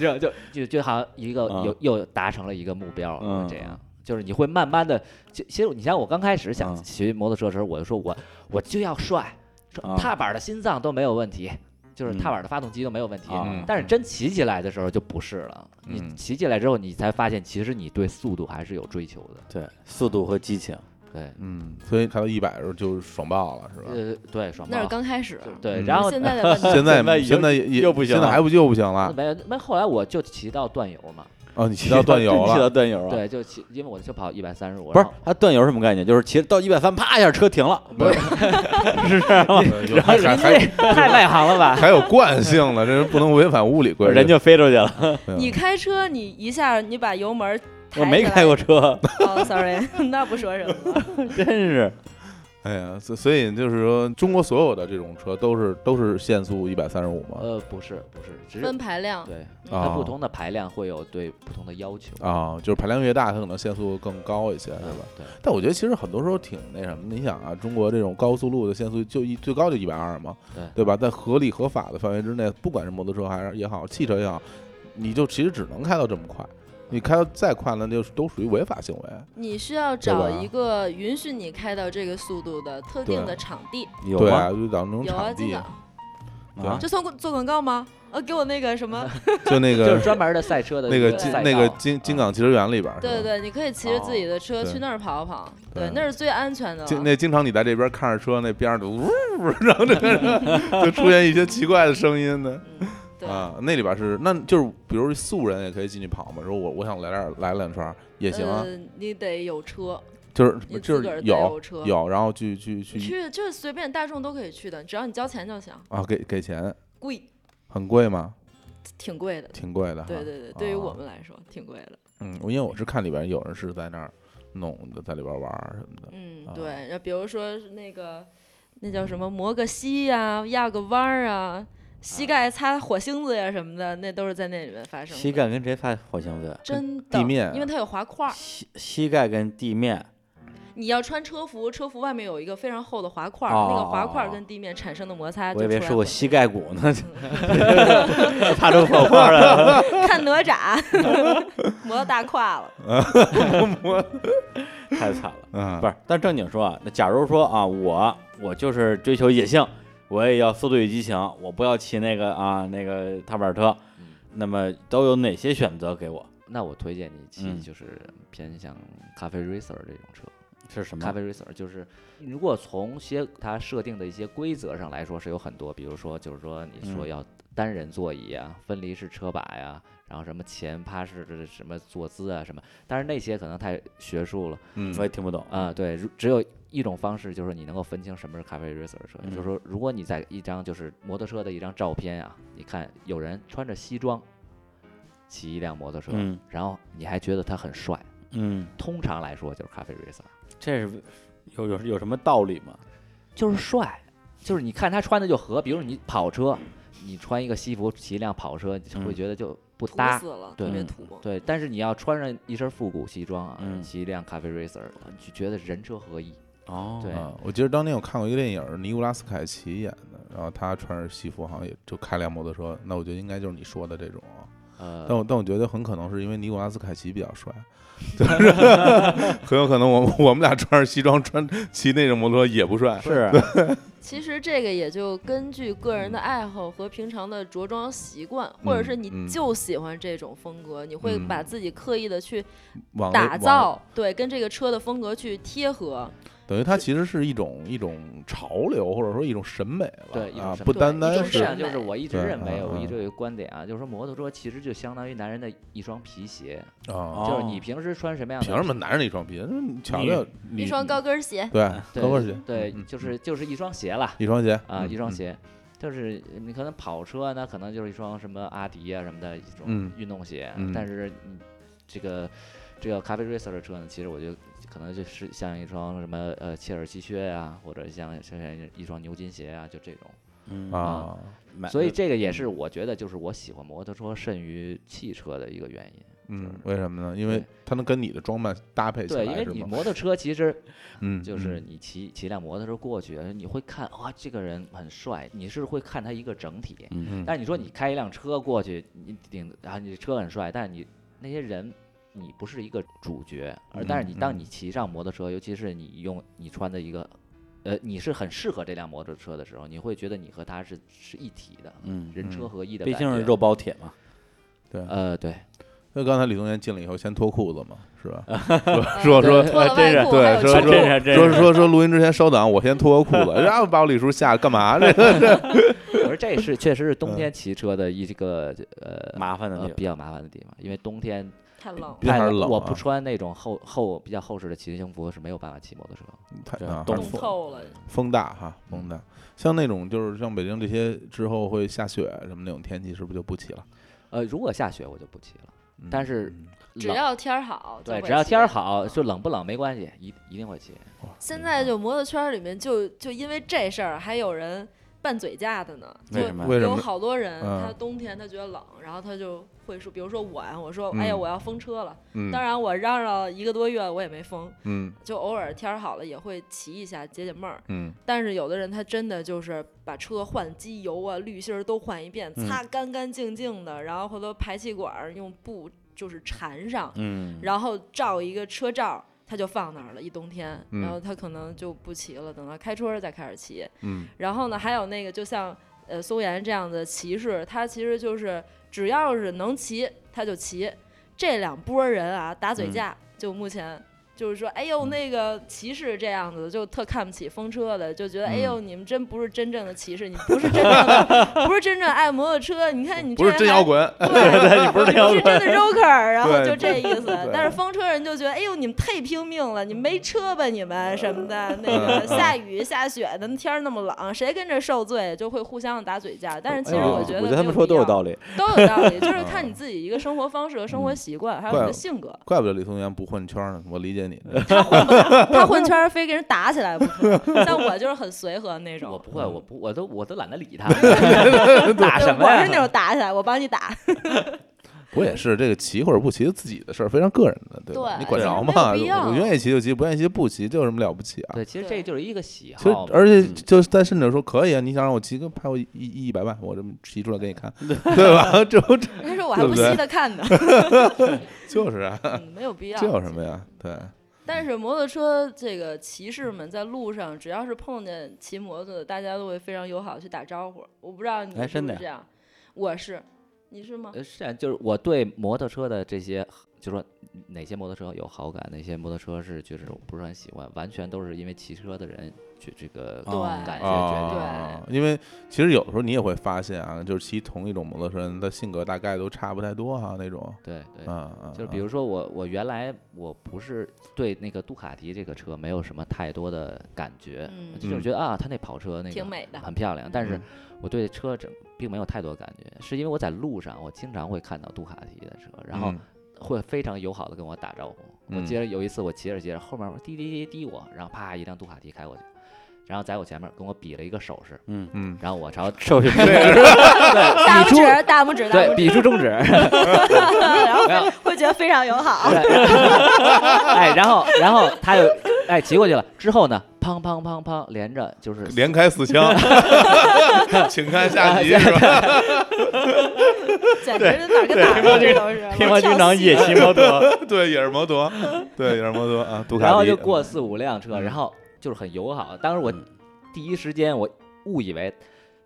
Speaker 3: 就就就就好像一个
Speaker 5: 嗯
Speaker 3: 又又达成了一个目标了，
Speaker 5: 嗯
Speaker 3: 这样。就是你会慢慢的，其其实你像我刚开始想
Speaker 5: 嗯
Speaker 3: 骑摩托车的时候，我就说我我就要帅，说
Speaker 2: 嗯
Speaker 5: 啊
Speaker 3: 踏板的心脏都没有问题，就是踏
Speaker 5: 嗯
Speaker 3: 板的发动机都没有问题。
Speaker 5: 啊
Speaker 2: 嗯
Speaker 3: 但是真骑起来的时候就不是了，你
Speaker 2: 嗯
Speaker 3: 骑起来之后，你才发现其实你对速度还是有追求的。
Speaker 5: 对，速度和激情，
Speaker 3: 对，
Speaker 2: 嗯，所以开到一百的时候就爽爆了，是吧？
Speaker 3: 呃，对，爽
Speaker 4: 那是
Speaker 3: 爆。
Speaker 4: 刚开始。啊
Speaker 3: 对，
Speaker 2: 嗯
Speaker 3: 然后
Speaker 4: 现在的问题
Speaker 2: 现在
Speaker 5: 现在已经
Speaker 2: 现在也也
Speaker 5: 又不行
Speaker 2: 现在
Speaker 5: 了
Speaker 2: 还不就不行了？
Speaker 3: 没有，那后来我就骑到断油嘛，
Speaker 2: 哦， 你骑到断油
Speaker 5: 骑到
Speaker 2: 了，
Speaker 5: 断油了。
Speaker 3: 对，就骑，因为我就跑一百三十五，
Speaker 5: 不是，它断油什么概念？就是骑到一百三，啪一下车停了，
Speaker 3: 不是
Speaker 5: 是这样吗？
Speaker 2: 对有还还
Speaker 3: 您
Speaker 2: 还
Speaker 3: 这太外行了吧？
Speaker 2: 还有惯性了，这是不能违反物理规
Speaker 5: 人
Speaker 2: 则。
Speaker 5: 就飞出去了。
Speaker 2: 对啊
Speaker 4: 你开车，你一下你把油门抬
Speaker 5: 我没
Speaker 4: 起来
Speaker 5: 开过车，
Speaker 4: 哦，sorry，那 不说什么了。
Speaker 5: 真是
Speaker 2: 哎呀，所所以就是说，中国所有的这种车都是都是限速一百三十五吗？
Speaker 3: 呃，不是，不是，只是
Speaker 4: 分排量，
Speaker 3: 对它
Speaker 2: 啊，
Speaker 3: 不同的排量会有对不同的要求，
Speaker 2: 啊，就是排量越大，它可能限速更高一些，对
Speaker 3: 嗯
Speaker 2: 吧？？
Speaker 3: 对，
Speaker 2: 但我觉得其实很多时候挺那什么的，你想啊，中国这种高速路的限速就一最高就一百二嘛，
Speaker 3: 对
Speaker 2: 吧？在合理合法的范围之内，不管是摩托车还是也好，汽车也好，你就其实只能开到这么快，你开到再快了，那就是都属于违法行为。
Speaker 4: 你需要找一个允许你开到这个速度的特定的场地。
Speaker 5: 有
Speaker 2: 对
Speaker 5: 吗
Speaker 2: 啊，就找那种
Speaker 4: 有啊，
Speaker 2: 场
Speaker 4: 金
Speaker 2: 地，
Speaker 4: 早，
Speaker 5: 啊
Speaker 4: 这算做广告吗？啊，给我那个什 么？
Speaker 2: 就那
Speaker 3: 就是
Speaker 2: 个
Speaker 3: 专门的赛车的
Speaker 2: 那
Speaker 3: 一
Speaker 2: 个
Speaker 3: 个
Speaker 2: 金
Speaker 3: 赛
Speaker 2: 那个
Speaker 3: 道
Speaker 2: 金金
Speaker 3: 啊
Speaker 2: 港汽车园里边儿，是吧
Speaker 4: 对对，你可以骑着自己的车
Speaker 2: 哦对
Speaker 4: 去那儿跑跑，
Speaker 2: 对
Speaker 4: 对，那是最安全的
Speaker 2: 经
Speaker 4: 了。
Speaker 2: 那经常你在这边看着车，那边上就呜，然后这 边就出现一些奇怪的声音呢。
Speaker 4: 嗯对，
Speaker 2: 啊，那里边是那就是，比如素人也可以进去跑嘛。说我我想来这儿来两圈儿也行啊，
Speaker 4: 呃，你得有车，
Speaker 2: 就是
Speaker 4: 你
Speaker 2: 就
Speaker 4: 自个
Speaker 2: 是
Speaker 4: 儿得
Speaker 2: 有
Speaker 4: 车。
Speaker 2: 有，然后去去
Speaker 4: 你
Speaker 2: 去
Speaker 4: 去就是随便大众都可以去的，只要你交钱就行。
Speaker 2: 啊，给给钱
Speaker 4: 贵，
Speaker 2: 很贵吗？
Speaker 4: 挺贵的。
Speaker 2: 挺贵的哈。
Speaker 4: 对对对，对于我
Speaker 2: 啊
Speaker 4: 们来说挺贵的。
Speaker 2: 嗯，因为我是看里边有人是在那儿弄的在里边玩儿什么的。
Speaker 4: 嗯
Speaker 2: 啊，
Speaker 4: 对，那比如说是那个那叫什么磨个膝呀、压个弯儿啊、膝盖擦火星子呀、什么的，那都是在那里面发生的。
Speaker 5: 膝盖跟谁发火星子？
Speaker 4: 真的
Speaker 2: 地面
Speaker 4: 因为它有滑块儿，
Speaker 5: 膝膝盖跟地面
Speaker 4: 你要穿车服，车服外面有一个非常厚的滑块儿，那个滑块儿跟地面产生的摩擦就
Speaker 5: 我以
Speaker 4: 出
Speaker 5: 为
Speaker 4: 来
Speaker 5: 是我
Speaker 4: 了。
Speaker 5: 膝盖骨 呢， 擦出火花了。
Speaker 4: 看哪吒磨到大胯了，
Speaker 5: 太惨了。
Speaker 2: 嗯
Speaker 5: 不是，但正经说啊，那假如说啊，我我就是追求野性，我也要速度与激情，我不要骑那个啊那个踏板车，
Speaker 3: 嗯
Speaker 5: 那么都有哪些选择给我？
Speaker 3: 那我推荐你骑
Speaker 5: 嗯
Speaker 3: 就是偏向咖啡 racer 这种车，
Speaker 5: 是什
Speaker 3: 咖
Speaker 5: 么？
Speaker 3: 啡 racer 就是，如果从些它设定的一些规则上来说是有很多，比如说就是说你说
Speaker 5: 嗯
Speaker 3: 要单人座椅啊、分离式车把呀、然后什么前趴式的什么坐姿啊什么，但是那些可能太学术了
Speaker 2: 嗯
Speaker 5: 我也听不懂。
Speaker 3: 啊、对，如只有一种方式就是你能够分清什么是咖啡 racer 车，也就是
Speaker 5: 嗯
Speaker 3: 说如果你在一张就是摩托车的一张照片啊，你看有人穿着西装骑一辆摩托车，
Speaker 5: 嗯
Speaker 3: 然后你还觉得他很帅，
Speaker 5: 嗯，
Speaker 3: 通常来说就是咖啡 racer。
Speaker 5: 这是有有有什么道理吗？
Speaker 3: 就是帅，嗯就是你看他穿的就合，比如你跑车，你穿一个西服骑一辆跑车，你会
Speaker 5: 嗯
Speaker 3: 觉得就不
Speaker 4: 土
Speaker 3: 搭
Speaker 4: 死。了，
Speaker 3: 对
Speaker 4: 特别
Speaker 5: 嗯
Speaker 4: 土。
Speaker 3: 对，但是你要穿上一身复古西装啊，
Speaker 5: 嗯
Speaker 3: 骑一辆咖啡 racer，就觉得人车合一。
Speaker 5: 哦
Speaker 3: 对
Speaker 2: 啊，我记得当年我看过一个电影，尼古拉斯凯奇演的，然后他穿着西服，好像也就开辆摩托车。那我觉得应该就是你说的这种啊，
Speaker 3: 呃
Speaker 2: 但，我但我觉得很可能是因为尼古拉斯凯奇比较 帅，就是很有可能我们我们俩穿着西装穿骑那种摩托车也不帅。
Speaker 5: 是啊，
Speaker 4: 其实这个也就根据个人的爱好和平常的着装习惯，或者是
Speaker 2: 嗯
Speaker 4: 你就喜欢这种风格，你会
Speaker 2: 嗯
Speaker 4: 把自己刻意的去
Speaker 2: 往那
Speaker 4: 打造，对，跟这个车的风格去贴合。
Speaker 2: 往等于它其实是一种一种潮流，或者说一种审美了。
Speaker 3: 对一种
Speaker 2: 啊，
Speaker 3: 审
Speaker 2: 不
Speaker 3: 美
Speaker 2: 单
Speaker 4: 对一
Speaker 2: 单
Speaker 4: 种
Speaker 3: 实际
Speaker 2: 是
Speaker 4: 审
Speaker 3: 上就是我一直
Speaker 2: 对
Speaker 3: 认为，
Speaker 2: 嗯
Speaker 3: 我一
Speaker 2: 嗯
Speaker 3: 直有一个观点啊，就是说摩托车其实就相当于男人的一双皮鞋，
Speaker 2: 啊，
Speaker 3: 就是
Speaker 5: 哦
Speaker 3: 你平时穿什么样的，
Speaker 2: 凭什么男人的一双皮？嗯瞧瞧你
Speaker 4: 一双高跟鞋，
Speaker 2: 对
Speaker 3: 对
Speaker 2: 高跟鞋，
Speaker 3: 对
Speaker 2: 嗯，
Speaker 3: 就是就是一双鞋啦。
Speaker 2: 一双鞋
Speaker 3: 啊，一双。
Speaker 2: 嗯嗯
Speaker 3: 鞋，就是你可能跑车呢，可能就是一双什么阿迪啊什么的一种
Speaker 2: 嗯
Speaker 3: 运动鞋，
Speaker 2: 嗯
Speaker 3: 但是你这个这个咖啡 racer 的车呢，其实我觉得可能就是像一双什么呃切尔西靴啊，或者像像一双牛津鞋啊，就这种。
Speaker 5: 嗯
Speaker 2: 啊，
Speaker 5: 买
Speaker 3: 所以这个
Speaker 2: 嗯
Speaker 3: 也是我觉得就是我喜欢摩托车甚于汽车的一个原因。
Speaker 2: 嗯，为什么呢？因为它能跟你的装扮搭配起
Speaker 3: 对，因
Speaker 2: 来，
Speaker 3: 为
Speaker 2: 是
Speaker 3: 你
Speaker 2: 吗？
Speaker 3: 摩托车其实
Speaker 2: 嗯，
Speaker 3: 就是你骑骑辆摩托车过去，你会看哇这个人很帅，你是会看他一个整体。
Speaker 2: 嗯，
Speaker 3: 但是你说你开一辆车过去，你顶啊，你车很帅，但是你那些人，你不是一个主角，而但是你当
Speaker 2: 嗯
Speaker 3: 你骑上摩托车，尤其是你用你穿的一个，呃，你是很适合这辆摩托车的时候，你会觉得你和他是是一体的，
Speaker 5: 嗯，
Speaker 3: 人车
Speaker 2: 嗯
Speaker 3: 合一的
Speaker 5: 毕
Speaker 3: 感觉。
Speaker 5: 竟是肉包铁嘛。
Speaker 2: 对。
Speaker 3: 呃，对，
Speaker 2: 那刚才李宗元进来以后，先脱裤子嘛，是 吧？说说说
Speaker 4: 呃脱了外裤
Speaker 2: 对
Speaker 4: 还有
Speaker 2: 说说
Speaker 4: 秋裤。
Speaker 5: 是
Speaker 2: 说说说录音之前稍等，我先脱个 裤子，然后把我李叔吓得干嘛这个
Speaker 3: 我说这是确实是
Speaker 2: 嗯
Speaker 3: 冬天骑车的一这个呃
Speaker 5: 麻烦的
Speaker 3: 呃
Speaker 5: 地
Speaker 3: 比较麻烦的地方，因为冬天
Speaker 4: 太冷了，
Speaker 2: 别
Speaker 3: 太
Speaker 2: 还是
Speaker 3: 冷
Speaker 2: 冷
Speaker 3: 我
Speaker 2: 啊
Speaker 3: 不穿那种厚厚比较厚实的骑行服是没有办法骑摩托车的。
Speaker 2: 太
Speaker 5: 这
Speaker 2: 啊
Speaker 5: 冻
Speaker 2: 还是
Speaker 4: 冻透了。
Speaker 2: 风大哈，风大。像那种就是像北京这些之后会下雪什么那种天气，是不是就不骑了？
Speaker 3: 呃，如果下雪我就不骑了，
Speaker 2: 嗯
Speaker 3: 但是
Speaker 2: 嗯
Speaker 4: 只
Speaker 3: 冷
Speaker 4: 要天儿好，
Speaker 3: 对，
Speaker 4: 就会
Speaker 3: 只要天儿
Speaker 4: 骑。嗯
Speaker 3: 好，就冷不冷没关系，一一定会骑。
Speaker 4: 现在就摩托圈儿里面就就因为这事儿，还有人拌嘴架的呢。
Speaker 5: 为
Speaker 4: 就
Speaker 5: 什么
Speaker 2: 为什
Speaker 4: 有
Speaker 2: 么？
Speaker 4: 好多人，
Speaker 2: 嗯
Speaker 4: 他冬天他觉得冷，然后他就会说，比如说我呀，我说，
Speaker 2: 嗯
Speaker 4: 哎呀，我要封车了。
Speaker 2: 嗯
Speaker 4: 当然，我嚷嚷一个多月，我也没封，
Speaker 2: 嗯
Speaker 4: 就偶尔天儿好了也会骑一下解解闷儿。
Speaker 2: 嗯，
Speaker 4: 但是有的人他真的就是把车换机油啊、滤芯儿都换一遍，
Speaker 2: 嗯
Speaker 4: 擦干干净净的，然后回头排气管儿用布就是缠上，
Speaker 5: 嗯，
Speaker 4: 然后罩一个车罩。他就放那儿了一冬天，
Speaker 2: 嗯
Speaker 4: 然后他可能就不骑了，等到开春儿再开始骑。
Speaker 2: 嗯
Speaker 4: 然后呢，还有那个就像呃松岩这样的骑士，他其实就是只要是能骑他就骑。这两拨人啊打
Speaker 2: 嗯
Speaker 4: 嘴架，就目前就是说，哎呦那个骑士这样子就特看不起风车的，就觉得、哎
Speaker 2: 嗯
Speaker 4: 呦你们真不是真正的骑士，你不是真正的 不是真正爱摩托车，你看你
Speaker 2: 不是真
Speaker 4: 还
Speaker 2: 摇滚，
Speaker 4: 对对，你不是真的 Joker，然后
Speaker 2: 对
Speaker 4: 就这意思
Speaker 2: 对。
Speaker 4: 但是风车人就觉得，哎呦，你们太拼命了，你们没车吧你们什么的，那个
Speaker 2: 嗯
Speaker 4: 下雨下雪的，那天儿那么冷，谁跟着受罪，就会互相打嘴架。但是其实
Speaker 2: 哎呦
Speaker 4: 我
Speaker 5: 觉
Speaker 4: 觉得，
Speaker 5: 他们说都有道
Speaker 4: 理，
Speaker 5: 理。
Speaker 4: 都有道理，就是看你自己一个生活方式和生活习惯，还有 你
Speaker 2: 怪
Speaker 4: 的性格。
Speaker 2: 怪不得李松元不混圈呢。我理解你的。
Speaker 4: 他混他混圈儿非跟人打起来不可能，像我就是很随和那
Speaker 3: 我
Speaker 4: 种。
Speaker 3: 不会，
Speaker 2: 嗯
Speaker 3: 我不，我都我都懒得 理他，
Speaker 4: 对
Speaker 3: 打什么
Speaker 4: 我是那
Speaker 3: 呀？
Speaker 4: 种打起来，我帮你打。
Speaker 2: 我也是，这个骑或者不骑自己的事儿，非常个人的，对吧？
Speaker 4: 对
Speaker 2: 你管着
Speaker 4: 没有
Speaker 2: 吗？
Speaker 4: 必要
Speaker 2: 我愿意骑就骑，不愿意骑就不骑，这有什么了不起啊？
Speaker 3: 对，其实这
Speaker 4: 对
Speaker 3: 就是一个喜
Speaker 2: 其实
Speaker 3: 好嘛。，
Speaker 2: 而且
Speaker 3: 嗯
Speaker 2: 就是在甚至说可以啊，你想让我骑个拍我一一一百万，我这么骑出来给你 看，对吧？ 这不这
Speaker 4: 他说我还不
Speaker 2: 对不对
Speaker 4: 稀得看呢，
Speaker 2: 就是啊，
Speaker 4: 嗯没有必要。
Speaker 2: 这有什么呀？对，
Speaker 4: 但是摩托车这个骑士们在路上，只要是碰见骑摩托的，大家都会非常友好地去打招呼。我不知道你
Speaker 5: 哎
Speaker 4: 是
Speaker 5: 真
Speaker 4: 不
Speaker 5: 的
Speaker 4: 是这样，我是，你是吗？
Speaker 3: 呃是啊，就是我对摩托车的这些，就说哪些摩托车有好感，哪些摩托车是就是我不是很喜欢，完全都是因为骑车的人去这个
Speaker 5: 哦
Speaker 3: 感
Speaker 4: 对，
Speaker 3: 觉决定。
Speaker 2: 啊，因为其实有的时候你也会发现啊，就是骑同一种摩托车人，他性格大概都差不太多哈、那种。
Speaker 3: 对对，
Speaker 2: 嗯嗯，
Speaker 3: 就是比如说我，我原来我不是对那个杜卡迪这个车没有什么太多的感觉，
Speaker 4: 嗯
Speaker 3: 就是觉得啊，它那跑车那
Speaker 4: 挺
Speaker 3: 个
Speaker 4: 美的。
Speaker 3: 很漂亮，但是
Speaker 2: 嗯
Speaker 3: 我对车整并没有太多感觉，是因为我在路上我经常会看到杜卡迪的车，然后
Speaker 2: 嗯
Speaker 3: 会非常友好的跟我打招呼。我
Speaker 2: 嗯
Speaker 3: 记得有一次我骑着骑着，后面我滴滴滴滴我，然后啪一辆杜卡迪开过去，然后在我前面跟我比了一个手势，
Speaker 5: 嗯，
Speaker 2: 嗯，
Speaker 3: 然后我 朝
Speaker 5: 手 势
Speaker 4: 大拇指，大拇指，大
Speaker 3: 对
Speaker 4: 拇指，
Speaker 3: 比出中指，
Speaker 4: 然后
Speaker 3: 然后
Speaker 4: 会觉得非常友好。
Speaker 3: 哎，然后然后他就哎骑过去了，之后呢，砰砰砰砰连着就是
Speaker 2: 连开四枪， 请看下集
Speaker 3: 啊
Speaker 2: 是吧？
Speaker 4: 简直是哪儿跟哪儿的这都是。
Speaker 5: 乒乓球场野骑摩托，
Speaker 2: 对，也是摩托，对，也是摩托啊，杜卡迪。
Speaker 3: 然后就过四五辆车，
Speaker 2: 嗯
Speaker 3: 然后就是很友好。当时我
Speaker 5: 嗯
Speaker 3: 第一时间我误以为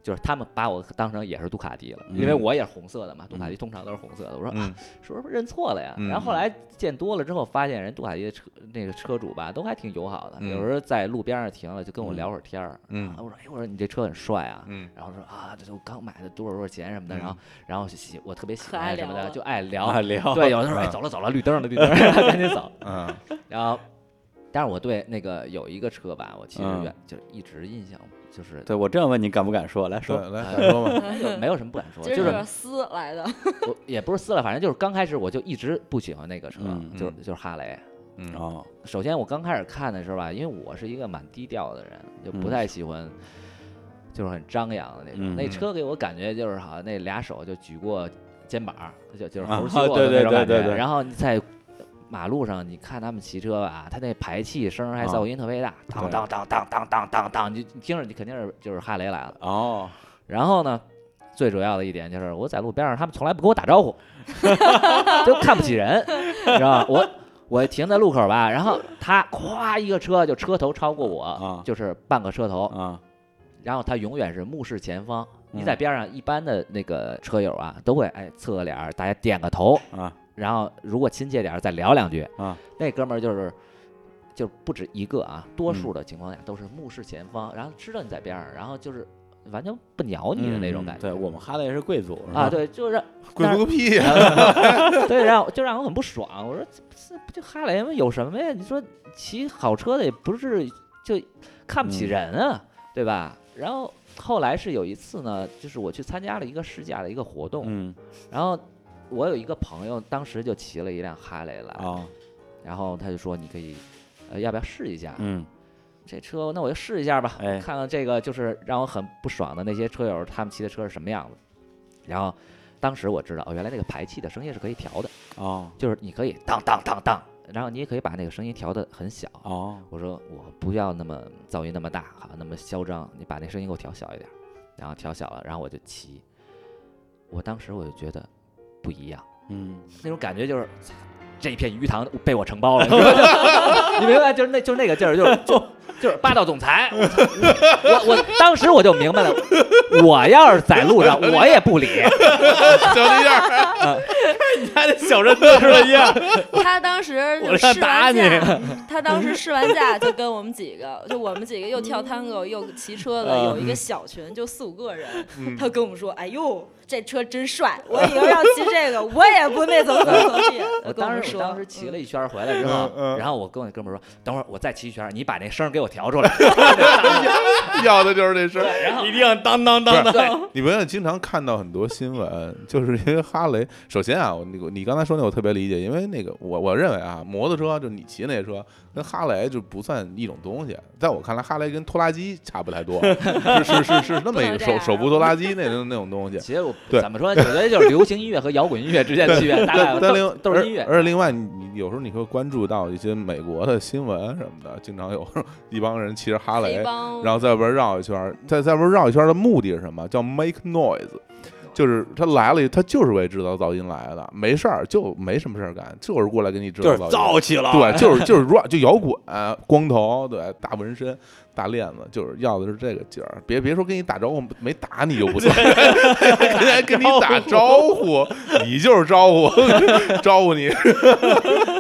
Speaker 3: 就是他们把我当成也是杜卡迪了，
Speaker 5: 嗯
Speaker 3: 因为我也是红色的嘛，杜卡迪通常都是红色的。我说啊
Speaker 2: 嗯，
Speaker 3: 是不是认错了呀？
Speaker 2: 嗯
Speaker 3: 然后后来见多了之后，发现人杜卡迪的车那个车主吧，都还挺友好的，
Speaker 2: 嗯
Speaker 3: 有时候在路边上停了就跟我聊会儿天儿。
Speaker 2: 嗯
Speaker 3: 啊我说哎，我说你这车很帅啊。
Speaker 2: 嗯
Speaker 3: 然后说啊，这都刚买的多少多少钱什么的，
Speaker 2: 嗯
Speaker 3: 然后然后喜我特别喜
Speaker 4: 可爱
Speaker 3: 欢什么
Speaker 4: 聊
Speaker 3: 的，
Speaker 4: 了
Speaker 3: 就爱聊。
Speaker 5: 啊聊，
Speaker 3: 对，有的时候哎
Speaker 2: 嗯
Speaker 3: 走了走了，绿灯了绿灯了， 赶紧走。
Speaker 2: 嗯
Speaker 3: 然后，但是我对那个有一个车吧，我其实
Speaker 5: 嗯
Speaker 3: 原、就是一直印象就是
Speaker 5: 对我这样问你敢不敢说？来
Speaker 2: 对，
Speaker 5: 说，
Speaker 3: 哎
Speaker 2: 来再说吧。
Speaker 3: 就没有什么不敢说，
Speaker 4: 今
Speaker 3: 就
Speaker 4: 儿
Speaker 3: 是
Speaker 4: 是撕来的，
Speaker 3: 我也不是撕了，反正就是刚开始我就一直不喜欢那个车，
Speaker 5: 嗯
Speaker 3: 就是
Speaker 2: 嗯
Speaker 3: 就是哈雷。
Speaker 2: 嗯
Speaker 5: 哦，
Speaker 3: 首先我刚开始看的时候吧，因为我是一个蛮低调的人，就不
Speaker 5: 嗯
Speaker 3: 太喜欢。就是很张扬的那种，
Speaker 5: 嗯
Speaker 3: 那
Speaker 2: 嗯
Speaker 3: 车给我感觉就是好像那俩手就举过肩膀儿，就就是
Speaker 5: 啊
Speaker 3: 猴吸过的
Speaker 5: 对
Speaker 3: 那种
Speaker 5: 对
Speaker 3: 感
Speaker 5: 对
Speaker 3: 觉。
Speaker 5: 对对
Speaker 3: 然后你在马路上，你看他们骑车吧，他那排气声儿还
Speaker 5: 啊
Speaker 3: 噪音特别大，当
Speaker 5: 对
Speaker 3: 当当当当当当当，你你听着你肯定是就是哈雷来了。
Speaker 5: 哦，
Speaker 3: 然后呢，最主要的一点就是我在路边上，他们从来不跟我打招呼， 就看不起人，你知道吧？我我停在路口吧，然后他咵一个车就车头超过我，
Speaker 5: 啊
Speaker 3: 就是半个车头，
Speaker 5: 啊，
Speaker 3: 然后他永远是目视前方。
Speaker 5: 嗯
Speaker 3: 你在边上，一般的那个车友啊，都会哎侧个脸儿，大家点个头
Speaker 5: 啊，
Speaker 3: 然后如果亲切点儿再聊两句
Speaker 5: 啊。
Speaker 3: 那哥们儿就是就不止一个啊，多
Speaker 5: 嗯
Speaker 3: 数的情况下都是目视前方，然后知道你在边上，然后就是完全不鸟你的那种
Speaker 5: 嗯
Speaker 3: 感觉。
Speaker 5: 对我们哈雷是贵族
Speaker 3: 啊，，对，就让
Speaker 2: 贵不个屁 呀！
Speaker 3: 对让我就让我很不爽。我说这这不就哈雷吗？有什么呀？你说骑好车的也不是就看不起
Speaker 5: 嗯
Speaker 3: 人啊，对吧？然后后来是有一次呢，就是我去参加了一个试驾的一个活动，
Speaker 5: 嗯
Speaker 3: 然后我有一个朋友当时就骑了一辆哈雷来，
Speaker 5: 啊，
Speaker 3: 然后他就说你可以，呃，要不要试一下？
Speaker 5: 嗯
Speaker 3: 这车那我就试一下吧，
Speaker 5: 哎
Speaker 3: 看看这个就是让我很不爽的那些车友他们骑的车是什么样子。然后当时我知道，哦，原来那个排气的声音是可以调的，
Speaker 5: 哦
Speaker 3: 就是你可以当当当当，然后你也可以把那个声音调得很小。
Speaker 5: 哦，
Speaker 3: 我说我不要那么噪音那么大哈，那么嚣张，你把那声音给我调小一点儿，然后调小了，然后我就骑。我当时我就觉得不一样，
Speaker 5: 嗯
Speaker 3: 那种感觉就是这一片鱼塘被我承包了，你 明白吗 你明白？就是那就是那个劲儿，就是就就是霸道总裁。我操我我当时我就明白了，我要是在路上，我 也不理。
Speaker 2: 小一样，
Speaker 5: 他的小人得是一样，
Speaker 4: 他当时就
Speaker 5: 我让
Speaker 4: 试
Speaker 5: 打
Speaker 4: 完
Speaker 5: 你
Speaker 4: 驾，他当时试完驾就跟我们几个，就我们几个 又跳探戈又骑车的，
Speaker 5: 嗯
Speaker 2: 嗯
Speaker 4: 有一个小群，就四五个人。他跟我们说：“哎呦，
Speaker 7: 这车真帅，我以后要骑这个，我也不那怎么怎么 地。
Speaker 3: 我
Speaker 7: 跟
Speaker 3: 当
Speaker 7: 们
Speaker 3: 时
Speaker 7: 说，
Speaker 3: 我当时骑
Speaker 4: 嗯
Speaker 3: 了一圈儿回来之后，
Speaker 2: 嗯
Speaker 3: 然后我跟我那哥们儿说，等会儿我再骑一圈儿，你把那声儿给我调出来。
Speaker 2: 要的就是这事儿。
Speaker 3: 然 后
Speaker 5: 一定要当当
Speaker 2: 当
Speaker 5: 当当。
Speaker 2: 你们也经常看到很多新闻，就是因为哈雷。首先啊，我你你刚才说那我特别理解，因为那个我我认为啊，摩托车就你骑那车跟哈雷就不算一种东西，在我看来，哈雷跟拖拉机差不太多，是是是是那么一个
Speaker 7: 不能这
Speaker 2: 手
Speaker 7: 样
Speaker 2: 手扶拖拉机那种那种东西。
Speaker 3: 其实我
Speaker 2: 对
Speaker 3: 怎么说呢？我觉得就是流行音乐和摇滚音乐之间的区 别，大概
Speaker 2: 但但另
Speaker 3: 都都是音乐。
Speaker 2: 而而且另外，你你有时候你会关注到一些美国的新闻什么的，经常有 一帮人骑着哈雷
Speaker 4: 黑，帮
Speaker 2: 然后在外边绕一圈儿，在在外边绕一圈儿的目的是什么？叫 make noise，就是他来了，他就是为制造噪音来的，没事儿就没什么事儿干，就是过来给你制造
Speaker 5: 就是
Speaker 2: 噪音。
Speaker 5: 造起了，
Speaker 2: 对，就是就是 rap 就摇滚，光头，对，大纹身，大链子，就是要的是这个劲儿。别别说跟你打招呼，没打你就不错，跟人家跟你打招呼，你就是招呼， 招呼你。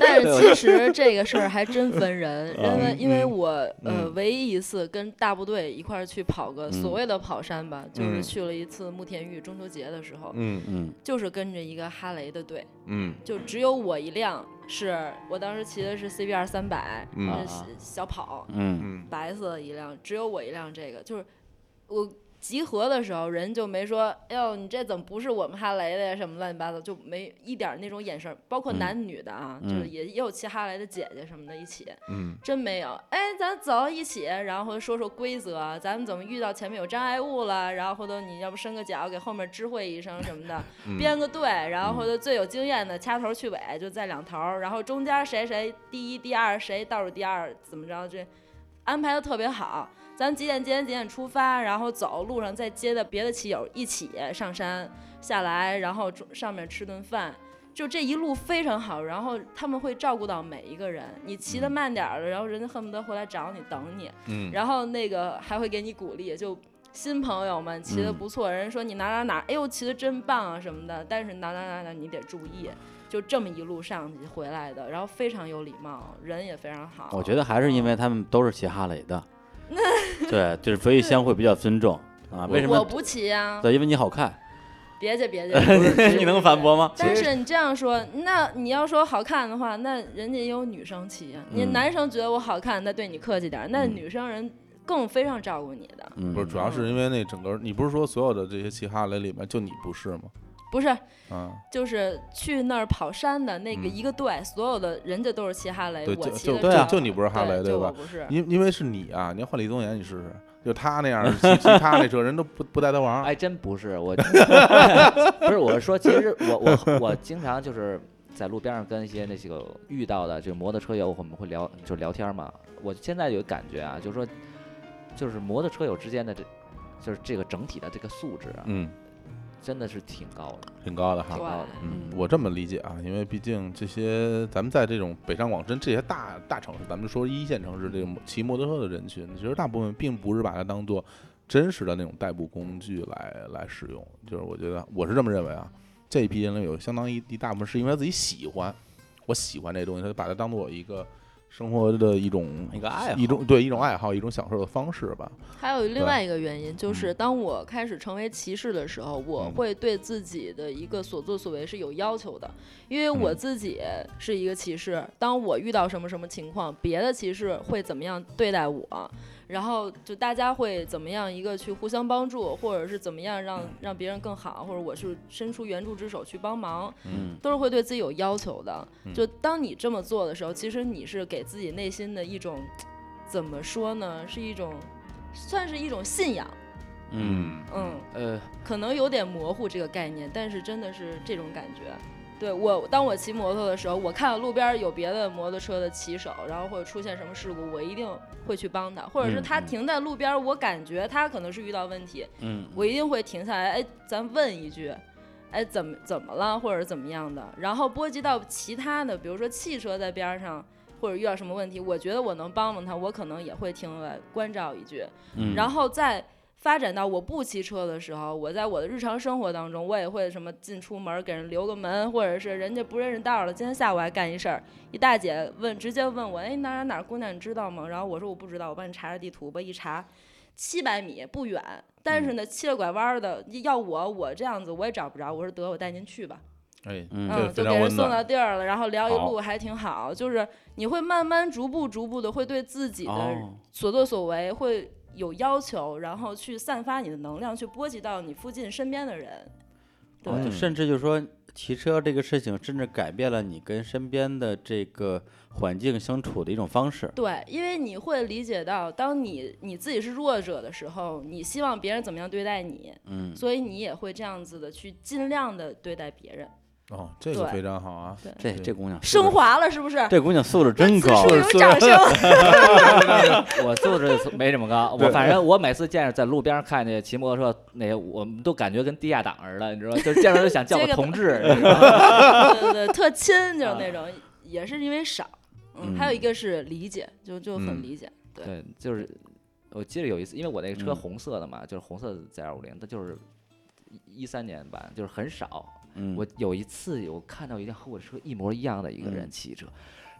Speaker 4: 但是其实这个事儿还真分 人，因为
Speaker 2: 嗯
Speaker 4: 因为
Speaker 2: 嗯
Speaker 4: 我呃
Speaker 2: 嗯
Speaker 4: 唯一一次跟大部队一块儿去跑个所谓的跑山吧，就
Speaker 2: 嗯
Speaker 4: 是去了一次慕田峪中秋节的时候，
Speaker 2: 嗯
Speaker 5: 嗯，
Speaker 4: 就是跟着一个哈雷的队，
Speaker 2: 嗯
Speaker 4: 就只有我一辆是我当时骑的是 CBR 三百，
Speaker 2: 嗯
Speaker 4: 呃小小跑，
Speaker 5: 啊嗯，
Speaker 2: 嗯
Speaker 4: 白色的一辆，只有我一辆这个，就是我集合的时候，人就没说，哎呦，你这怎么不是我们哈雷的呀？什么乱七八糟，就没一点儿那种眼神儿，包括
Speaker 5: 嗯
Speaker 4: 男女的啊，
Speaker 5: 嗯
Speaker 4: 就是也也有骑哈雷的姐姐什么的一起，
Speaker 2: 嗯
Speaker 4: 真没有。哎，咱走一起，然后或者说说规则，咱们怎么遇到前面有障碍物了，然后或者你要不伸个脚给后面知会一声什么的，
Speaker 2: 嗯，
Speaker 4: 编个队，然后或者最有经验的掐头去尾，就在两头儿，然后中间谁谁第一、第二，谁倒数第二，怎么着这安排的特别好。咱几点几点几点出发，然后走路上再接的别的骑友一起上山下来，然后中上面吃顿饭。就这一路非常好，然后他们会照顾到每一个人。你骑得慢点儿了，然后人家恨不得回来找你等你，
Speaker 2: 嗯
Speaker 4: 然后那个还会给你鼓励，就新朋友们骑的不错，人家说你哪哪哪，哎呦骑的真棒啊什么的，但是哪哪哪哪你得注意，就这么一路上去回来的，然后非常有礼貌，人也非常好。
Speaker 5: 我觉得还是因为他们都是骑哈雷 的，对，就是所以相互比较尊重啊。为什
Speaker 4: 我
Speaker 5: 么？
Speaker 4: 不骑啊，
Speaker 5: 对，因为你好看，
Speaker 4: 别介别介，
Speaker 5: 你能反驳
Speaker 4: 吗？
Speaker 5: 吗？
Speaker 4: 但是你这样说，那你要说好看的话，那人家也有女生骑啊。你
Speaker 5: 嗯
Speaker 4: 男生觉得我好看，那对你客气点儿，那
Speaker 5: 嗯
Speaker 4: 女生人更非常照顾你的。
Speaker 5: 嗯，
Speaker 2: 不是，主要是因为那整个，你不是说所有的这些骑哈雷里面就你不是吗？
Speaker 4: 不是，
Speaker 2: 啊，
Speaker 4: 就是去那儿跑山的那个
Speaker 2: 嗯
Speaker 4: 一个队，所有的人家都是骑哈雷，
Speaker 2: 对
Speaker 4: 我
Speaker 2: 就
Speaker 4: 骑的
Speaker 2: 就
Speaker 5: 就
Speaker 2: 就你不是哈雷
Speaker 4: 对
Speaker 2: 对吧
Speaker 4: 就我不是，
Speaker 2: 因因为是你啊，你要换李宗岩，你试试，就他那样骑骑他那车，人都不不带他玩儿。
Speaker 3: 哎，真不是我， 不是我是说，其实我我我经常就是在路边上跟一些那些个遇到的这个摩托车友，我们会聊就聊天嘛。我现在有感觉啊，就是说，就是摩托车友之间的这，就是这个整体的这个素质啊，
Speaker 2: 嗯，
Speaker 3: 真的是挺高的。
Speaker 2: 挺高的哈
Speaker 4: 对。
Speaker 3: 高的
Speaker 2: 嗯，我这么理解啊，因为毕竟这些咱们在这种北上广深这些大大城市，咱们说一线城市这种骑摩托车的人群，其实大部分并不是把它当做真实的那种代步工具来来使用。就是我觉得我是这么认为啊，这一批人里有相当一一大部分是因为他自己喜欢，我喜欢这东西，他就把它当做一个生活的一种
Speaker 5: 一个爱好
Speaker 2: 一种对一种爱好，一种享受的方式吧。
Speaker 4: 还有另外一个原因，就
Speaker 2: 嗯
Speaker 4: 是当我开始成为骑士的时候，我
Speaker 2: 嗯
Speaker 4: 会对自己的一个所作所为是有要求的，因为我
Speaker 2: 嗯
Speaker 4: 自己是一个骑士，当我遇到什么什么情况，别的骑士会怎么样对待我，然后就大家会怎么样一个去互相帮助，或者是怎么样让
Speaker 2: 嗯
Speaker 4: 让别人更好，或者我是伸出援助之手去帮忙，
Speaker 5: 嗯，
Speaker 4: 都是会对自己有要求的
Speaker 2: 嗯。
Speaker 4: 就当你这么做的时候，其实你是给自己内心的一种，怎么说呢？是一种，算是一种信仰。
Speaker 5: 嗯，
Speaker 4: 嗯，
Speaker 3: 呃，
Speaker 4: 可能有点模糊这个概念，但是真的是这种感觉。对我，当我骑摩托的时候，我看到路边有别的摩托车的骑手，然后或者出现什么事故，我一定会去帮他，或者是
Speaker 5: 嗯
Speaker 4: 他
Speaker 5: 嗯
Speaker 4: 停在路边，我感觉他可能是遇到问题，
Speaker 5: 嗯，
Speaker 4: 我一定会停下来，哎，咱问一句，哎，怎么怎么了，或者怎么样的，然后波及到其他的，比如说汽车在边上。或者遇到什么问题，我觉得我能帮帮他，我可能也会停下来关照一句，
Speaker 5: 嗯
Speaker 4: 然后再发展到我不骑车的时候，我在我的日常生活当中，我也会什么进出门给人留个门，或者是人家不认识道了。今天下午还干一事儿，一大姐问直接问我，哎哪儿哪儿哪儿姑娘你知道吗？然后我说我不知道，我帮你查查地图吧。一查，七百米不远，但是
Speaker 2: 嗯
Speaker 4: 呢，七了拐弯儿的，要我我这样子我也找不着。我说得，我带您去吧，
Speaker 2: 哎，这
Speaker 5: 哦
Speaker 4: 嗯，
Speaker 2: 非常
Speaker 4: 就给人
Speaker 2: 温
Speaker 4: 送
Speaker 2: 暖
Speaker 4: 到地儿了，然后聊一
Speaker 2: 好
Speaker 4: 路还挺好。就是你会慢慢逐步逐步的会对自己的
Speaker 5: 哦，
Speaker 4: 所作所为会有要求，然后去散发你的能量，去波及到你附近身边的人。对，
Speaker 5: 哦就
Speaker 1: 嗯
Speaker 5: 甚至就说骑车这个事情，甚至改变了你跟身边的这个环境相处的一种方式。
Speaker 4: 对，因为你会理解到，当你你自己是弱者的时候，你希望别人怎么样对待你，
Speaker 5: 嗯，
Speaker 4: 所以你也会这样子的去尽量的对待别人。
Speaker 2: 哦，这个
Speaker 4: 对
Speaker 2: 非常好啊，
Speaker 4: 对，
Speaker 5: 这这姑娘素质
Speaker 4: 升，华了是不是？
Speaker 5: 这姑娘素质真
Speaker 4: 此
Speaker 5: 高。啊
Speaker 4: 处有掌声。
Speaker 3: 我素质没这么高，我反正我每次见着在路边看见骑摩托车那些，我们都感觉跟地下党似的，你知道吗？就是见着就想叫
Speaker 4: 这
Speaker 3: 个
Speaker 4: 个
Speaker 3: 同志，你知道吗
Speaker 4: 对对，对，特亲就是那种，也是因为少。嗯，还有一个是理解，就就
Speaker 5: 嗯
Speaker 4: 很理解。对
Speaker 3: 对，就是我记得有一次，因为我那个车
Speaker 5: 嗯
Speaker 3: 红色的嘛，就是红色的 Z 二五零，它就是一三年版，就是很少，
Speaker 5: 嗯，
Speaker 3: 我有一次我看到一辆和我车一模一样的一个人
Speaker 5: 嗯
Speaker 3: 骑车，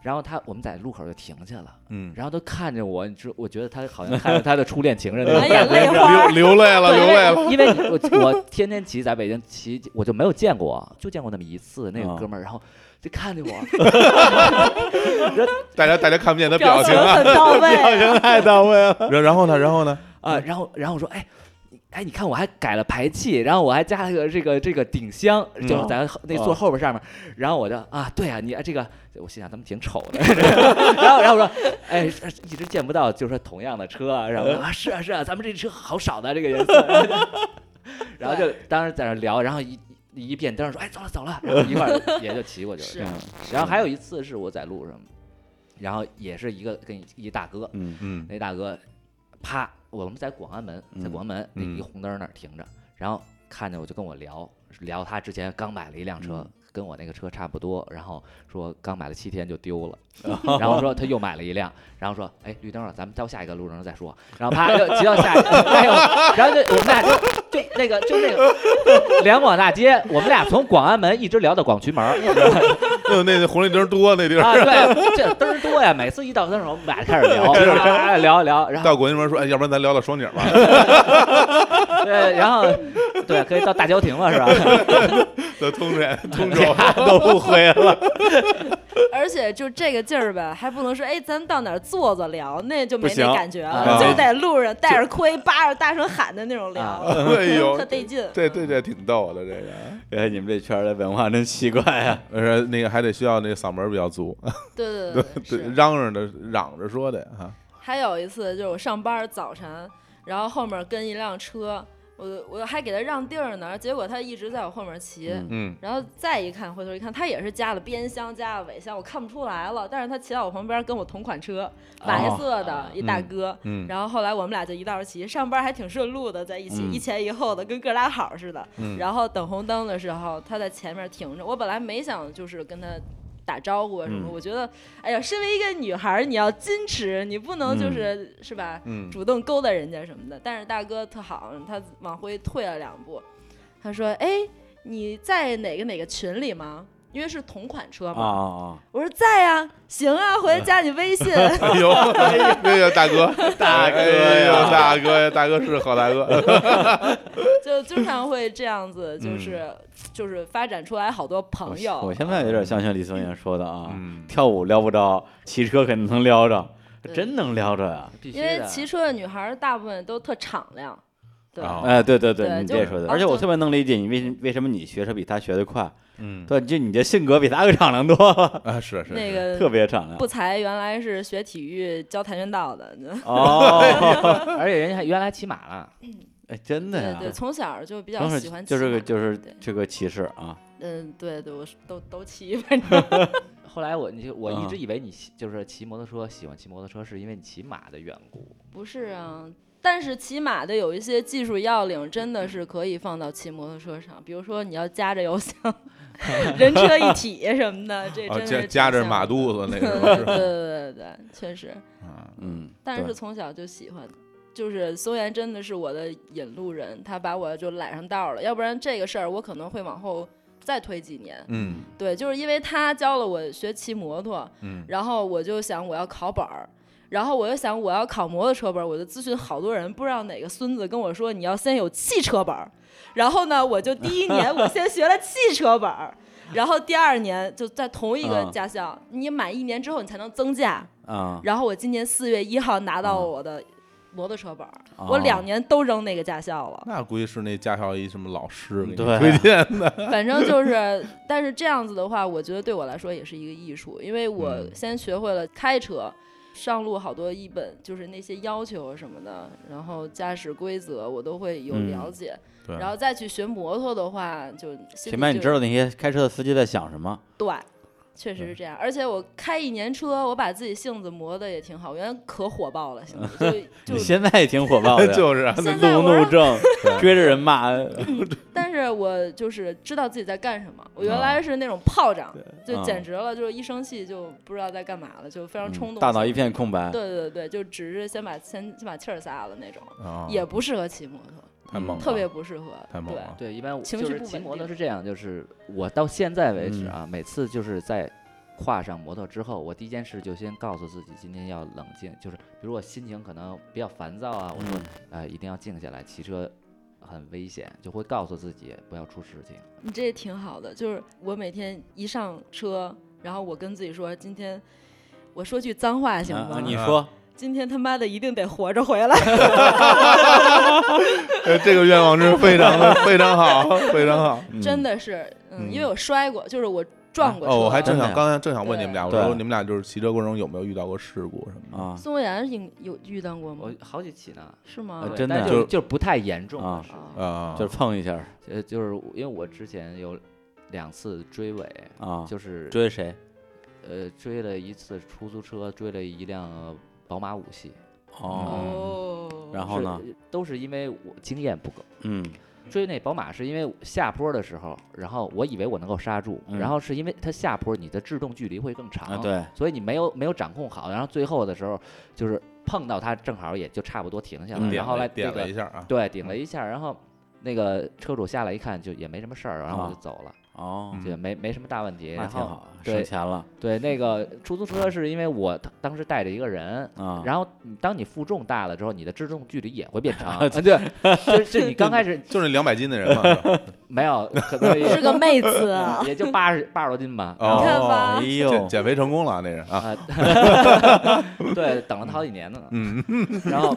Speaker 3: 然后他我们在路口就停下了，
Speaker 2: 嗯，
Speaker 3: 然后都看着我，你知我觉得他好像看着他的初恋 情人那
Speaker 4: 满
Speaker 3: 种
Speaker 4: 眼
Speaker 3: 感
Speaker 4: 泪
Speaker 3: 觉。
Speaker 4: 花儿，
Speaker 2: 流流泪了，流泪了，
Speaker 3: 因为我我天天骑在北京骑，我就没有见过，就见过那么一次那个哥们儿，然后就看着我，
Speaker 2: 大家大家看不见他
Speaker 7: 表
Speaker 2: 表情啊，
Speaker 7: 很到位啊，
Speaker 5: 太到位 了。
Speaker 2: 然然后呢，然后呢，
Speaker 3: 啊，然后然后我说，哎，你哎，你看我还改了排气，然后我还加了个这个这个顶箱，就是在后那座后边上面，然后我就啊，对啊，你啊这个，我心想他们挺丑的， 然后然后我说，哎，是一直见不到，就是说同样的车啊，然后我说啊是啊是啊，咱们这车好少的这个颜色， 然后就当时在那聊，然后一。一一变灯说：“哎，走了走了。”然后一块儿也就骑过去了。
Speaker 4: 是
Speaker 3: 这样然后还有一次是我在路上，然后也是一个跟一一大哥，
Speaker 5: 嗯
Speaker 2: 嗯，
Speaker 3: 那大哥，啪，我们在广安门，在
Speaker 5: 嗯
Speaker 3: 广安门那
Speaker 2: 嗯
Speaker 3: 一红灯儿那儿停着，然后看见我就跟我聊聊，他之前刚买了一辆车
Speaker 5: 嗯，
Speaker 3: 跟我那个车差不多，然后说刚买了七天就丢了，然后说他又买了一辆，然后说哎绿灯了，咱们到下一个路上再说，然后啪又骑到下一个，哎呦，然后就我们俩就就那个就那个两广大街，我们俩从广安门一直聊到广渠门儿
Speaker 2: 哎那那红绿灯多那地儿，
Speaker 3: 啊，对，这灯儿多呀，每次一到灯儿我们俩开始聊，啊聊聊，然后。
Speaker 2: 到国际门说，哎，要不然咱聊到双井吧，
Speaker 3: 对，然后对，可以到大郊亭了，是吧？
Speaker 2: 到通州，通州，
Speaker 5: 都不回了，
Speaker 4: 而且就这个劲儿吧，还不能说哎，咱们到哪儿坐坐聊，那就没
Speaker 5: 不行
Speaker 4: 那感觉
Speaker 3: 啊
Speaker 4: 了，就在路上带着盔扒着大声喊的那种聊，
Speaker 2: 哎呦
Speaker 4: 特，得劲。嗯
Speaker 2: 这 这这挺逗的，这个，
Speaker 5: 哎，你们这圈儿的文化真奇怪 啊！
Speaker 2: 呃，那个还得需要那嗓门比较足，
Speaker 4: 对对对，
Speaker 2: 对，
Speaker 4: 是。
Speaker 2: 嚷嚷着嚷着说的哈，
Speaker 4: 还有一次就是我上班儿早晨，然后后面跟一辆车，我我还给他让地儿呢，结果他一直在我后面骑。
Speaker 5: 嗯
Speaker 2: 嗯，
Speaker 4: 然后再一看，回头一看，他也是加了边箱，加了尾箱，我看不出来了。但是他骑到我旁边，跟我同款车，白色的一大哥。
Speaker 2: 嗯
Speaker 4: 然后后来我们俩就一道儿骑，上班还挺顺路的，在一起、
Speaker 5: 嗯
Speaker 4: 一前一后的，跟哥俩好似的。
Speaker 2: 嗯
Speaker 4: 然后等红灯的时候，他在前面停着，我本来没想就是跟他。打招呼啊什么？
Speaker 5: 嗯
Speaker 4: 我觉得，哎呀，身为一个女孩儿，你要矜持，你不能就是、是吧，
Speaker 2: 嗯
Speaker 4: 主动勾搭人家什么的。但是大哥特好，他往回退了两步，他说：“哎，你在哪个哪个群里吗？因为是同款车
Speaker 5: 啊
Speaker 4: 嘛。
Speaker 5: 啊啊！
Speaker 4: 我说：“在呀、行啊，回来加你微信。”
Speaker 2: 哎呦， 哎呦，大哥，大哥呀，大哥呀，大哥是好大 哥，
Speaker 4: 就经常会这样子，就是、就是发展出来好多
Speaker 5: 我
Speaker 4: 朋
Speaker 5: 现我
Speaker 4: 友。啊
Speaker 5: 现在有点相信李松岩说的啊，
Speaker 2: 嗯，
Speaker 5: 跳舞撩不着，骑车肯定能撩着，
Speaker 4: 对
Speaker 5: 真能撩着呀！
Speaker 3: 必须
Speaker 4: 因为
Speaker 3: 的。
Speaker 4: 骑车的女孩儿大部分都特敞亮，对，
Speaker 2: 啊
Speaker 5: 哎，对对对，
Speaker 4: 对
Speaker 5: 你
Speaker 4: 就
Speaker 5: 这说的，
Speaker 4: 啊
Speaker 5: 而且我
Speaker 4: 就
Speaker 5: 特别能理解你为为什么你学车比他学的快，
Speaker 2: 嗯，
Speaker 5: 对，就你这性格比他可敞亮多了，
Speaker 2: 啊，是是，
Speaker 4: 那
Speaker 2: 是
Speaker 5: 特
Speaker 4: 个
Speaker 5: 别敞亮
Speaker 4: 不。才原来是学体育教跆拳道的，
Speaker 5: 哦，
Speaker 3: 而且人家还原来骑马了，
Speaker 5: 哎，真的
Speaker 4: 对对，
Speaker 5: 呀，
Speaker 4: 从小就比较
Speaker 5: 当
Speaker 4: 喜欢
Speaker 5: 时
Speaker 4: 骑
Speaker 5: 就
Speaker 4: 马。
Speaker 5: 是个就是
Speaker 4: 对
Speaker 5: 这个歧视啊，
Speaker 4: 嗯，对对，我是都都骑， 反正
Speaker 3: 后来我你就我一
Speaker 5: 啊
Speaker 3: 直以为你骑就是骑摩托车喜欢骑摩托车是因为你骑马的缘故。
Speaker 4: 不是啊。但是骑马的有一些技术要领，真的是可以放到骑摩托车上，比如说你要夹着油箱、 人车一体什么的，这
Speaker 2: 啊，
Speaker 4: 真
Speaker 2: 夹
Speaker 4: 是挺
Speaker 2: 夹着
Speaker 4: 像
Speaker 2: 马
Speaker 4: 的
Speaker 2: 肚子那
Speaker 4: 对
Speaker 2: 个
Speaker 4: 对
Speaker 2: 是
Speaker 4: 对
Speaker 2: 吧？
Speaker 4: 对对对，确实，
Speaker 2: 啊
Speaker 5: 嗯，
Speaker 4: 但是
Speaker 5: 对
Speaker 4: 从小就喜欢，就是松原真的是我的引路人，他把我就揽上道了，要不然这个事儿我可能会往后再推几年。
Speaker 2: 嗯
Speaker 4: 对，就是因为他教了我学骑摩托，
Speaker 2: 嗯
Speaker 4: 然后我就想我要考本儿。然后我又想，我要考摩托车本儿，我就咨询好多人，不知道哪个孙子跟我说，你要先有汽车本儿。然后呢，我就第一年 我先学了汽车本儿，然后第二年就在同一
Speaker 2: 嗯
Speaker 4: 个
Speaker 5: 啊
Speaker 4: 驾校，你满一年之后你才能增驾。
Speaker 5: 啊，
Speaker 4: 然后我今年四月一号拿到
Speaker 5: 啊
Speaker 4: 我的摩托车本儿，
Speaker 5: 啊
Speaker 4: 我两年都扔那个驾校 了。
Speaker 2: 那估计是那驾校一什么老师给你
Speaker 5: 对
Speaker 2: 推荐的，
Speaker 4: 反正就是，但是这样子的话，我觉得对我来说也是一个艺术，因为我
Speaker 2: 嗯
Speaker 4: 先学会了开车，上路好多一本就是那些要求什么的，然后驾驶规则我都会有
Speaker 5: 嗯
Speaker 4: 了解，
Speaker 2: 对
Speaker 4: 然后再去学摩托的话，就心
Speaker 5: 起
Speaker 4: 里
Speaker 5: 码你
Speaker 4: 就
Speaker 5: 知道那些开车的司机在想什么。
Speaker 4: 对。确实
Speaker 5: 嗯
Speaker 4: 是这样，而且我开一年车，我把自己性子磨得也挺好，原来可火爆了，性子就
Speaker 5: 你
Speaker 4: 就。
Speaker 5: 现在也挺火爆的，
Speaker 2: 就是啊
Speaker 4: 现在
Speaker 5: 路
Speaker 4: 我
Speaker 5: 怒
Speaker 4: 让
Speaker 5: 症，追着人骂，
Speaker 4: 但是我就是知道自己在干什么。我
Speaker 2: 啊
Speaker 4: 原来是那种炮仗，就简直了，就是一生气就不知道在干嘛了，就
Speaker 2: 嗯
Speaker 4: 非常冲
Speaker 5: 嗯
Speaker 4: 动，
Speaker 5: 大脑一。片空白。啊
Speaker 4: 对对对，就只是先把先先把气儿撒了那种，
Speaker 2: 啊
Speaker 4: 也不适合骑摩托，嗯
Speaker 2: 太猛了，
Speaker 4: 特别不适合。
Speaker 2: 太猛
Speaker 4: 对，
Speaker 2: 了。
Speaker 3: 对，一般我
Speaker 4: 情
Speaker 3: 就
Speaker 4: 绪
Speaker 3: 是
Speaker 4: 不
Speaker 3: 骑
Speaker 4: 稳
Speaker 3: 摩托
Speaker 4: 定
Speaker 3: 是这样，就是我到现在为止
Speaker 5: 嗯
Speaker 3: 啊，每次就是在跨上摩托之后，我第一件事就先告诉自己今天要冷静，就是比如我心情可能比较烦躁啊，我说
Speaker 5: 嗯
Speaker 3: 呃一定要静下来，骑车很危险，就会告诉自己不要出事情。
Speaker 4: 你这也挺好的，就是我每天一上车，然后我跟自己说，今天我说句脏话行
Speaker 5: 啊
Speaker 4: 吗？
Speaker 5: 啊你
Speaker 2: 嗯
Speaker 5: 说，
Speaker 4: 今天他妈的一定得活着回来。
Speaker 2: 呃，这个愿望真是非常的非常好，非常好。
Speaker 4: 真的是，嗯，
Speaker 2: 嗯
Speaker 4: 因为我摔过，就是我撞过车。啊
Speaker 2: 哦，我还真
Speaker 5: 真的
Speaker 2: 想
Speaker 5: 呀
Speaker 2: 刚才正想问你们俩，我说
Speaker 5: 对
Speaker 2: 你们俩就是骑车过程中有没有遇到过事故什么的？
Speaker 5: 啊
Speaker 4: 宋妍应有遇到过吗
Speaker 3: 我？好几起呢，
Speaker 4: 是吗？
Speaker 5: 呃
Speaker 3: 啊对
Speaker 5: 真
Speaker 3: 但
Speaker 5: 的
Speaker 3: 就
Speaker 2: 就
Speaker 3: 就不太严重
Speaker 5: 啊
Speaker 3: 的事情
Speaker 7: 哦
Speaker 4: 啊
Speaker 2: 啊，
Speaker 5: 就是碰一下儿
Speaker 3: 呃，就是因为我之前有两次追尾，
Speaker 5: 啊，
Speaker 3: 就是
Speaker 5: 追谁？
Speaker 3: 呃追了一次出租车，追了一辆呃宝马五系。嗯
Speaker 5: 哦，
Speaker 4: 哦，
Speaker 5: 然后呢？
Speaker 3: 是都是因为我经验不够。
Speaker 5: 嗯，
Speaker 3: 追那宝马是因为下坡的时候，然后我以为我能够刹住，
Speaker 5: 嗯
Speaker 3: 然后是因为它下坡你的制动距离会更长，
Speaker 5: 啊，
Speaker 4: 嗯
Speaker 5: 对，
Speaker 3: 所以你没有没有掌控好，然后最后的时候就是碰到它，正好也就差不多停下来，
Speaker 5: 嗯
Speaker 2: 点
Speaker 3: 然后
Speaker 2: 了
Speaker 3: 来
Speaker 2: 点
Speaker 3: 这个
Speaker 2: 了一下啊，
Speaker 3: 对顶了一下，然后那个车主下来一看就也没什么事儿，然后我就
Speaker 5: 啊
Speaker 3: 走了，
Speaker 5: 哦，
Speaker 3: 就也没没什么大问题，
Speaker 5: 那
Speaker 3: 然
Speaker 5: 挺
Speaker 3: 后
Speaker 5: 好，
Speaker 3: 对
Speaker 5: 省钱了
Speaker 3: 对那个出租车是因为我当时带着一个人，
Speaker 5: 啊。
Speaker 3: 然后你当你负重大了之后，你的制动距离也会变长。
Speaker 5: 啊
Speaker 3: 对，就是就你刚开始
Speaker 2: 就是两百斤的人嘛，是吧
Speaker 3: 没有，可能也
Speaker 7: 是个妹子啊
Speaker 3: 也就八十八十多斤吧。
Speaker 2: 哦
Speaker 4: 看吧
Speaker 5: 哎
Speaker 2: 减
Speaker 5: 呦，
Speaker 2: 减肥成功了啊那人 啊，
Speaker 3: 啊，对，等了他好几年呢。
Speaker 2: 嗯，
Speaker 3: 然后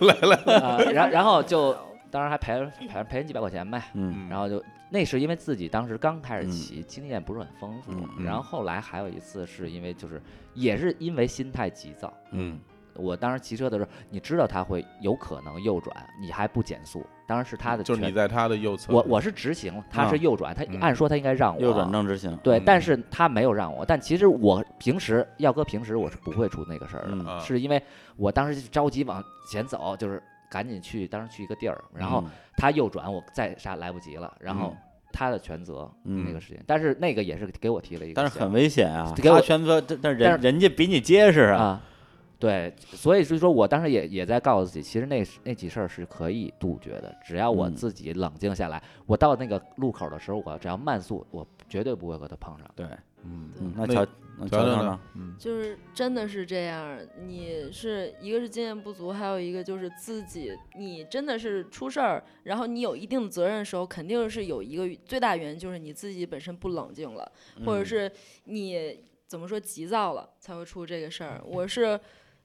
Speaker 3: 来了， 然然后就当然还赔了赔了赔人几百块钱呗。
Speaker 5: 嗯
Speaker 3: 然后就那是因为自己当时刚开始骑，经验不是很丰富。
Speaker 5: 嗯
Speaker 2: 嗯
Speaker 3: 然后后来还有一次是因为就是也是因为心态急躁，
Speaker 5: 嗯，
Speaker 3: 我当时骑车的时候，你知道他会有可能右转，你还不减速，当然是他的
Speaker 2: 就是
Speaker 3: 全
Speaker 2: 你在他的右侧，
Speaker 3: 我我是直行，他是右转，他
Speaker 2: 嗯
Speaker 3: 按说他应该让我
Speaker 5: 右转正直行，
Speaker 3: 对，
Speaker 2: 嗯
Speaker 3: 但是他没有让我，但其实我平时耀哥平时我是不会出那个事儿的，
Speaker 5: 嗯
Speaker 2: 啊
Speaker 3: 是因为我当时就着急往前走，就是赶紧去，当时去一个地儿，然后他右转，我再刹来不及了，然后
Speaker 5: 嗯
Speaker 3: 他的全责、
Speaker 5: 嗯
Speaker 3: 那个事情，但是那个也是给我提了一个，
Speaker 5: 但是很危险啊！
Speaker 3: 给我
Speaker 5: 他全责，但但
Speaker 3: 但
Speaker 5: 人
Speaker 3: 是
Speaker 5: 人家比你结实啊，
Speaker 3: 啊。对，所以是说我当时也也在告诉自己，其实那那起事儿是可以杜绝的，只要我
Speaker 5: 嗯
Speaker 3: 自己冷静下来，我到那个路口的时候，我只要慢速，我绝对不会和他碰上。
Speaker 5: 对，
Speaker 2: 嗯，
Speaker 5: 嗯，
Speaker 2: 那
Speaker 5: 那乔那
Speaker 2: 瞧
Speaker 5: 乔
Speaker 2: 瞧
Speaker 5: 乔
Speaker 2: 呢
Speaker 5: 呢？，
Speaker 2: 嗯，
Speaker 4: 就是真的是这样，你是一个是经验不足，还有一个就是自己，你真的是出事儿，然后你有一定的责任的时候，肯定是有一个最大原因就是你自己本身不冷静了，或者
Speaker 5: 嗯
Speaker 4: 是你怎么说急躁了才会出这个事儿。我是。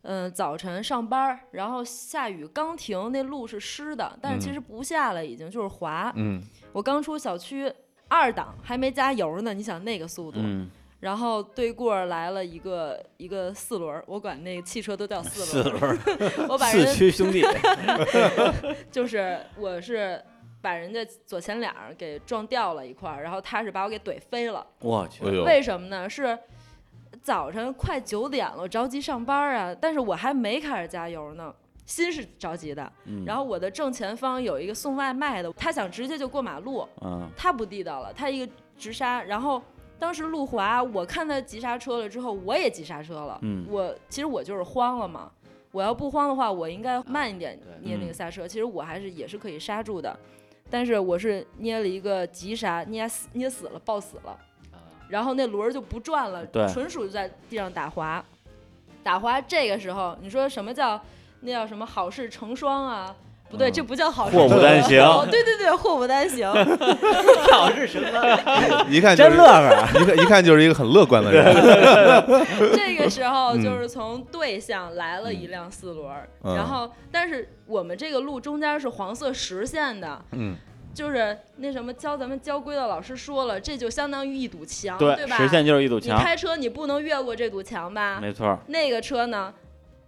Speaker 4: 嗯，早晨上班儿，然后下雨刚停，那路是湿的，但是其
Speaker 2: 嗯
Speaker 4: 实不下了，已经就是滑。
Speaker 2: 嗯，
Speaker 4: 我刚出小区，二档还没加油呢，你想那个速度，
Speaker 5: 嗯，
Speaker 4: 然后对过儿来了一个一个四轮儿，我管那个汽车 都叫四
Speaker 5: 四
Speaker 4: 轮儿，
Speaker 5: 轮儿
Speaker 4: 我把
Speaker 5: 四
Speaker 4: 人
Speaker 5: 驱兄弟，
Speaker 4: 就是我是把人家左前脸儿给撞掉了一块儿，然后他是把我给怼飞了。
Speaker 5: 我
Speaker 2: 哎
Speaker 5: 去，
Speaker 2: 呦，
Speaker 4: 为什么呢？是早晨快九点了，我着急上班儿啊，但是我还没开始加油呢，心是着急的。
Speaker 5: 嗯
Speaker 4: 然后我的正前方有一个送外卖的，他想直接就过马路，
Speaker 5: 嗯
Speaker 4: 他不地道了，他一个直刹，然后当时路滑，我看他急刹车了之后，我也急刹车了。
Speaker 5: 嗯
Speaker 4: 我其实我就是慌了嘛，我要不慌的话，我应该慢一点
Speaker 3: 对
Speaker 4: 捏那个
Speaker 5: 嗯
Speaker 4: 刹车。其实我还是也是可以刹住的，但是我是捏了一个急刹，捏死捏死了，抱死了，
Speaker 3: 啊
Speaker 4: 然后那轮儿就不转了
Speaker 5: 对，
Speaker 4: 纯属就在地上打滑。打花这个时候，你说什么叫那叫什么好事成双啊？不对，
Speaker 1: 嗯
Speaker 4: 这不叫好事成
Speaker 5: 祸
Speaker 4: 双，
Speaker 5: 不单行，
Speaker 4: 哦对对对，祸不单行。
Speaker 5: 好是什么？
Speaker 2: 一看就
Speaker 5: 真
Speaker 2: 是
Speaker 5: 乐呵。
Speaker 2: 一看一看就是一个很乐观的人，
Speaker 4: 这个时候
Speaker 2: 嗯
Speaker 4: 就是从对向来了一辆四轮儿，
Speaker 2: 嗯
Speaker 4: 然后但是我们这个路中间是黄色实线的，
Speaker 2: 嗯，
Speaker 4: 就是那什么教咱们交规的老师说了，这就相当于一堵墙，对
Speaker 5: 对，
Speaker 4: 吧？
Speaker 5: 实现就是一堵
Speaker 4: 你
Speaker 5: 墙，
Speaker 4: 开车你不能越过这堵墙吧？
Speaker 5: 没错儿。
Speaker 4: 那个车呢，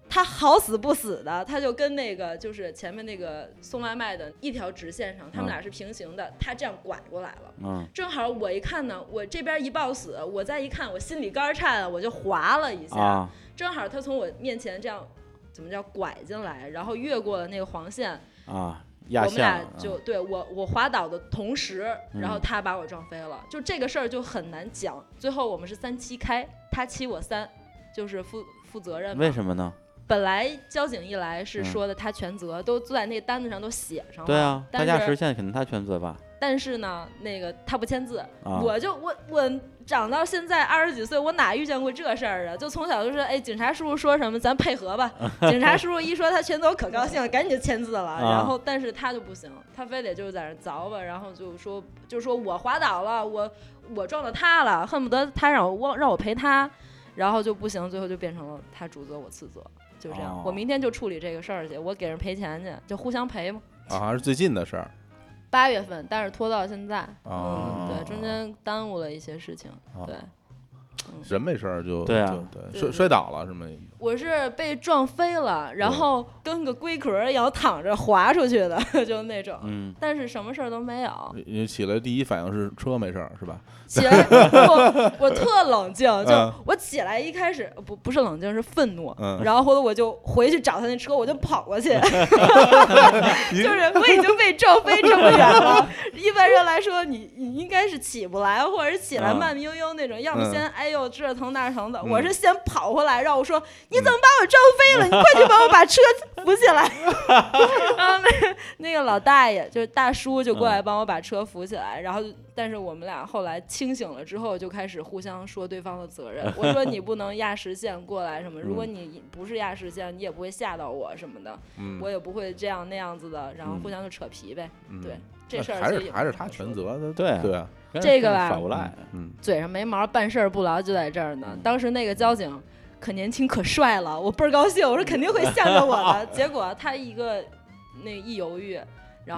Speaker 4: 他好死不死的，他就跟那个就是前面那个送外卖的一条直线上，他们
Speaker 5: 嗯
Speaker 4: 俩是平行的，他这样拐过来了。
Speaker 5: 嗯，
Speaker 4: 正好我一看呢，我这边一抱死，我再一看，我心里肝儿颤啊，我就滑了一下。
Speaker 5: 啊，
Speaker 4: 正好他从我面前这样，怎么叫拐进来，然后越过了那个黄线，
Speaker 5: 啊，
Speaker 4: 我
Speaker 5: 压
Speaker 4: 们俩
Speaker 5: 线了
Speaker 4: 就、对我我滑倒的同时，
Speaker 5: 嗯
Speaker 4: 然后他把我撞飞了，就这个事儿就很难讲。最后我们是三七开，他七我三，就是负负责任
Speaker 5: 嗯
Speaker 4: 嘛。
Speaker 5: 为什么呢？
Speaker 4: 本来交警一来是
Speaker 5: 嗯
Speaker 4: 说的他全责，都都在那单子上都写上了。
Speaker 5: 对啊，
Speaker 4: 但
Speaker 5: 代驾
Speaker 4: 是
Speaker 5: 实现肯定他全责吧？
Speaker 4: 但是呢，那个他不签字，
Speaker 5: 啊，
Speaker 4: 我就我我长到现在二十几岁，我哪遇见过这事儿啊？就从小就是，哎，警察叔叔说什么，咱配合 吧。警察叔叔一说他全责，我可高兴了，赶紧就签字了。
Speaker 5: 啊
Speaker 4: 然后，但是他就不行，他非得就是在那儿凿吧，然后就说就说我滑倒了，我我撞到他了，恨不得他让我忘让我赔他，然后就不行，最后就变成了他主责我次责，就这样。
Speaker 5: 哦
Speaker 4: 我明天就处理这个事儿去，我给人赔钱去，就互相赔嘛。
Speaker 2: 啊，还是最近的事儿
Speaker 4: 八月份，但是拖到现在，
Speaker 2: 哦
Speaker 4: 嗯，对，中间耽误了一些事情，
Speaker 2: 哦
Speaker 4: 对。
Speaker 2: 人没事儿就
Speaker 5: 对啊
Speaker 2: 就对，
Speaker 4: 对
Speaker 2: 摔
Speaker 4: 对
Speaker 2: 摔倒了是吗？
Speaker 4: 我是被撞飞了，
Speaker 2: 嗯
Speaker 4: 然后跟个龟壳儿一样躺着滑出去的， 就那种。
Speaker 5: 嗯，
Speaker 4: 但是什么事儿都 没有，
Speaker 2: 你起来第一反应是车没事儿是吧？
Speaker 4: 起来我我特冷静，就
Speaker 2: 嗯
Speaker 4: 我起来一开始不不是冷静是愤怒，
Speaker 2: 嗯
Speaker 4: 然后后来我就回去找他那车，我就跑 过去，就是我已经被撞飞这么远了。一般人来说，你你应该是起不来，或者是起来
Speaker 5: 嗯
Speaker 4: 慢悠悠那种，要么
Speaker 2: 嗯
Speaker 4: 先哎呦这疼那疼的，
Speaker 2: 嗯
Speaker 4: 我是先跑回来，然后我说你怎么把我撞飞了？你快去帮我把车扶起来。 然后那那个老大爷就是大叔就过来帮我把车扶起
Speaker 2: 嗯
Speaker 4: 来，然后就但是我们俩后来清醒了之后就开始互相说对方的责 任。我说你不能压实线过来
Speaker 2: 嗯
Speaker 4: 什么，如果你不是压实线，你也不会吓到我什么的，
Speaker 2: 嗯
Speaker 4: 我也不会这样那样子的，然后互相就扯皮呗。
Speaker 2: 嗯
Speaker 4: 对，这
Speaker 2: 那
Speaker 4: 事儿
Speaker 2: 还
Speaker 4: 所以
Speaker 2: 是
Speaker 4: 也
Speaker 2: 还是
Speaker 4: 不
Speaker 2: 他
Speaker 4: 能
Speaker 2: 全
Speaker 4: 说
Speaker 2: 责的，
Speaker 5: 对啊
Speaker 2: 对啊，
Speaker 4: 这个吧
Speaker 5: 反过来，
Speaker 2: 嗯，
Speaker 4: 嘴上没毛，办事儿不牢，就在这儿呢。
Speaker 5: 嗯
Speaker 4: 当时那个交警可年轻可帅了，我倍儿高兴，我说肯定会向着我 的。结果他一个那一犹豫，然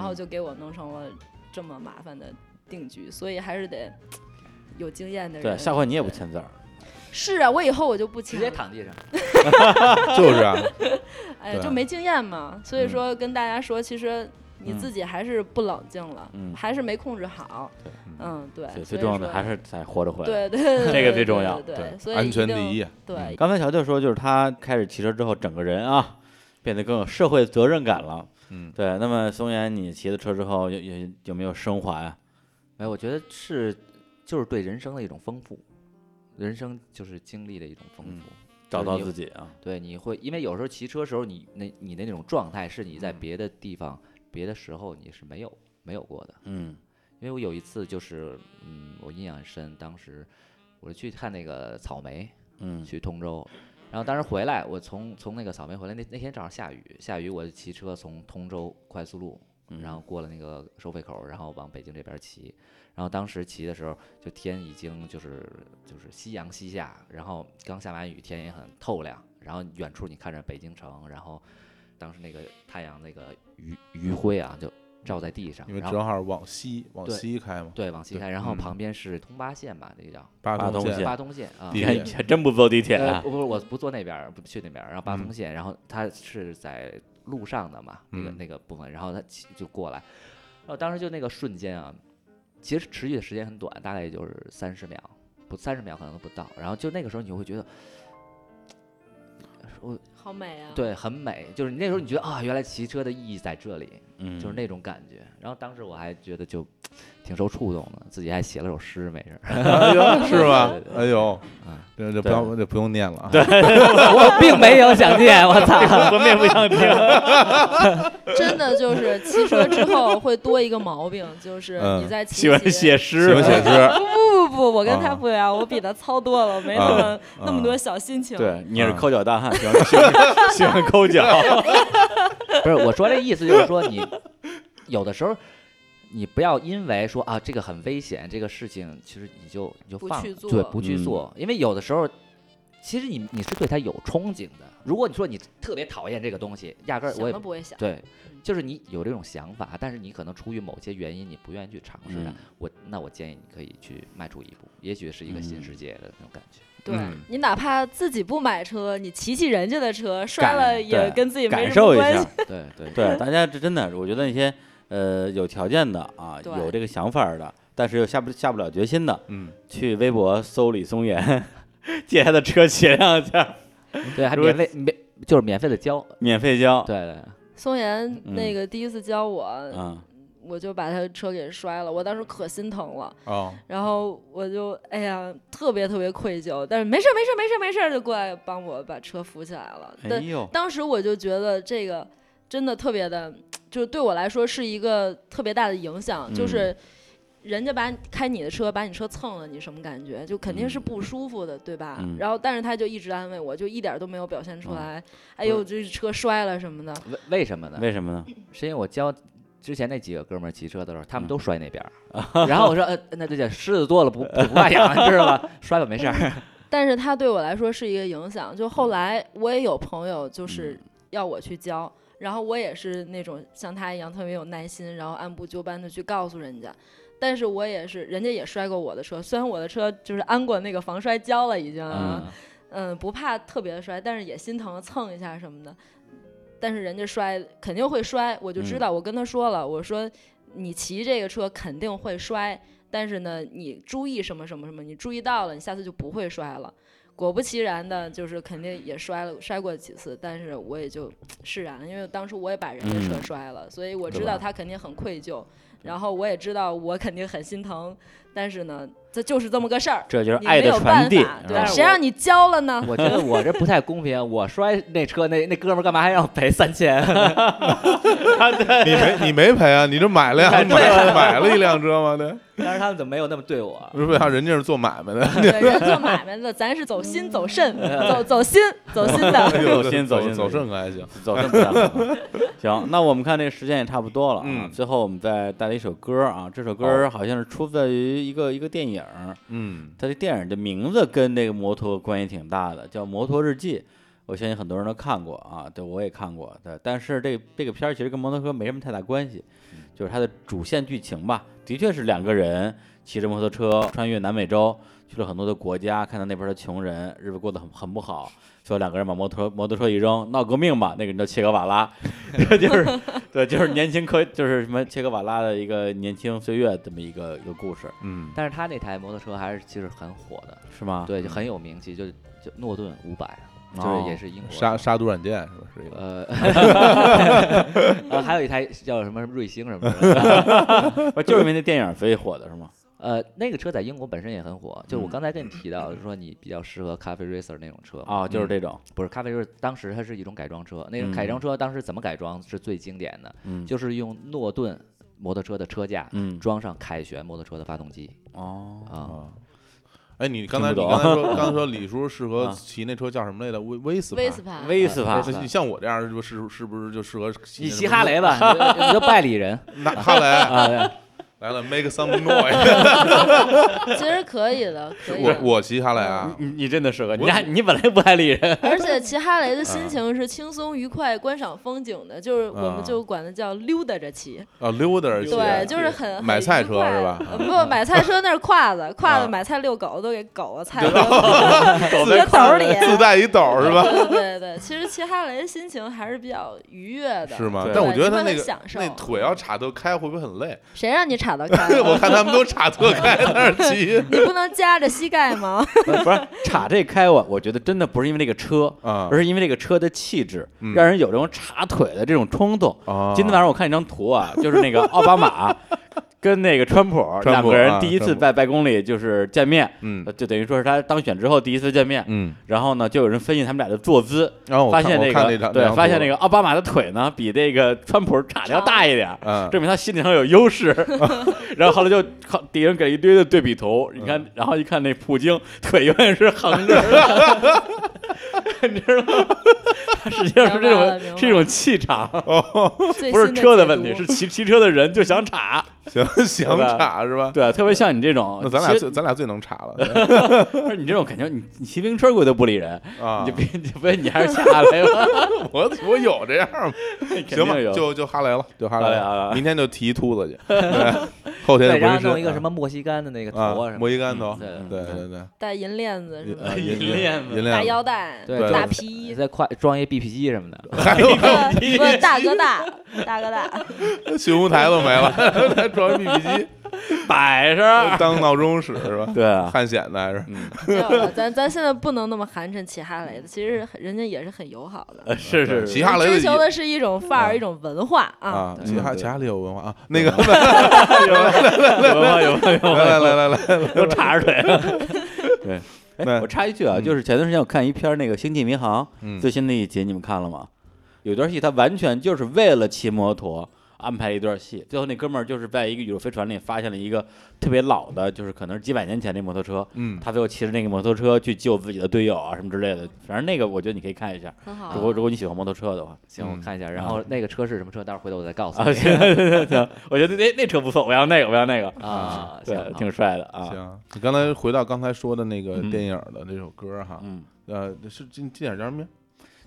Speaker 5: 嗯
Speaker 4: 后就给我弄成了这么麻烦的定局，所以还是得有经验的人。
Speaker 5: 对，下回你也不签字儿，
Speaker 4: 是啊，我以后我就不
Speaker 3: 直
Speaker 4: 签
Speaker 3: 接
Speaker 4: 了，
Speaker 3: 躺地上。
Speaker 2: 就是啊，
Speaker 4: 哎，
Speaker 2: 对
Speaker 5: 啊
Speaker 4: 就没经验嘛。
Speaker 5: 嗯
Speaker 4: 所以说跟大家说，其实。你自己还是不冷静了，
Speaker 5: 嗯
Speaker 4: 还是没控制好，嗯，对，
Speaker 5: 对，
Speaker 4: 所
Speaker 5: 最
Speaker 4: 以
Speaker 5: 重要的
Speaker 4: 说
Speaker 5: 还是得活着回来。
Speaker 4: 对对对，对
Speaker 5: 这个最
Speaker 4: 对
Speaker 5: 重要
Speaker 4: 对，对
Speaker 2: 对，
Speaker 4: 所以
Speaker 2: 安
Speaker 4: 一
Speaker 2: 全
Speaker 4: 定
Speaker 2: 第一，
Speaker 4: 对，
Speaker 5: 刚才乔乔说，就是他开始骑车之后，整个人啊变得更有社会责任感了。
Speaker 2: 嗯，
Speaker 5: 对，那么松岩，你骑的车之后有有有没有升华呀？
Speaker 3: 没有，我觉得是就是对人生的一种丰富，人生就是经历的一种丰
Speaker 5: 嗯
Speaker 3: 富。
Speaker 5: 找
Speaker 3: 就是
Speaker 5: 到
Speaker 3: 你
Speaker 5: 自己啊？
Speaker 3: 对，你会因为有时候骑车时候你，那你的那种状态是你在
Speaker 5: 嗯
Speaker 3: 别的地方、别的时候你是没有没有过的。
Speaker 5: 嗯
Speaker 3: 因为我有一次就是，嗯，我印象很深，当时我去看那个草莓，
Speaker 5: 嗯
Speaker 3: 去通州，然后当时回来，我从从那个扫梅回来，那那天正好下雨，下雨我就骑车从通州快速路，
Speaker 2: 嗯
Speaker 3: 然后过了那个收费口，然后往北京这边骑，然后当时骑的时候，就天已经就是就是夕阳西下，然后刚下完雨，天也很透亮，然后远处你看着北京城，然后当时那个太阳那个余余晖啊，就照在地上，
Speaker 2: 因为
Speaker 3: 然后
Speaker 2: 正好往西往
Speaker 3: 对
Speaker 2: 西开嘛，
Speaker 3: 对往西
Speaker 2: 对
Speaker 3: 看，然后
Speaker 2: 嗯
Speaker 3: 旁边是通巴线吧，那个叫
Speaker 2: 八
Speaker 5: 八
Speaker 2: 通
Speaker 5: 通线
Speaker 3: 八通线啊，
Speaker 2: 地铁
Speaker 5: 你看你还真不坐地铁
Speaker 3: 呃，
Speaker 5: 啊？
Speaker 3: 不不是，我不坐那边儿，不去那边儿，然后八
Speaker 2: 嗯
Speaker 3: 通线，然后他是在路上的嘛，那个
Speaker 2: 嗯
Speaker 3: 那个部分，然后他骑就过来，然后当时就那个瞬间啊，其实持续的时间很短，大概也就是三十秒，不三十秒可能都不到，然后就那个时候你就会觉得，我
Speaker 4: 好美啊！
Speaker 3: 对很美，就是你那时候你觉得啊，原来骑车的意义在这里，
Speaker 5: 嗯，
Speaker 3: 就是那种感觉。然后当时我还觉得就挺受触动的，自己还写了首诗，没事儿，
Speaker 2: 哎呦，是吧？哎呦
Speaker 3: 嗯，
Speaker 2: 这这不要这不用念了啊，
Speaker 3: 我并没有想念，我操，
Speaker 5: 我面不 想听。
Speaker 4: 真的就是骑车之后会多一个毛病，就是
Speaker 2: 嗯
Speaker 4: 你在骑
Speaker 5: 喜欢
Speaker 4: 骑
Speaker 5: 写
Speaker 2: 喜
Speaker 5: 诗啊
Speaker 2: 欢，写诗，
Speaker 4: 不不不不，我跟他
Speaker 2: 啊
Speaker 4: 不一样，我比他糙多了，没那
Speaker 2: 啊
Speaker 4: 么那
Speaker 2: 啊
Speaker 4: 么多小心情。
Speaker 5: 对，你是
Speaker 2: 啊
Speaker 5: 抠脚大汉，喜欢 喜欢喜欢抠脚，
Speaker 3: 不是，我说这意思就是说你有的时候。你不要因为说啊，这个很危险，这个事情其实你就你就
Speaker 4: 不
Speaker 3: 放
Speaker 4: 去做
Speaker 3: 对，不去
Speaker 5: 嗯
Speaker 3: 做，因为有的时候，其实你你是对他有憧憬的。如果你说你特别讨厌这个东西，压根儿我
Speaker 4: 想
Speaker 3: 也
Speaker 4: 都不会想。
Speaker 5: 嗯
Speaker 3: 对，就是你有这种想法，但是你可能出于某些原因，你不愿意去尝试它。
Speaker 5: 嗯
Speaker 3: 我那我建议你可以去迈出一步，也许是一个新世界的那种感觉。
Speaker 4: 对
Speaker 5: 嗯
Speaker 4: 你哪怕自己不买车，你骑骑人家的车，摔了也
Speaker 5: 对
Speaker 4: 跟自己没
Speaker 5: 感
Speaker 4: 什么
Speaker 5: 受一
Speaker 4: 关
Speaker 5: 下
Speaker 4: 系。。
Speaker 3: 对对
Speaker 5: 对，大家这真的，我觉得那些呃有条件的啊，
Speaker 4: 对
Speaker 5: 有这个想法儿的，但是又下不下不了决心的，
Speaker 2: 嗯，
Speaker 5: 去微博搜李松岩， 借他的车写两下，
Speaker 3: 对，还
Speaker 5: 如果
Speaker 3: 免费免就是免费的教。
Speaker 5: 免费交。
Speaker 3: 对对，
Speaker 4: 松岩
Speaker 5: 嗯
Speaker 4: 那个第一次教我，
Speaker 5: 嗯，
Speaker 4: 我就把他车给摔了，我当时可心疼了，
Speaker 2: 哦，
Speaker 4: 然后我就哎呀，特别特别愧疚，但是没事儿没事儿没事儿没事儿，就过来帮我把车扶起来了。
Speaker 5: 哎
Speaker 4: 但
Speaker 5: 呦，
Speaker 4: 当时我就觉得这个真的特别的，就是对我来说是一个特别大的影响，
Speaker 5: 嗯
Speaker 4: 就是人家把你开你的车，把你车蹭了，你什么感觉？就肯定是不舒服的，对吧？
Speaker 5: 嗯
Speaker 4: 然后，但是他就一直安慰我，就一点儿都没有表现出
Speaker 5: 嗯
Speaker 4: 来，哎呦，这车摔了什么的。
Speaker 3: 为为什么呢？
Speaker 5: 为什么呢？
Speaker 3: 是因为我教之前那几个哥们儿骑车的时候，他们
Speaker 5: 嗯
Speaker 3: 都摔那边儿，然后我说，呃，那这叫虱子多了不不怕痒，知道吧？摔吧，没事儿。
Speaker 4: 但是他对我来说是一个影响。就后来我也有朋友就是要我去教，然后我也是那种像他一样特别有耐心，然后按部就班的去告诉人家。但是我也是，人家也摔过我的车，虽然我的车就是安过那个防摔胶了，已经，
Speaker 3: 嗯
Speaker 4: 嗯，不怕特别摔，但是也心疼蹭一下什么的。但是人家摔肯定会摔，我
Speaker 5: 嗯
Speaker 4: 就知道，我跟他说了，我说你骑这个车肯定会摔，但是呢，你注意什么什么什么，你注意到了，你下次就不会摔了。果不其然的，就是肯定也摔了，摔过几次，但是我也就释然了，因为当时我也把人家车
Speaker 5: 嗯
Speaker 4: 摔了，所以我
Speaker 5: 对
Speaker 4: 知道
Speaker 5: 吧
Speaker 4: 他肯定很愧疚，然后我也知道我肯定很心疼，但是呢，这就是这么个事儿，
Speaker 5: 这就是
Speaker 4: 你
Speaker 5: 爱
Speaker 4: 没
Speaker 5: 的
Speaker 4: 有
Speaker 5: 传
Speaker 4: 办
Speaker 5: 递，
Speaker 4: 法，
Speaker 2: 嗯
Speaker 5: 是吧
Speaker 4: 对，
Speaker 3: 吧
Speaker 4: 谁让你教了呢？
Speaker 3: 我觉得我这不太公平，我摔那车那那哥们儿干嘛还让我赔三千？
Speaker 2: 你没你没赔啊？你这买了呀？买买了一辆车吗？对，
Speaker 3: 但是他们怎么没有那么对我？
Speaker 2: 是不是？人家是做买卖的，
Speaker 4: 对，人 做买卖的，咱是走心走肾，走走心走心的。
Speaker 2: 哎呦
Speaker 5: 走心
Speaker 2: 走
Speaker 5: 走心
Speaker 2: 走
Speaker 5: 走心
Speaker 2: 肾可还行。
Speaker 5: 走这么远了。 行，那我们看这个时间也差不多了啊。
Speaker 2: 嗯
Speaker 5: 最后我们再带来一首歌啊，这首歌好像是出自于一个一个电影儿，
Speaker 2: 嗯，
Speaker 5: 它这电影的名字跟那个摩托关系挺大的，叫《摩托日记》。我相信很多人都看过啊，对，我也看过。对，但是这这个片儿其实跟摩托车没什么太大关系，就是它的主线剧情吧，的确是两个人骑着摩托车穿越南美洲，去了很多的国家，看到那边的穷人日子过得很很不好，所以两个人把摩托摩托车一扔，闹革命吧，那个人叫切格瓦拉， 就是对，就是年轻科，就是什么切格瓦拉的一个年轻岁月这么一个一个故事，
Speaker 2: 嗯，
Speaker 3: 但是他那台摩托车还是其实很火的，
Speaker 5: 是吗？
Speaker 3: 对，就很有名气，就就诺顿五百，就是
Speaker 5: 啊哦
Speaker 3: 也是英国的
Speaker 2: 杀杀毒软件是吧？是一个
Speaker 3: 呃，呃还有一台叫什么什么瑞星什么的，
Speaker 5: 不就是因为那电影所以火的是吗？
Speaker 3: 呃，那个车在英国本身也很火。就是我
Speaker 5: 嗯
Speaker 3: 刚才跟你提到，就是说你比较适合咖啡 racer 那种车嘛嗯
Speaker 5: 啊，就是这种，
Speaker 3: 不是咖啡 racer，当时它是一种改装车，那种
Speaker 5: 嗯
Speaker 3: 改装车当时怎么改装是最经典的，
Speaker 5: 嗯，
Speaker 3: 就是用诺顿摩托车的车架
Speaker 5: 嗯
Speaker 3: 装上凯旋摩托车的发动机
Speaker 5: 哦，
Speaker 3: 啊，
Speaker 2: 啊。哎，你刚才你
Speaker 5: 听不懂
Speaker 2: 刚才说， 刚才说李叔适合
Speaker 5: 啊
Speaker 2: 骑那车叫什么来着？威威斯
Speaker 4: 威
Speaker 2: 帕
Speaker 4: 斯帕，
Speaker 5: 威斯法
Speaker 2: 这你像我这样是不是是不是就适合骑
Speaker 3: 你
Speaker 2: 那
Speaker 3: 骑
Speaker 2: 什么
Speaker 3: 哈雷吧，你就你就拜里人
Speaker 2: 拿哈雷
Speaker 3: 啊，对
Speaker 2: 来了，make some noise。
Speaker 4: 其实可以的，可以
Speaker 2: 我
Speaker 4: 的。
Speaker 2: 我骑哈雷啊，
Speaker 5: 你你真的适合，你
Speaker 2: 我
Speaker 5: 还 你本来不爱理人，
Speaker 4: 而且骑哈雷的
Speaker 2: 嗯
Speaker 4: 心情是轻松愉快、观赏风景的，就是我
Speaker 2: 啊
Speaker 4: 们就管它叫溜达着骑。
Speaker 2: 啊溜达着骑，
Speaker 4: 对，就是很
Speaker 2: 买菜车是？
Speaker 4: 很愉快
Speaker 2: 吧？
Speaker 4: 呃不，买菜车那是胯子，胯
Speaker 2: 啊
Speaker 4: 子买菜遛狗都给狗啊菜 都搁兜里。
Speaker 2: 自带一斗是吧？
Speaker 4: 对对对，其实骑哈雷的心情还是比较愉悦 的。
Speaker 2: 是吗
Speaker 5: 对？
Speaker 2: 但我觉得
Speaker 4: 你
Speaker 2: 他
Speaker 4: 会
Speaker 2: 那
Speaker 4: 很
Speaker 2: 个
Speaker 4: 享受啊
Speaker 2: 那腿要叉特开，会不会很累？
Speaker 4: 谁让你 岔到开了？
Speaker 2: 我看他们都叉特开在那儿 骑
Speaker 4: 你不能夹着膝盖吗？
Speaker 5: 不是岔这开我，我觉得真的不是因为这个车，
Speaker 2: 啊
Speaker 5: 而是因为这个车的气质
Speaker 2: 嗯，
Speaker 5: 让人有这种插腿的这种冲动。
Speaker 2: 啊
Speaker 5: 今天晚上我看一张图啊，就是那个奥巴马跟那个川普
Speaker 2: 川
Speaker 5: 两
Speaker 2: 普
Speaker 5: 个人
Speaker 2: 啊
Speaker 5: 第一次
Speaker 2: 川普
Speaker 5: 在白宫里就是见面，
Speaker 2: 嗯
Speaker 5: 呃就等于说是他当选之后第一次见面。
Speaker 2: 嗯，
Speaker 5: 然后呢，就有人分析他们俩的坐姿，
Speaker 2: 然后我
Speaker 5: 发
Speaker 2: 看
Speaker 5: 现
Speaker 2: 我
Speaker 5: 那
Speaker 2: 看
Speaker 5: 个
Speaker 2: 那张
Speaker 5: 对，发现那
Speaker 2: 个，
Speaker 5: 个奥巴马的腿呢比那个川普差的要大一点儿，
Speaker 2: 嗯，
Speaker 5: 证明他心理上有 优势。然后后来就靠敌人给了一堆的对比图，你看，
Speaker 2: 嗯
Speaker 5: 然后一看那普京腿永远是横着 的，你知道吗？他实际上是这
Speaker 4: 明白了明白
Speaker 5: 种
Speaker 4: 了
Speaker 5: 是一种气场，
Speaker 4: 最
Speaker 5: 不是
Speaker 4: 新
Speaker 5: 车的
Speaker 4: 解
Speaker 5: 问题，
Speaker 4: 读
Speaker 5: 是骑骑车的人就 想插。
Speaker 2: 行， 想
Speaker 5: 吧
Speaker 2: 查是吧？
Speaker 5: 对，啊特别像你这种，
Speaker 2: 那咱俩
Speaker 5: 其
Speaker 2: 最
Speaker 5: 实
Speaker 2: 咱俩最能查了
Speaker 5: 不是你这种肯定你你骑自行车鬼都不理人，
Speaker 2: 啊
Speaker 5: 你！别你别你还是下来吧，
Speaker 2: 我我有这样吗？
Speaker 5: 肯
Speaker 2: 行吧
Speaker 5: 定，有。
Speaker 2: 就就哈雷了，就哈
Speaker 5: 哈
Speaker 2: 雷
Speaker 5: 雷哈雷
Speaker 2: 明天就提秃 子去， 对后天
Speaker 3: 对，
Speaker 2: 就
Speaker 3: 然
Speaker 2: 纹
Speaker 3: 后
Speaker 2: 身
Speaker 3: 弄一个什
Speaker 5: 嗯
Speaker 3: 么莫西干的那个头啊
Speaker 2: 啊
Speaker 3: 什么
Speaker 2: 摩一干头，
Speaker 3: 的，
Speaker 2: 对对对，
Speaker 4: 带银链子是吧？
Speaker 2: 啊
Speaker 5: 呃银
Speaker 2: 银
Speaker 5: 链子
Speaker 2: 银
Speaker 4: 大
Speaker 2: 链子，
Speaker 4: 腰带，
Speaker 3: 对
Speaker 4: 大
Speaker 2: 对
Speaker 3: 对，
Speaker 4: 皮衣，
Speaker 3: 再快装一 BP 机什么的，
Speaker 2: 还 有
Speaker 7: 不是大哥大，大哥大，
Speaker 2: 巡红台都没了， 还装一 BB 机
Speaker 5: 摆设，
Speaker 2: 当闹钟使是吧？
Speaker 5: 对啊，
Speaker 2: 探险的还是
Speaker 5: 嗯，
Speaker 4: 没有了咱咱现在不能那么寒碜骑哈雷的，其实人家也是很友好的。
Speaker 5: 呃是是
Speaker 2: 骑
Speaker 5: 是，
Speaker 2: 哈雷
Speaker 4: 追求
Speaker 2: 的
Speaker 4: 的是一种范儿，一种文化啊。
Speaker 2: 啊，
Speaker 3: 对
Speaker 2: 骑哈
Speaker 5: 对
Speaker 2: 骑哈雷有文化啊，那个
Speaker 5: 有有有有有有，
Speaker 2: 来来来来 来，
Speaker 5: 都插着腿。 对，
Speaker 2: 那
Speaker 5: 哎，我插一句啊，
Speaker 2: 嗯
Speaker 5: 就是前段时间我看一篇那个《星际迷航
Speaker 2: 嗯》
Speaker 5: 最新的一集，你们看了吗？有段戏他完全就是为了骑摩托安排一段戏，最后那哥们儿就是在一个宇宙飞船里发现了一个特别老的，就是可能是几百年前的摩托车。
Speaker 2: 嗯，
Speaker 5: 他最后骑着那个摩托车去救自己的队友啊，什么之类的。反正那个我觉得你可以看一下，
Speaker 4: 很
Speaker 5: 如
Speaker 4: 好啊
Speaker 5: 果。如果你喜欢摩托车的话。
Speaker 3: 行，我
Speaker 2: 嗯
Speaker 3: 看一下。
Speaker 5: 啊
Speaker 3: 然后那个车是什么车？待会儿回头我再告诉
Speaker 5: 啊，
Speaker 3: 你
Speaker 5: 行行行行，我觉得那那车不错，我要那个，我要那个，
Speaker 3: 啊。
Speaker 5: 对，
Speaker 3: 行，
Speaker 5: 挺帅的啊。
Speaker 2: 行，你刚才回到刚才说的那个
Speaker 5: 嗯
Speaker 2: 电影的那首歌哈，
Speaker 5: 嗯，
Speaker 2: 呃，是这这点叫什么名？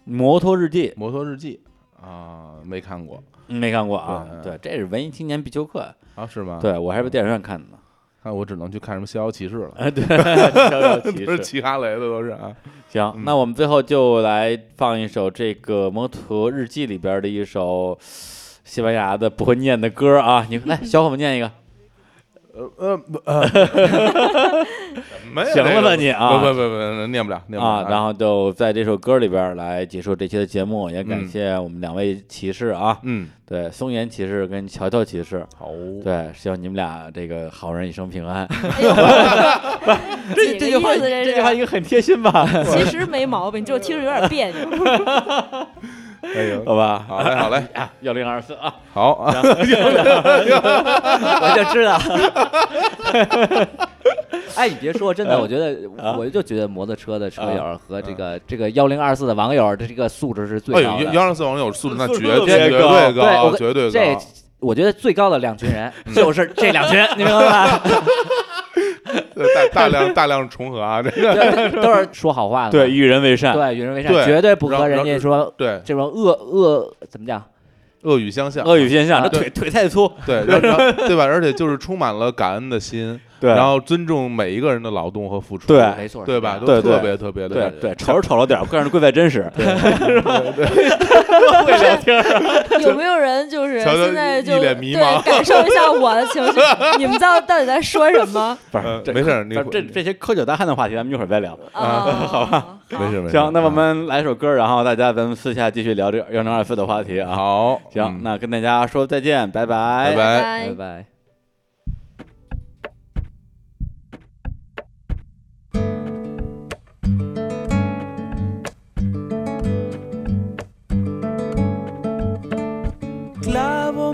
Speaker 5: 摩托日记
Speaker 2: 《摩托日记》啊，没看过
Speaker 5: 没看过啊
Speaker 2: 对？嗯
Speaker 5: 对，这是文艺青年必修课。
Speaker 2: 啊，是吗？，
Speaker 5: 对我还是在电影院看的呢。
Speaker 2: 看我只能去看什么《逍遥骑士》了，
Speaker 5: 啊，对，逍遥骑
Speaker 2: 不哎是
Speaker 5: 士。
Speaker 2: 骑哈雷的都是啊，
Speaker 5: 行，那我们最后就来放一首这个《摩托日记》里边的一首西班牙的不会念的歌啊，你来，小伙 们念一个。
Speaker 2: 呃 呃不 呃，没有
Speaker 5: 行了
Speaker 2: 这个
Speaker 5: 吧你啊
Speaker 2: 不不不不，念不了，念不
Speaker 5: 啊，然
Speaker 2: 后
Speaker 5: 后就在这首歌里边来结束这期的节目，也感
Speaker 2: 嗯
Speaker 5: 谢我们两位骑士啊，
Speaker 2: 嗯，哦
Speaker 5: 对，松岩骑士跟乔乔骑士，
Speaker 2: 好，
Speaker 5: 对，希望你们俩这个好人一生平安。
Speaker 4: 哎呦，
Speaker 5: 这这句话，
Speaker 4: 几个意思这是
Speaker 5: 这句话应该很贴心吧？
Speaker 4: 其实没毛病，就听着有点别扭。
Speaker 2: 哎呦，
Speaker 5: 好吧，
Speaker 2: 好嘞好嘞，
Speaker 5: 幺零二四啊，
Speaker 2: 好啊，
Speaker 3: 我就 知道。哎，你别说，真
Speaker 5: 嗯
Speaker 3: 的，我觉得，
Speaker 5: 啊
Speaker 3: 我就觉得摩托车的车友和这个这个幺零二四的网友，这这个素质
Speaker 2: 嗯
Speaker 3: 是
Speaker 2: 哎
Speaker 3: 最高
Speaker 2: 呦，
Speaker 3: 的。
Speaker 2: 幺二四网友 素质那
Speaker 5: 素质
Speaker 2: 绝
Speaker 5: 特
Speaker 2: 绝
Speaker 5: 别高
Speaker 2: 对
Speaker 3: 对我
Speaker 2: 高，
Speaker 3: 跟
Speaker 2: 绝对
Speaker 3: 这
Speaker 2: 高，
Speaker 3: 我觉得最高的两群人
Speaker 2: 嗯
Speaker 3: 就是这两群，你明 白吧？
Speaker 2: 对大大量大量重合啊，这个
Speaker 3: 对都是说好话的，
Speaker 5: 啊对，与人为善，
Speaker 3: 对，与人为善，
Speaker 2: 对
Speaker 3: 绝对不
Speaker 2: 然
Speaker 3: 和
Speaker 2: 后
Speaker 3: 人
Speaker 2: 然
Speaker 3: 家
Speaker 2: 后
Speaker 3: 说
Speaker 2: 对
Speaker 3: 这种恶恶怎么讲？
Speaker 2: 恶语相向，
Speaker 5: 恶语现象，这
Speaker 3: 啊
Speaker 2: 对
Speaker 5: 腿腿太粗，
Speaker 2: 对，然后然后对吧？而且就是充满了感恩的心，
Speaker 5: 对
Speaker 2: 然后尊重每一个人的劳动和付出，
Speaker 5: 对
Speaker 3: 没错，
Speaker 2: 对吧？
Speaker 3: 是
Speaker 2: 都
Speaker 3: 这样
Speaker 5: 对
Speaker 2: 特别特别的
Speaker 5: 对对，丑是丑了点儿，但是贵在真实， 会聊天儿，
Speaker 4: 有没有人就是
Speaker 2: 乔乔
Speaker 4: 现在就
Speaker 2: 一脸迷茫
Speaker 4: 对感受一下我的情绪？你们知道到底在说什么
Speaker 5: 不
Speaker 2: 呃
Speaker 5: 是这
Speaker 2: 没事儿你
Speaker 5: 咱们这这些抠脚大汉的话题，咱们一会儿再聊。
Speaker 4: 啊？好吧，
Speaker 2: 没事没事。
Speaker 5: 行，
Speaker 3: 嗯
Speaker 5: 那我们来首歌，然后大家咱们私下继续聊这幺零二四的话题啊。
Speaker 2: 好，
Speaker 5: 行，
Speaker 2: 嗯
Speaker 5: 那跟大家说再见，拜拜，
Speaker 2: 拜拜。
Speaker 4: 拜
Speaker 3: 拜拜。
Speaker 6: Clavo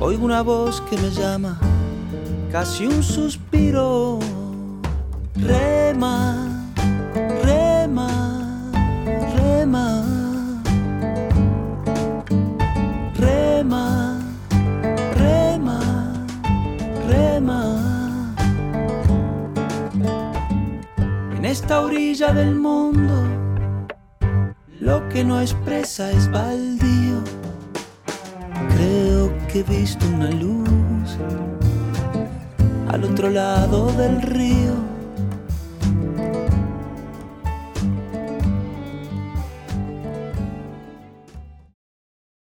Speaker 6: Oigo una voz que me llama, casi un suspiro.
Speaker 8: 勒马，勒马，勒马，勒马，勒马，勒马。En esta orilla del mundo, lo que no es presa es baldío. Creo que he visto una luz al otro lado del río.